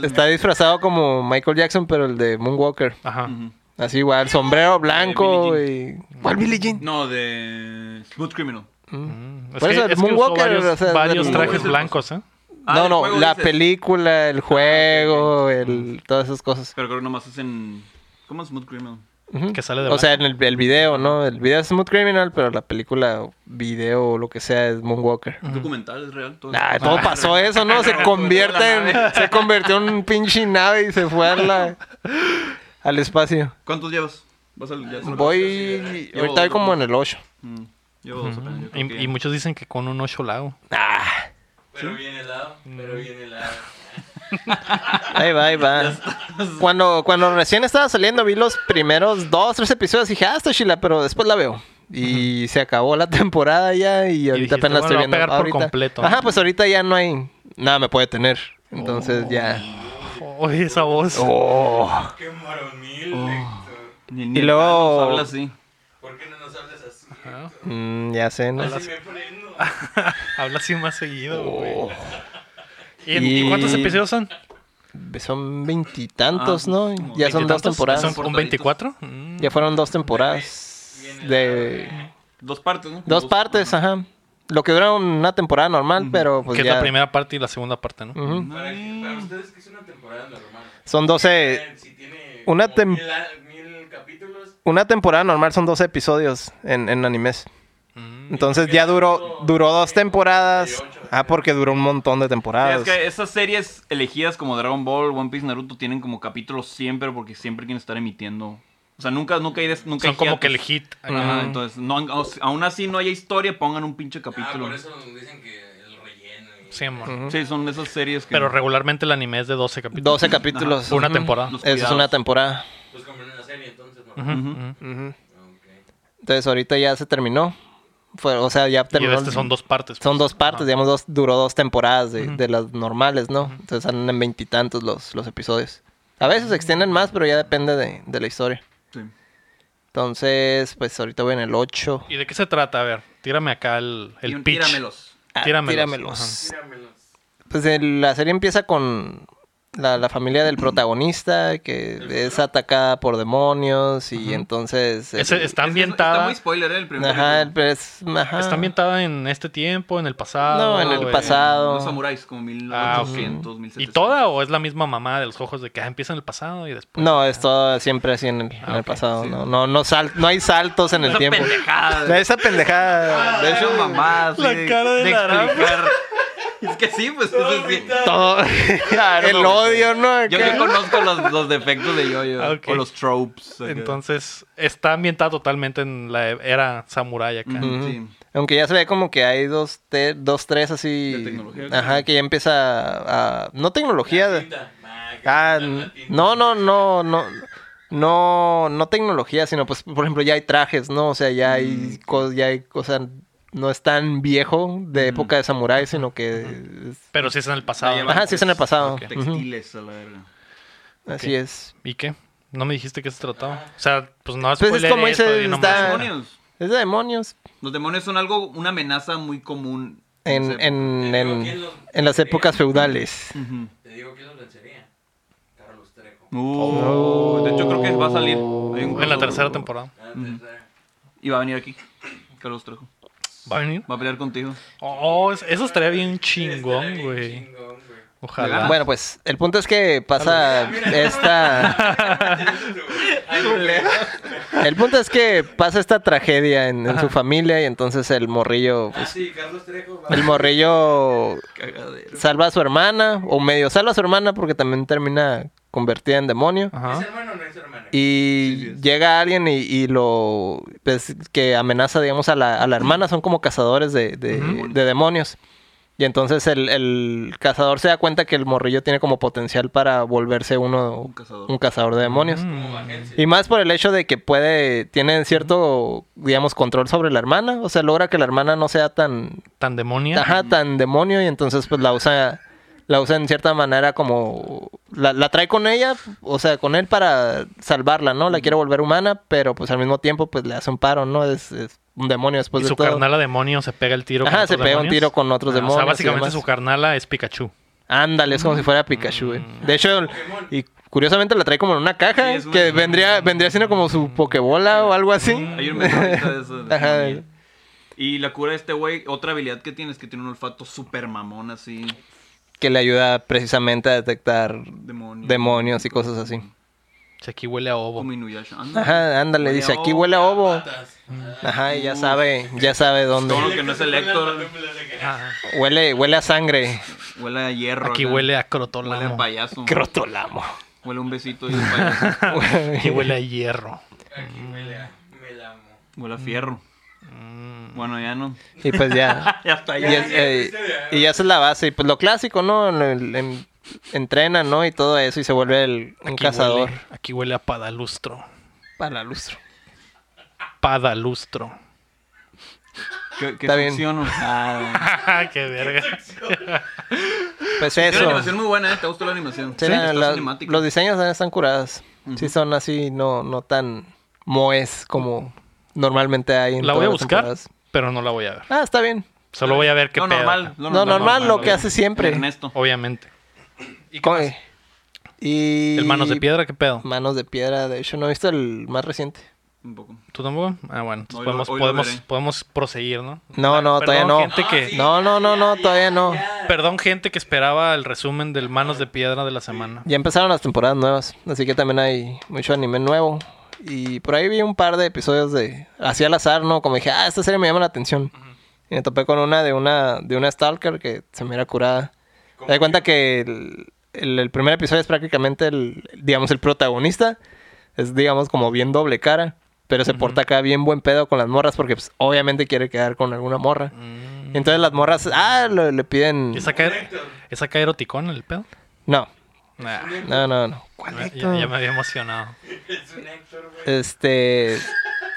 Está disfrazado como Michael Jackson, pero el de Moonwalker. Ajá. Ujú. Así igual, Ah, sombrero blanco y. ¿Cuál Billie Jean? No, de Smooth Criminal. Mm, Es Por eso el usó Moonwalker, varios, o sea, varios del- trajes blancos, ¿eh? Ah, no, del no, juego la dices. película, Ah, el juego, Mm. el, todas esas cosas. Pero creo que nomás es en. ¿Cómo es Smooth Criminal? Ujú. Que sale de O sea, blanco. en el, el video, ¿no? El video es Smooth Criminal, pero la película, video o lo que sea es Moonwalker. Documental, es real. Todo, Nah, todo pasó eso, ¿no? Se convierte en, se convirtió en un pinche nave y se fue a la- al espacio. ¿Cuántos llevas? Vas "Eh, al. ya- Voy, ahorita voy como en el 8. Mm, Llevo dos apenas. yo creo que Y, y ya. muchos dicen que con un ocho lago. Ah, Pero bien helado, pero Mm. bien helado. ahí va, ahí va. Cuando, cuando recién estaba saliendo vi los primeros dos, tres episodios y dije, ah, está chila, pero después la veo. Y se acabó la [LAUGHS] temporada ya y ahorita dijiste, apenas "Bueno, lo estoy voy a viendo. pegar por ahorita. completo, ¿no? Ajá, pues ahorita ya no hay nada me puede tener. Entonces ya. [LAUGHS] Oye, esa voz. Oh. ah, Qué moronil, Héctor. Ni, Y luego- Habla así. ¿Por qué no nos hablas así? Ah. Héctor? Mm, ya sé, ¿no? Así me prendo. [LAUGHS] Ah, Habla así más seguido, güey. Oh. ¿Y, y cuántos Y- episodios son? Son veintitantos, Ah, ¿no? como Ya son dos ¿Veintitantos? temporadas. ¿Son con 24? Mm. Ya fueron dos temporadas. De Dos partes, ¿no? dos partes, ajá. ajá. Lo que dura una temporada normal, pero pues que ya. Mm. es la primera parte y la segunda parte, ¿no? Ujú. Para, que- para ustedes que es una temporada normal. Son 12. si tiene Eh, una como tem- mil, a- mil capítulos. Una temporada normal son 12 episodios en, en animes. Mm. Entonces ya duró duró dos temporadas. Ah, porque duró un montón de Sí, temporadas. es que esas series elegidas como Dragon Ball, One Piece, Naruto tienen como capítulos siempre porque siempre quieren estar emitiendo. O sea, nunca, nunca hay des- nunca Son hay como hiatus. que el hit. Ajá, acá. entonces, no, han- o sea, aún así no haya historia, pongan un pinche Ah, capítulo. por eso nos dicen que el relleno. y- Sí, amor. Ujú. Sí, son esas series que... Pero regularmente el anime es de 12 capítulos. 12 capítulos. Una Ujú. temporada. Los Esa es una cuidados. temporada. Pues como en una serie, entonces no. Ujú, Ujú. ujú. Ujú. Ok. Entonces ahorita ya se terminó. Fue- o sea, ya Y de terminó. este son dos partes. Son pues. dos partes, Ajá. digamos, dos, duró dos temporadas de, Ujú. de las normales, ¿no? Entonces salen en veintitantos los, los episodios. A veces se extienden más, pero ya depende de, de la historia. Sí. Entonces, pues ahorita voy en el 8. ¿Y de qué se trata? A ver, tírame acá el, el Y un- pitch. tíramelos. Tíramelos. Tíramelos. Ah, Pues el- la serie empieza con la, la familia del protagonista que es atacada por demonios y Ujú. entonces... el- Ese- está Es- Está ambientada. muy spoiler, ¿eh? El primer Ajá, el- capítulo. es- ajá. Está ambientada en este tiempo, en el pasado. No, en el güey. pasado. Los samuráis, como 1800, Ah, ok. 1700. ¿Y toda o es la misma mamá de los ojos de que ah, empieza en el pasado y después? No, es todo siempre así en el, en el ok, pasado. Ah, sí. No, no, no, sal- no hay saltos en el Esa tiempo. pendejada. Ah, Esa pendejada. De hecho, mamá, La cara de la rama. explicar. [LAUGHS] Es que sí, pues eso sí. [LAUGHS] Todo. el no, odio, ¿no? Yo Acá. que conozco los, los defectos de Yoyo. Ah, ok. O los tropes. acá. Entonces, está ambientada totalmente en la era samurái acá. Ujú. Ujú. Sí. Aunque ya se ve como que hay dos, te- dos tres así. De tecnología. Ajá, que ya empieza a. a- no tecnología. La tinta. Ah, que Ah, la n- tinta. no, no, no, no. No, no tecnología, sino pues, por ejemplo, ya hay trajes, ¿no? O sea, ya hay, cosas, ya hay cosas, no es tan viejo de época de samurái, sino que es- Pero sí es en el La pasado. llevan- pues, Ajá, sí es en el pasado. Ok. Ujú. Textiles, a la verga. Así es. ¿Y qué? ¿No me dijiste qué se trataba? O sea, pues no es Pues es como dice, está- Los demonios. Es de demonios. Los demonios son algo, una amenaza muy común. En, No sé. en, Pero en- ¿quién los- en las épocas feudales. Ujú. Te digo que los vencería. Carlos Trejo. Uh, De hecho, creo que va a salir. Hay un En la crossover. tercera temporada. Ah, Mm, tercera. Y va a venir aquí. Carlos Trejo. ¿Va a venir? Va a pelear contigo. Oh, es- eso estaría bien Estaría chingón, bien güey. Este chingón, güey. [LAUGHS] Ojalá. Bueno, pues el punto es que pasa esta... [LAUGHS] Ay, güey. El punto es que pasa esta tragedia en, en su familia y entonces el morrillo... Ah, pues, sí, Carlos Trejo. va. el morrillo Cagadero. salva a su hermana, o medio salva a su hermana porque también termina convertida en demonio. Ajá. ¿Es hermano o no es hermana? Y Ah, Sí, sí es. llega alguien y, y lo... pues, que amenaza, digamos, a la, a la hermana. Son como cazadores de, de- Ujú. de demonios. Y entonces el, el cazador se da cuenta que el morrillo tiene como potencial para volverse uno... Un cazador. un cazador de demonios. Mm. Como agencia. Y más por el hecho de que puede... Tiene cierto, digamos, control sobre la hermana. O sea, logra que la hermana no sea tan... Tan demonia. Ajá, tan demonio y entonces pues la usa, la usa en cierta manera como, la, la trae con ella, o sea, con él para salvarla, ¿no? La quiere volver humana, pero pues al mismo tiempo pues le hace un paro, ¿no? Es, es un demonio después Y pues de su todo. carnala demonio se pega el tiro con Ajá, otros se pega un demonios. tiro con otros Ah, O demonios. sea, y básicamente demás. su carnala es Pikachu. Ándale, es como si fuera Pikachu, güey. De hecho, el- y curiosamente la trae como en una caja, Mm. Sí, es una- Mm. que vendría, vendría siendo como su pokebola o algo así. Hay un meme ahorita de eso. de Ajá. Sony. Y la cura de este güey, otra habilidad que tiene es que tiene un olfato super mamón así. Que le ayuda precisamente a detectar Demonio. demonios y cosas así. Si aquí huele a ovo. Como Inuyasha. Ándale. Ajá, ándale, dice, aquí huele a ovo. Patas. Ajá, y ya sabe, ya sabe dónde. Todo lo que no es el Héctor. Ah, Huele, huele a sangre. Huele a hierro. aquí acá. huele a Huele a crotolamo. payaso. Crotolamo. Huele a un besito y un payaso. Aquí huele a hierro. Aquí huele a melamo. Huele a fierro. Mm. Bueno, ya no. [LAUGHS] Y pues ya. Ya está Y, ya. es- eh, y esa es la base. Y pues lo clásico, ¿no? En- en- en- entrena, ¿no? Y todo eso. Y se vuelve el, un Aquí cazador. Huele, aquí huele a padalustro. Para lustro. [LAUGHS] Padalustro. ¿Qué, qué Está bien. succiono? Ah, Qué verga. Pues es una [LAUGHS] eso. animación muy buena, ¿eh? ¿Te gustó la animación? Sí, la- Está la- cinemática. los diseños también están curadas. Sí son así, no, no tan moes como normalmente hay en La voy todas a las buscar, temporadas. pero no la voy a ver. Ah, está bien. Solo voy a ver qué No, pedo. normal. No, normal, lo que hace siempre. Ernesto. [LAUGHS] Obviamente. ¿Y qué ¿Cómo- más? Y... ¿El Manos de Piedra qué pedo? Manos de piedra, de hecho, no he visto el más reciente. Un poco. ¿Tú tampoco? Ah, bueno. entonces Hoy lo- podemos, hoy lo podemos, veré. podemos proseguir, ¿no? No, no, Perdón, todavía no. gente que- sí, No, no, no, no, todavía no. Perdón, gente que esperaba el resumen del Manos de Piedra de la semana. Ya empezaron las temporadas nuevas, así que también hay mucho anime nuevo. Y por ahí vi un par de episodios de así al azar, ¿no? Como dije, ah, esta serie me llama la atención. Y me topé con una de una de una Stalker que se me era curada. Me di cuenta que el, el- el primer episodio es prácticamente el, digamos, el protagonista. Es, digamos, como bien doble cara. Pero se porta acá bien buen pedo con las morras porque pues, obviamente quiere quedar con alguna morra. Mm. Entonces las morras, ah, le, le piden... ¿Es acá, ¿Es acá eroticón el pedo? No, Nah, no, no, no. ya, ya me había emocionado. Es un Héctor, güey. Este...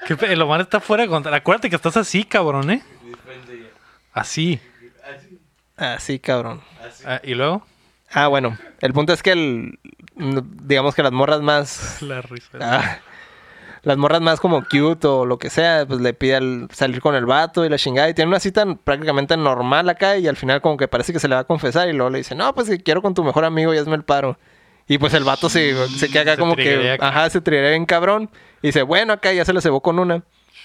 ¿Qué pe- el Omar está fuera de control. Acuérdate que estás así, cabrón, ¿eh? Dispense ya. Así. Así, Ah, sí, cabrón. así. Ah, ¿Y luego? [LAUGHS] Ah, bueno. El punto es que el... mm, Digamos que las morras más... La risa. ah, las morras más como cute o lo que sea, pues le pide al- salir con el vato y la chingada. Y tiene una cita prácticamente normal acá y al final como que parece que se le va a confesar y luego le dice, no, pues que quiero con tu mejor amigo y hazme el paro. Y pues el vato se, se queda acá Se como que... triguea acá. Ajá, se trirea bien cabrón. Y dice, bueno, acá ya se lo cebó con una.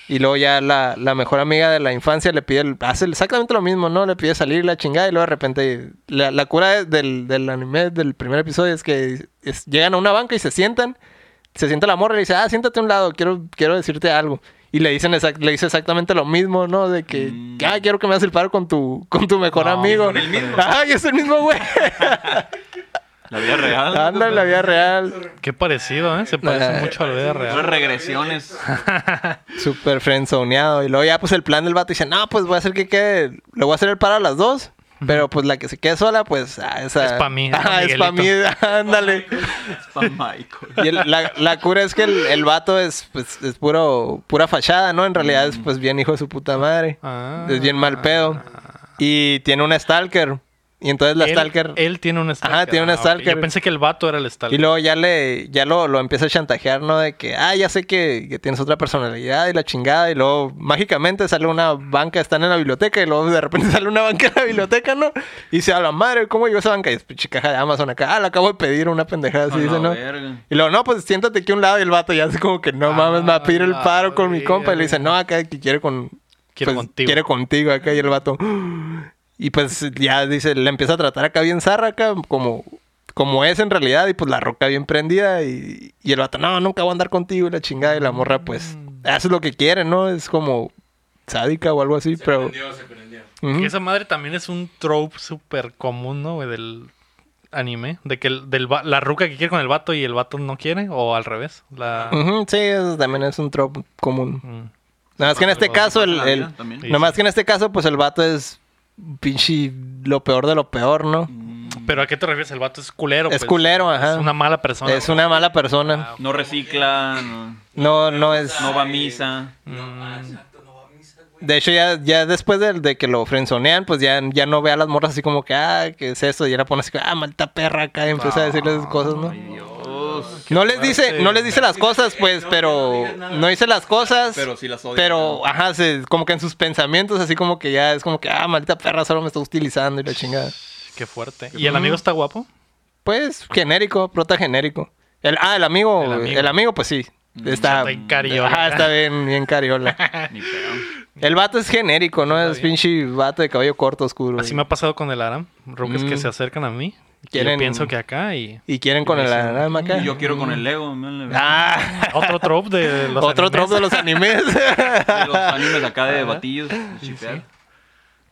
Y luego ya la, la mejor amiga de la infancia le pide, el- hace exactamente lo mismo, ¿no? Le pide salir la chingada y luego de repente la, la cura del, del anime del primer episodio es que es- llegan a una banca y se sientan, se sienta la morra y le dice, ah, siéntate a un lado, quiero, quiero decirte algo. Y le dicen exact- le dice exactamente lo mismo, ¿no? De que, Mm. ah, quiero que me hagas el paro con tu, con tu mejor No, amigo. el mismo. [LAUGHS] Ay, es el mismo [LAUGHS] güey. La [LAUGHS] vida real. Anda en la vida real. Qué parecido, ¿eh? Se parece Nah. mucho a la vida Puras real. regresiones. Súper frenzoneado. Y luego ya, pues, el plan del vato dice, no, pues, voy a hacer que quede... Le voy a hacer el paro a las dos. Pero, pues, la que se quede sola, pues, [LAUGHS] ah, esa... Es pa' mí, es pa' Ajá, es pa' mí, [LAUGHS] ándale. Spam Michael. Y el- la, la cura es que el, el vato es, pues, es puro... Pura fachada, ¿no? En realidad es, pues, bien hijo de su puta madre. Mm. Ah. Es bien mal pedo. Y tiene una stalker. Y entonces la Él- stalker... Él, tiene un stalker. Ajá, tiene un Ah, ok. stalker. Yo pensé que el vato era el Y stalker. luego ya le, ya lo, lo empieza a chantajear, ¿no? De que, ah, ya sé que, que tienes otra personalidad y la chingada. Y luego mágicamente sale una banca, están en la biblioteca y luego de repente [LAUGHS] sale una banca en la biblioteca, ¿no? Y dice, a la madre, ¿cómo llegó esa banca? Y es pinche caja de Amazon acá. Ah, la acabo de pedir una pendejada así, A la dice, ¿no? verga. Y luego, no, pues siéntate aquí a un lado y el vato ya hace como que, no Ah, mames, me va a pedir el la paro con mi verga. compa. Y le dice, no, acá que quiere con... Quiero pues, contigo. Quiere contigo acá. Y el vato... [GASPS] Y pues ya dice, le empieza a tratar acá bien zarra acá, como, como es en realidad, y pues la roca bien prendida, y, y el vato, no, nunca voy a andar contigo, y la chingada, y la morra, pues, Mm. hace lo que quiere, ¿no? Es como sádica o algo así, Se pero... prendió, se prendió. Ujú. Que esa madre también es un trope súper común, ¿no, güey? Del anime. De que el- del va- la ruca que quiere con el vato y el vato no quiere. O al revés. La... Ujú, sí, eso también es un tropo común. Mm. Nada más que en este Algo así caso, pasa en el... la el- vida también. Sí, nada más que en este caso, pues el vato es pinche lo peor de lo peor, ¿no? Pero ¿a qué te refieres? El vato es culero. Es pues. culero, ajá. Es una mala persona. Ah, Es una mala persona. No recicla, no, No, no es... no va a misa. No, ah, exacto, no va a misa, güey. De hecho, ya, ya después de, de que lo frenzonean, pues ya, ya no ve a las morras así como que, ah, ¿qué es eso? Y ya la pone así, como, ah, malta perra acá, y empieza Ah, a decirles cosas, ¿no? Dios. No les dice, no les dice las cosas, pues, pero no dice las cosas, Pero sí las odia. pero, ajá, se- como que en sus pensamientos, así como que ya es como que, ah, maldita perra, solo me está utilizando y la chingada. Qué fuerte. ¿Y el amigo está guapo? Pues, genérico, prota genérico. El, ah, el amigo, El el amigo. Mm, amigo, pues sí. Está, Está en cariola. Ajá, está bien, bien [LAUGHS] cariola. Ni pedo. El vato es genérico, ¿no? Está Es bien. pinche vato de cabello corto, oscuro. Así me ha pasado con el Aram. Rucas que Mm. se acercan a mí. y Yo Quieren- pienso que acá y... "Mm, Y quieren con el Sí, sí. arama acá. Y yo quiero con el Lego. me vale verga. [LAUGHS] Ah, Otro trope de [LAUGHS] los [LAUGHS] otro animes. trozo de los [LAUGHS] animes. [LAUGHS] De los animes acá Ah. de batillos. de chipear.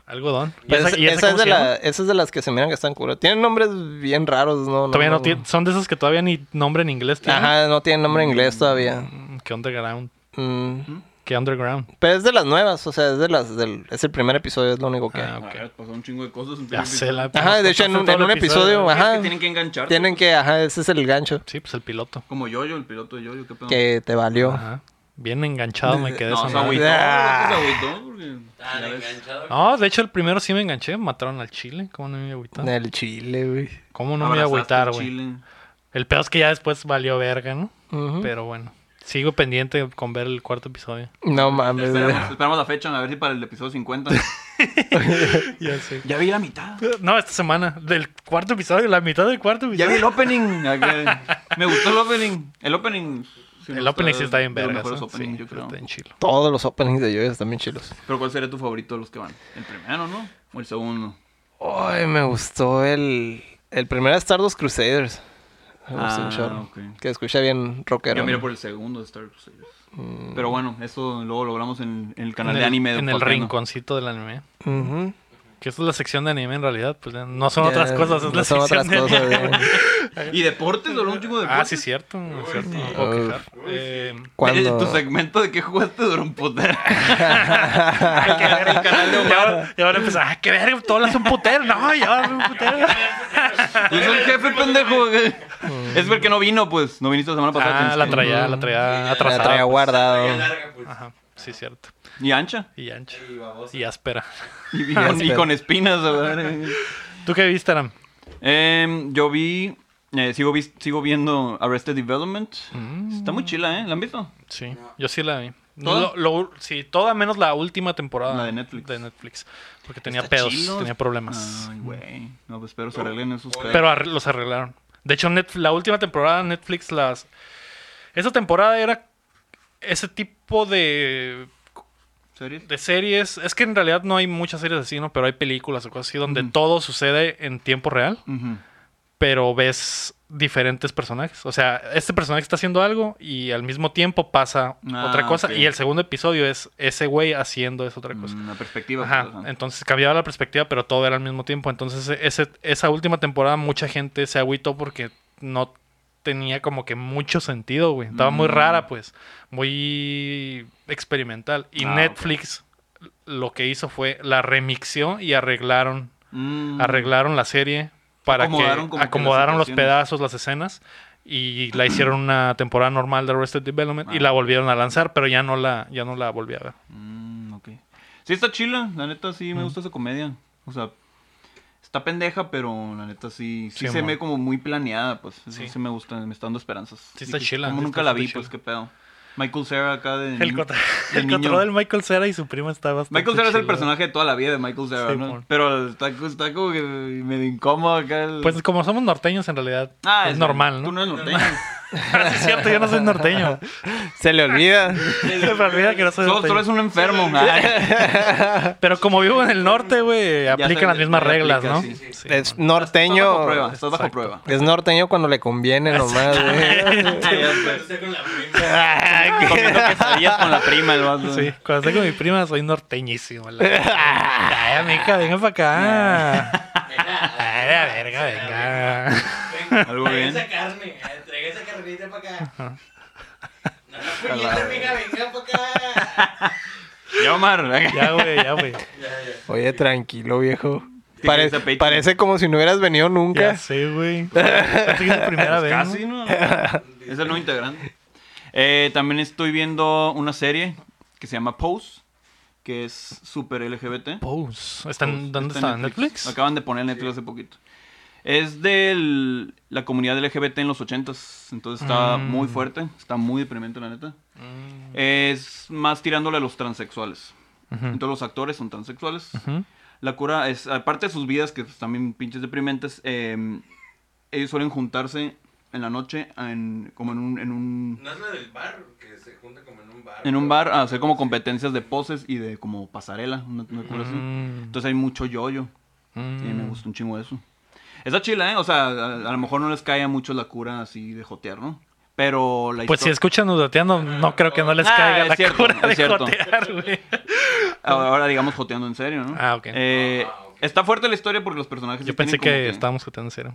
Algodón. ¿Y Pero esa, Pues esa- y esa esa es cómo de se la- llama? esas de las que se miran que están curas. Tienen nombres bien raros, ¿no? Todavía no no- tiene- son de esas que todavía ni nombre en inglés tienen. Ajá, no tienen nombre en inglés todavía. Mm, Que underground. Mm, Que underground. Pero es de las nuevas, o sea, es de las del, es el primer episodio, es lo único que hay. Ah, A ok. ver, pasó un chingo de cosas. en Ya primer sé, la- Ajá, de hecho, en un, todo en el un episodio, ah. ¿verdad? Es ajá. que tienen que enganchar. Tienen que, ajá, ese es el gancho Sí, pues el piloto. Como Yoyo, el piloto de Yoyo, qué pedo. que te valió. Ajá. Bien enganchado [LAUGHS] me quedé No, esa se madre. agüitó. Ah. se agüitó porque, Ah, ya de ves. enganchado. No, de hecho el primero sí me enganché, mataron al chile, ¿cómo no me iba a agüitar? El chile, güey. ¿Cómo no me iba a Abrazaste agüitar, el güey? chile. El peor es que ya después valió verga, ¿no? Ujú. Pero bueno, sigo pendiente con ver el cuarto episodio. No mames, güey. Esperamos, esperamos la fecha, a ver si para el episodio 50. [LAUGHS] Ya sé. ya vi la mitad. No, esta semana, del cuarto episodio, la mitad del cuarto Ya vi episodio. el opening. Acá. Me gustó el opening. El opening. sí, El no opening sí está bien de los verga. mejores ¿eh? openings, Sí, yo creo. está bien chilo. Todos los openings de Joyas están bien chilos. Pero ¿cuál sería tu favorito de los que van? ¿El primero, no? ¿O el segundo? Ay, me gustó el, el primer Stardust Crusaders. Me gustó un Ah, chorro. ok. Que escucha bien rockero. Yo ¿no? miro por el segundo de Star Crusaders. Pero bueno, eso luego lo hablamos en, en el canal Mm. en de el- anime. de En el Pateando. rinconcito del anime. Ujú. Que esa es la sección de anime en realidad, pues ya no son Ya, otras cosas, es no la son sección otras de cosas, anime. güey. Y deportes, solo un chingo [LAUGHS] de Ah, deportes. Eh, sí, cierto, es cierto. no me puedo Uy. quejar. Eh, Cuando- Tu segmento de qué jugaste duró un poder. [LAUGHS] hay que ver el canal de Omar. Y ahora empezar, ah, qué verga, todas las son puteros. No, ya ahora son puteros. Yo soy el jefe, pendejo. es porque no vino, pues. No viniste la semana pasada. Mm. Ah, tienes la que- traía, la traía La atrasada. traía pues. Está guardado. larga, pues. Ajá, sí, cierto. Y [LAUGHS] ancha. Y ancha. Y babosa. Y áspera. [LAUGHS] Y, y Ya, con, y espera. con espinas, a ver. ¿Tú qué viste, Aram? Em, yo vi. eh, sigo, vis- sigo viendo Arrested Development. Mm. Está muy chila, ¿eh? ¿La han visto? Sí, yo sí la vi. ¿Toda? Lo- lo- sí, toda menos la última temporada. La de Netflix. De Netflix. Porque tenía Está pedos, chilo. Ah. tenía problemas. Mm. Ay, güey. No, pues espero se arreglen esos pedos. Pero arre- los arreglaron. De hecho, Netf- la última temporada Netflix las... Esa temporada era ese tipo de, ¿Series? de series. Es que en realidad no hay muchas series así, ¿no? Pero hay películas o cosas así donde Ujú. todo sucede en tiempo real. Ujú. pero ves diferentes personajes. O sea, este personaje está haciendo algo y al mismo tiempo pasa Ah, otra cosa. ok. Y el segundo episodio es ese güey haciendo es otra cosa. Mm, La perspectiva. pues, Ajá, ajá. entonces cambiaba la perspectiva, pero todo era al mismo tiempo. Entonces, e-, ese- esa última temporada, mucha gente se agüitó porque no tenía como que mucho sentido, güey. Estaba muy Mm. rara, pues, muy experimental. Y Ah, Netflix lo que hizo fue la remixió y arreglaron Mm. arreglaron la serie para Acomodaron que como que acomodaron las los situaciones. pedazos, las escenas y la hicieron una temporada normal de Arrested Development Ah. y la volvieron a lanzar, pero ya no la ya no la volví a ver. Mm, ok. Sí, está chila. La neta, sí, Mm. me gusta esa comedia. O sea, está pendeja, pero la neta, sí, sí, Sí, se amor. ve como muy planeada. Pues eso sí, Sí. me gusta, me está dando esperanzas. Sí, está Dije, chila, Como sí nunca está la súper vi, chila. pues qué pedo. Michael Cera acá de. El, niño- contra- [LAUGHS] de el niño. control del Michael Cera y su prima está bastante Michael Cera es el chido. personaje de toda la vida de Michael Cera, Sí, ¿no? amor. Pero está, está como que medio incómodo acá. el- Pues como somos norteños en realidad, Ah, es normal, ¿no? Ah, Tú [LAUGHS] no eres norteño. es cierto, yo no soy [LAUGHS] norteño. Se le olvida. Se me olvida que no soy Solo, norteño. solo eres un [LAUGHS] enfermo. Pero como vivo en el norte, güey, se- aplican las mismas ya aplica, reglas, ¿no? sí, sí. Sí, [LAUGHS] [LAUGHS] Es man. Estás bajo norteño. prueba. Estás bajo Exacto. prueba. Es norteño cuando le conviene nomás, güey. Ah, ya sé. Entonces, con [LAUGHS] la prima. Ah, qué- Comiendo quesadillas con la prima, el vato. Sí, cuando estoy con mi prima soy norteñísimo. [LAUGHS] La... Ay, amiga, venga para acá. Ay, la verga, [LAUGHS] venga. Ven, Algo traiga bien. esa carne, eh, traiga esa carnita para acá. No, la Jalada. puñeta, amiga, venga para [LAUGHS] acá. Ya, Omar. Ya, güey, ya, güey. Ya, ya. Oye, tranquilo, viejo. Sí, Pare- ese pecho. parece como si no hubieras venido Ya nunca. sé, güey. Parece que es la primera Pues vez. Casi, ¿no? [LAUGHS] es el nuevo integrante. Eh, también estoy viendo una serie que se llama Pose, que es super LGBT. Pose. ¿Están, ¿Dónde Está está? ¿En Netflix? Acaban de poner en Netflix hace poquito. Es de la comunidad LGBT en los 80s, entonces está Mm. muy fuerte, está muy deprimente la neta. Mm. Es más tirándole a los transexuales. Ujú. Entonces los actores son transexuales. Ujú. La cura es, aparte de sus vidas, que pues, también pinches deprimentes, eh, ellos suelen juntarse en la noche en, como en un, en, un, No es la del bar, que se junta como en un bar. en un bar ah, a hacer como competencias de poses y de como pasarela, una, una cura así. Mm. Entonces hay mucho yoyo y me Mm. gusta un chingo eso. Está chila, ¿eh? O sea, a, a lo mejor no les cae a mucho la cura así de jotear, ¿no? Pero la Pues si historia... escuchan dateando, no creo que no les Ah, caiga es la cierto, cura es de cierto. jotear, güey. Ahora, ahora digamos joteando en serio, ¿no? Ah, ok. Eh, Ah, ok. Está fuerte la historia porque los personajes... sí Yo pensé tienen como que estábamos joteando en serio.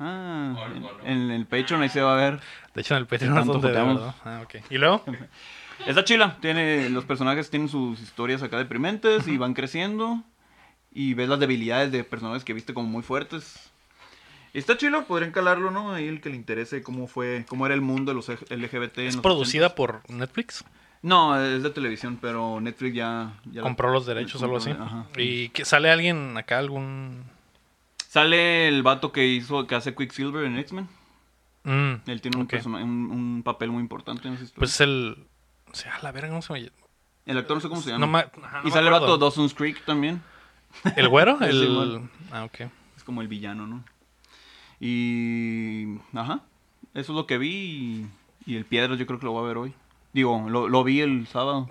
Ah, Algo, ¿no? en, en el Patreon ahí se va a ver. De hecho, en el De Patreon es tanto donde de joteamos. verdad. Ah, ok. ¿Y luego? Está chila. Tiene, los personajes tienen sus historias acá deprimentes y van creciendo. Y ves las debilidades de personajes que viste como muy fuertes. Y Está chilo, podrían calarlo, ¿no? Ahí el que le interese cómo fue, cómo era el mundo de los LG- LGBT. en ¿Es los producida 80s. por Netflix? No, es de televisión, pero Netflix ya... ya la- Compró los derechos o algo así. Ajá. Y que sale alguien acá, algún. Sale el vato que hizo, que hace Quicksilver en X-Men. Mm, Él tiene un, Ok. persona- un, un papel muy importante en esa historia. pues es el. O sea, a la verga, ¿cómo se me el actor no sé cómo se llama. pues, No me- ajá, no y me sale el vato acuerdo. de Dawson's Creek también. ¿El güero? [LAUGHS] Sí, El... bueno. ah, ok. Es como el villano, ¿no? Y... Ajá. Eso es lo que vi y, y el Piedras yo creo que lo voy a ver hoy. Digo, lo, lo vi el sábado.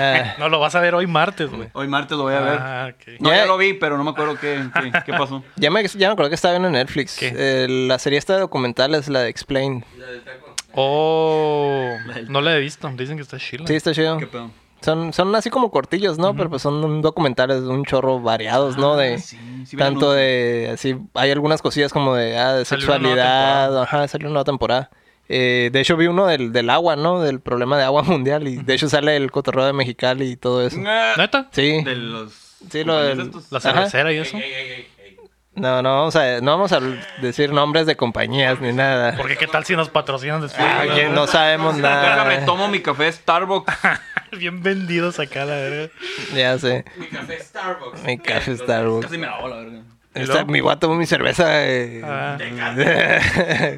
Eh, No, lo vas a ver hoy martes, güey. Hoy martes lo voy a ver. Ah, ok. No, ya Ya- lo vi, pero no me acuerdo qué, qué, [LAUGHS] qué pasó. ya, me, ya me acordé que estaba viendo en Netflix. ¿Qué? Eh, la serie esta de documentales, la de Explain. Y la del taco. Oh, no la he visto. Dicen que está chila. Sí, está chido. ¿Qué pedo? Son, son así como cortillos, ¿no? Pero pues son documentales de un chorro variados, Ah, Pues ¿no? De Ah, Sí, sí vi el tanto anuncio. de así hay algunas cosillas como de, ah, de Salió una nueva sexualidad, temporada. ajá, salió una nueva temporada. Eh, de hecho vi uno del, del agua, ¿no? Del problema de agua [LAUGHS] mundial y de hecho sale el cotorreo de Mexicali y todo eso. Ah, ¿Neta? Sí. De los... Sí, lo del- compañeros estos. La Ajá. cervecera y Ey, eso. ey, ey, ey, ey. No, no vamos a no vamos a decir nombres de compañías ni nada. Porque qué tal si nos patrocinan después. Ah, que no sabemos Déjame, nada. tomo mi café Starbucks. [LAUGHS] Bien vendidos acá, la verga. Ya sé. Mi café Starbucks. Mi café Entonces, Starbucks. [LAUGHS] Casi me la hago, la verga. ¿Y Esta- luego? mi guato, mi cerveza. eh, Ah. [LAUGHS]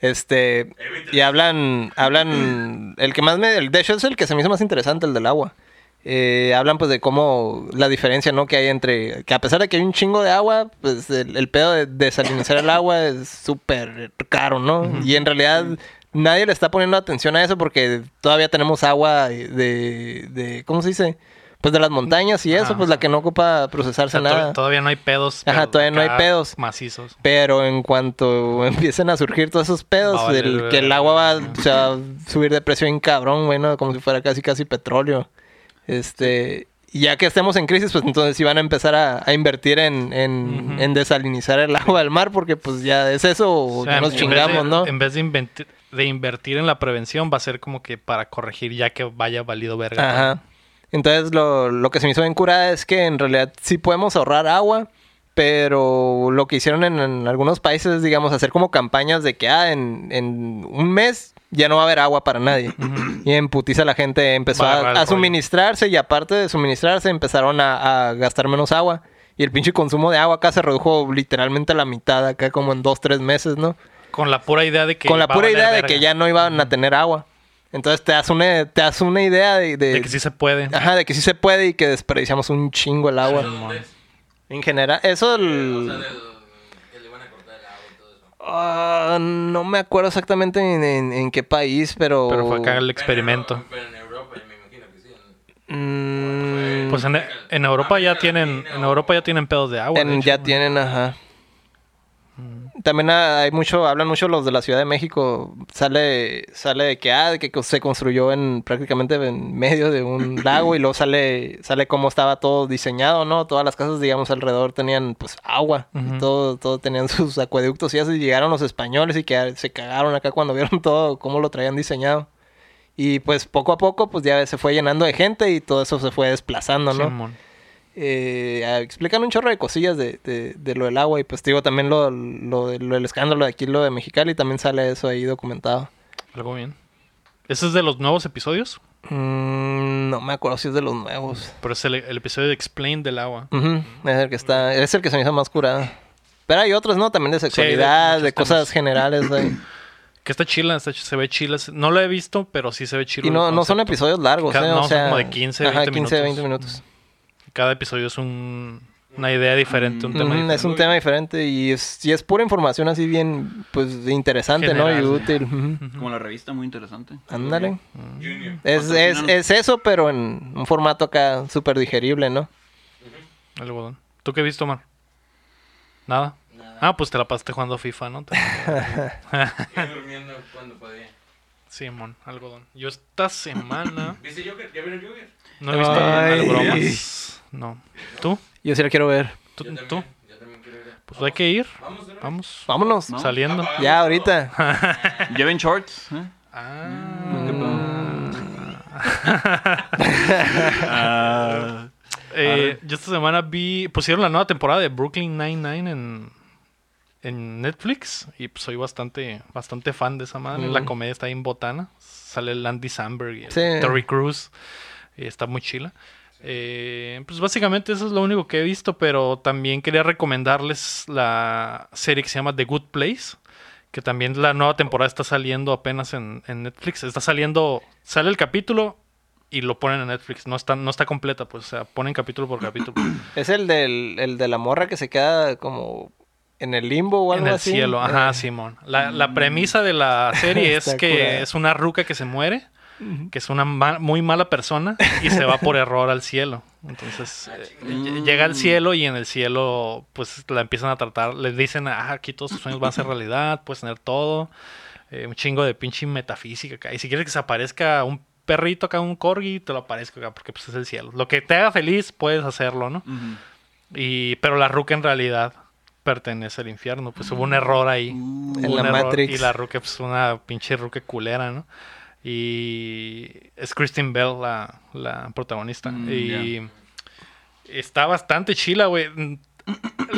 este. Y hablan. Hablan. El que más me. El, de hecho, es el que se me hizo más interesante, el del agua. Eh, hablan pues de cómo la diferencia no que hay entre que a pesar de que hay un chingo de agua pues el, el pedo de desalinizar el agua es súper caro no y en realidad nadie le está poniendo atención a eso porque todavía tenemos agua de, de cómo se dice pues de las montañas y eso Ah, pues la que no ocupa procesarse O sea, to- nada todavía no hay pedos. Ajá, pero todavía no hay acá pedos. Macizos. pero en cuanto [LAUGHS] empiecen a surgir todos esos pedos, Va a valer el, verga. que el agua va, o sea, va a subir de precio bien cabrón, bueno, como si fuera casi casi petróleo. Este, y ya que estemos en crisis, pues entonces sí van a empezar a, a invertir en, en, Ujú. en desalinizar el [LAUGHS] agua del mar, porque pues ya es eso, o O sea, ya en nos vez de- chingamos, ¿no? En vez de, inventi- de invertir en la prevención, va a ser como que para corregir ya que vaya valido verga. Ajá. Entonces lo, lo que se me hizo bien curada es que en realidad sí podemos ahorrar agua, pero lo que hicieron en, en algunos países, digamos, hacer como campañas de que ah, en, en un mes ya no va a haber agua para nadie. y en putiza la gente empezó Va a a, agarrar el a rollo. suministrarse y aparte de suministrarse empezaron a, a gastar menos agua. Y el pinche consumo de agua acá se redujo literalmente a la mitad, acá como en dos, tres meses, ¿no? Con la pura idea de que. con la va a pura valer idea de verga. que ya no iban a tener agua. Entonces te das una, te das una idea de, de- De que sí se puede. Ajá, de que sí se puede y que desperdiciamos un chingo el ¿Pero agua. dónde es? En general, eso Eh, O sea, el- del- que le van a cortar el agua y todo eso. Ah, no me acuerdo exactamente en, en- en qué país, pero... Pero fue acá el Pero en experimento. Europa- Pero en Europa, me imagino que sí. ¿no? Mm, Pues en, en Europa ya tienen. En Europa ya tienen pedos de agua. de en- hecho, Mm. ya güey. tienen, ajá. También ah, hay mucho, hablan mucho los de la Ciudad de México. Sale, sale de que, ah, de que se construyó en prácticamente en medio [COUGHS] de un lago y luego sale, sale cómo estaba todo diseñado, ¿no? Todas las casas, digamos, alrededor tenían pues agua, y Ujú. todo, todo tenían [LAUGHS] sus acueductos y eso. Y llegaron los españoles y que se cagaron acá cuando vieron [LAUGHS] todo cómo lo traían diseñado. Y pues poco a poco, pues ya se fue llenando de gente y todo eso se fue desplazando, ¿no? Simón. eh, a- explican un chorro de cosillas de, de- de lo del agua y pues te digo también lo, lo, de- lo del escándalo de aquí, lo de Mexicali, también sale eso ahí documentado. Algo bien. ¿Ese es de los nuevos episodios? Mm, no me acuerdo si es de los nuevos. Pero es el, el episodio de Explain del agua. Ujú, es el que está, es el que se me hizo más curado. Pero hay otros, ¿no? También de sexualidad, muchos de cosas temas. generales. [CLEARS THROAT] güey. Que está chila, está- se ve chila. No lo he visto, pero sí se ve chila. Y el no, no son concepto. episodios largos, Ca- ¿eh? no, O son sea, como de 15, 20 20 minutos. minutos. Cada episodio es un- una idea diferente, un tema Ujú, diferente. es un tema diferente y es, y es pura información así bien, pues, interesante, General, ¿no? ¿no? Y útil. ujú. Como la revista, muy interesante. Ándale. Junior. Es, es, Patrocinanos. es eso, pero en un formato acá súper digerible, ¿no? Algodón. ¿Tú qué viste, Omar? Nada. Nada. Ah, pues te la pasaste jugando FIFA, ¿no? Yo durmiendo cuando podía. [LAUGHS] Simón, algodón. Yo esta semana ¿Viste Joker? ¿Ya vieron Joker? no he visto Ay. algo bromas. No. ¿Tú? Yo sí la quiero ver. ¿Tú? Yo también, tú? Yo también quiero ir. Pues hay que ir. Vamos, de una vez. Vamos. Vámonos. No. Saliendo. Ya, ahorita. Lleven shorts. ¿eh? Ah. ¿Qué pedo? [LAUGHS] [LAUGHS] Ah. Eh, yo esta semana vi. Pusieron la nueva temporada de Brooklyn Nine-Nine en, en Netflix y pues, soy bastante bastante fan de esa madre. La Mm. comedia está ahí en Botana. Sale el Andy Samberg y el Sí. Terry Crews. y está muy chila. Eh, pues básicamente eso es lo único que he visto, pero también quería recomendarles la serie que se llama The Good Place, que también la nueva temporada está saliendo apenas en, en Netflix. Está saliendo, sale el capítulo y lo ponen en Netflix. No está, no está completa, pues, o sea, ponen capítulo por capítulo. Es el, del, el de la morra que se queda como en el limbo o algo en el así. cielo, ajá, Eh, Simón. La, la premisa de la [LAUGHS] serie es Está que curada. es una ruca que se muere, que es una ma- muy mala persona y se va [LAUGHS] por error al cielo. Ah, Entonces eh, ll- llega al cielo y en el cielo pues la empiezan a tratar, les dicen, ah, aquí todos tus sueños van a ser realidad, puedes tener todo, eh, un chingo de pinche metafísica acá. Y si quieres que se aparezca un perrito acá, un corgi, te lo aparezco acá porque pues es el cielo. Lo que te haga feliz puedes hacerlo, ¿no? Ujú. Y, pero la ruca en realidad pertenece al infierno. Pues hubo un error ahí. Uh, Hubo Mm, En un la error, Matrix. Y la ruca, pues una pinche ruca culera, ¿no? Y es Kristen Bell la, la protagonista. Mm, y está bastante chila, güey. Mm,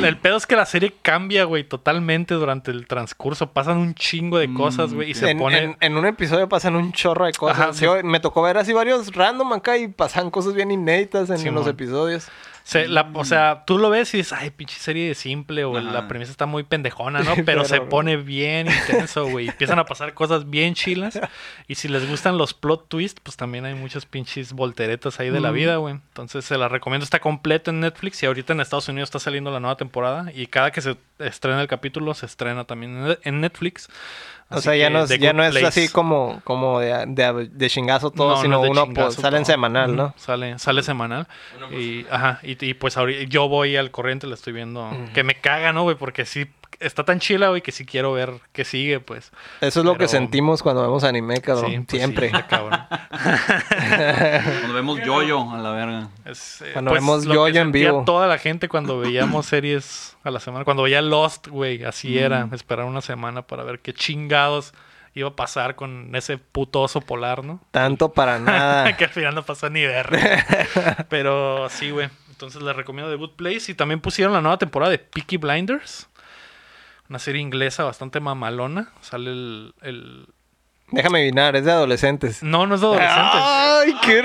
El pedo es que la serie cambia, güey, totalmente durante el transcurso. Pasan un chingo de cosas, Mm, güey, y se En, pone... en- en un episodio pasan un chorro de cosas. Ajá, sí. Yo- me tocó ver así varios random acá y pasan cosas bien inéditas en Simón. los episodios. Se- la- Mm. o sea, tú lo ves y dices, ay, pinche serie de simple, o Ajá. la premisa está muy pendejona, [LAUGHS] ¿no? Pero, se Pero- pone bien intenso, güey. Empiezan a pasar cosas bien chilas. Y si les gustan los plot twists, pues también hay muchas pinches volteretas ahí de la vida, güey. Entonces se la recomiendo, está completo en Netflix y ahorita en Estados Unidos está saliendo la nueva temporada. Y cada que se estrena el capítulo, se estrena también en- en Netflix. O Así sea, ya que no es, The ya Good no es Place. así como, como de, de- de chingazo todo, No, no sino es de uno chingazo pues, salen todo. semanal, ¿no? Ujú, Sale, sale semanal. Uno por Y, ajá, y, y, pues ahorita yo voy al corriente, la estoy viendo. Que me caga, ¿no, güey? Porque sí, está tan chila, güey, que sí quiero ver qué sigue, pues. Eso es lo Pero- que sentimos cuando vemos anime, cabrón. Sí, pues, Siempre. sí, está cabrón. Cuando vemos Yoyo a [LAUGHS] la verga. Es, eh, Cuando pues, vemos lo que Yoyo en sentía vivo. toda la gente cuando veíamos series a la semana. Cuando veía Lost, güey, así era. Esperar una semana para ver qué chingados iba a pasar con ese putoso polar, ¿no? Tanto [LAUGHS] para nada. que al final no pasó ni ver. Pero sí, güey. Entonces les recomiendo The Good Place. Y también pusieron la nueva temporada de Peaky Blinders. Una serie inglesa bastante mamalona. Sale el. el- Déjame adivinar, es de adolescentes. No, no es de adolescentes. ¡Ay, qué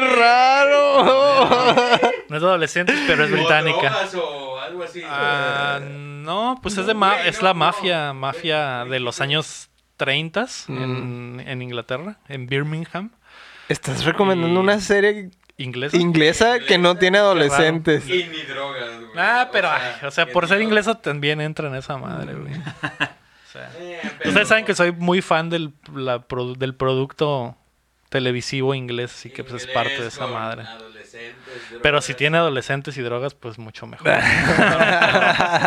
raro! No es de adolescentes, pero es británica. drogas o algo así. Ah, no, pues es de ma- es la mafia, mafia de los años 30 en, en Inglaterra, en Birmingham, Estás recomendando Y- una serie inglesa. inglesa que no tiene adolescentes. Y ni drogas, güey. Ah, pero, O ay, sea, o sea, que por ni ser drogas. inglesa también entra en esa madre, güey. O sea, Eh, pero- ustedes saben que soy muy fan del, la pro- del producto televisivo inglés, así que pues es parte de Inglés esa con madre. adolescentes, Pero si drogas. tiene adolescentes y drogas, pues mucho [LAUGHS] mejor.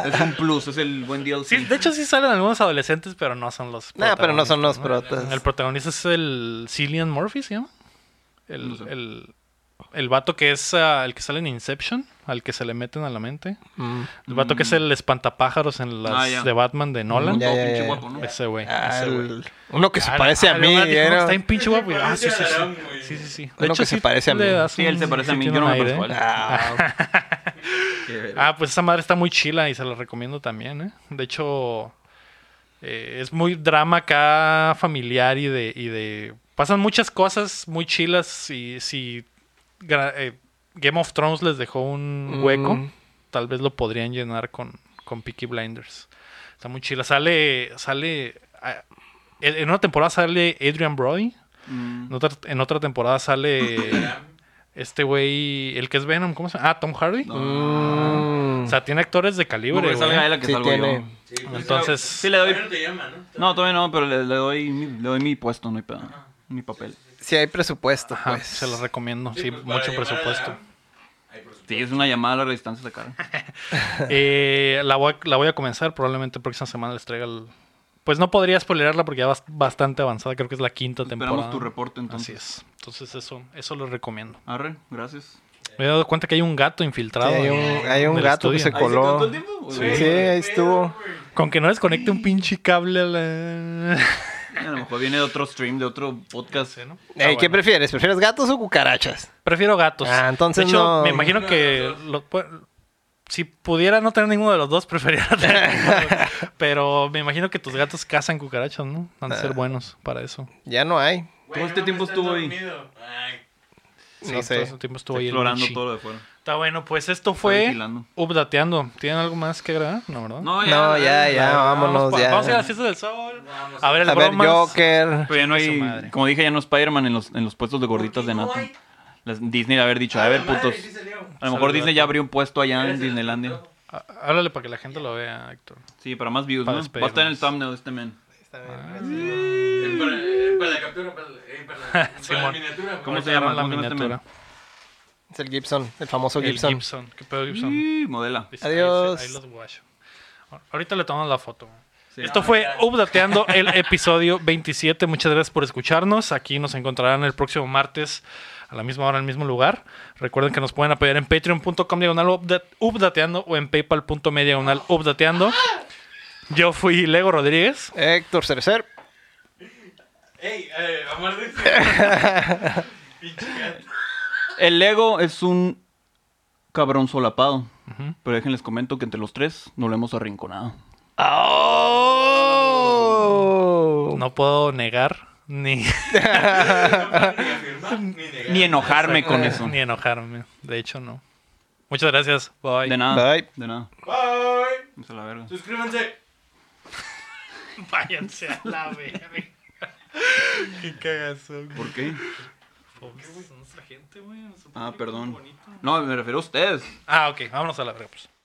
Es un plus, es el buen deal. Sí, de hecho sí salen algunos adolescentes, pero no son los Nah, pero no son los protagonistas, protas. ¿no? El protagonista es el Cillian Murphy, ¿se llama? El, No sé. el, el vato que es ah, el que sale en Inception, al que se le meten a la mente. Mm. El vato que es el espantapájaros en las Ah, ya. de Batman de Nolan. Ya, Todo ya, pinche ya. guapo, ¿no? Ese güey. Ah, ese güey. el- Uno que se Ah, parece ah, a mí. luego dijo, ¿no? "No, Está en pinche guapo. Se Ah, sí, sí, parece sí. a Aram, güey. Sí, sí, sí. De Uno hecho, que se sí parece a le mí. das Sí, él un- se parece a sí mí, tiene yo no un me aire, parezco a él. Ah, [LAUGHS] Qué Ah, pues esa madre está muy chila y se la recomiendo también, ¿eh? De hecho, eh, es muy drama acá familiar y de, y de... Pasan muchas cosas muy chilas y si gra- eh, Game of Thrones les dejó un hueco, Mm. tal vez lo podrían llenar con, con Peaky Blinders. Está muy chila. Sale, sale... ah, En en una temporada sale Adrian Brody, Mm. en otra, en otra temporada sale este güey, el que es Venom, ¿cómo se llama? Ah, Tom Hardy. Mm. O sea, tiene actores de No, calibre, que salga güey. él a que Sí salgo tiene- yo. Sí, pues, Entonces, Sí le doy... todavía no te llaman, ¿no? No, todavía no, pero le, le doy, mi, le doy mi puesto, no hay pedo. Mi papel. Sí hay presupuesto, ajá, pues. se los recomiendo. Sí, pues, para mucho llamar a presupuesto. Aram, hay presupuesto. Sí, es una llamada a larga distancia de cara. [LAUGHS] Eh, la, voy a, la voy a comenzar, probablemente próxima semana les traiga el... Pues no podría spoilerarla porque ya va bastante avanzada, creo que es la quinta temporada. Esperamos tu reporte Así entonces. es. Entonces eso, eso lo recomiendo. Arre, gracias. Me he dado cuenta que hay un gato infiltrado. Sí, hay en- un, hay un del gato que se estudio. ¿Ahí se cantó coló. el tiempo? Sí, Güey, ahí estuvo. Con que no desconecte un pinche cable a la... A lo mejor viene de otro stream, de otro podcast. Sí, ¿no? Ah, Ey, ¿Qué bueno. prefieres? ¿Prefieres gatos o cucarachas? Prefiero gatos. Ah, entonces De hecho, no. me imagino que... lo- si pudiera no tener ninguno de los dos, [LAUGHS] preferiría tener ninguno, güey. [LAUGHS] Pero me imagino que tus gatos cazan cucarachas, ¿no? Han de Ah. ser buenos para eso. Ya no hay. Todo este tiempo estuvo ahí. ahí. Sí, no sé. todo ese tiempo estuvo ahí el explorando Monchi. todo lo de fuera. Está bueno, pues esto fue vigilando. Updateando. ¿Tienen algo más que agregar? No, ¿verdad? No, ya. No, ya, ya, vámonos, pa- ya. Vamos a ir a las fiestas del sol. Vamos. A ver el A ver, bromas. Joker. Pero ya no Su hay, madre. como dije, ya no Spider-Man en los, en los puestos de gorditas de ¿Por qué no nata. hay? Las- Disney de haber dicho, a ver, Madre, putos. sí se leo. A lo mejor Disney ya abrió un puesto allá en Eres el Disneylandia. puto. Ah, Háblale para que la gente lo vea, Héctor. Sí, para más views, Para ¿no? Va a estar en el Spider-Man. thumbnail este men. Eh, Para, eh, para la captura, para, la- eh, [LAUGHS] para la- para la Simón. miniatura. ¿Cómo güey. se llama? la ¿Cómo se llama este miniatura? Es el Gibson, el famoso El Gibson. Gibson. ¿Qué pedo, Gibson? Sí, modela. Dice, ahí Adiós. se- Ahí, los guacho. Ahorita le tomamos la foto. Sí. Esto fue [LAUGHS] Updateando el episodio 27. Muchas gracias por escucharnos. Aquí nos encontrarán el próximo martes a la misma hora, en el mismo lugar. Recuerden que nos pueden apoyar en patreon.com diagonal upda- updateando o en paypal.me diagonal updateando. Yo fui Lego Rodríguez. Héctor Cercer. Ey, eh, amor de Pinche gato. El Lego es un cabrón solapado. Pero déjenles comento que entre los tres nos lo hemos arrinconado. ¡Oh! No puedo negar ni, No puedo [LAUGHS] ni afirmar ni negar. Ni enojarme con eso. ni enojarme. De hecho, no. Muchas gracias. Bye. De nada. Bye. De nada. Bye. Vamos a la verga. Suscríbanse. [LAUGHS] Váyanse a la verga. [LAUGHS] Qué cagazón. güey. ¿Por qué? Son nuestra gente, güey. Ah, perdón. Bonito. No, me refiero a ustedes. Ah, ok. Vámonos a la verga, pues.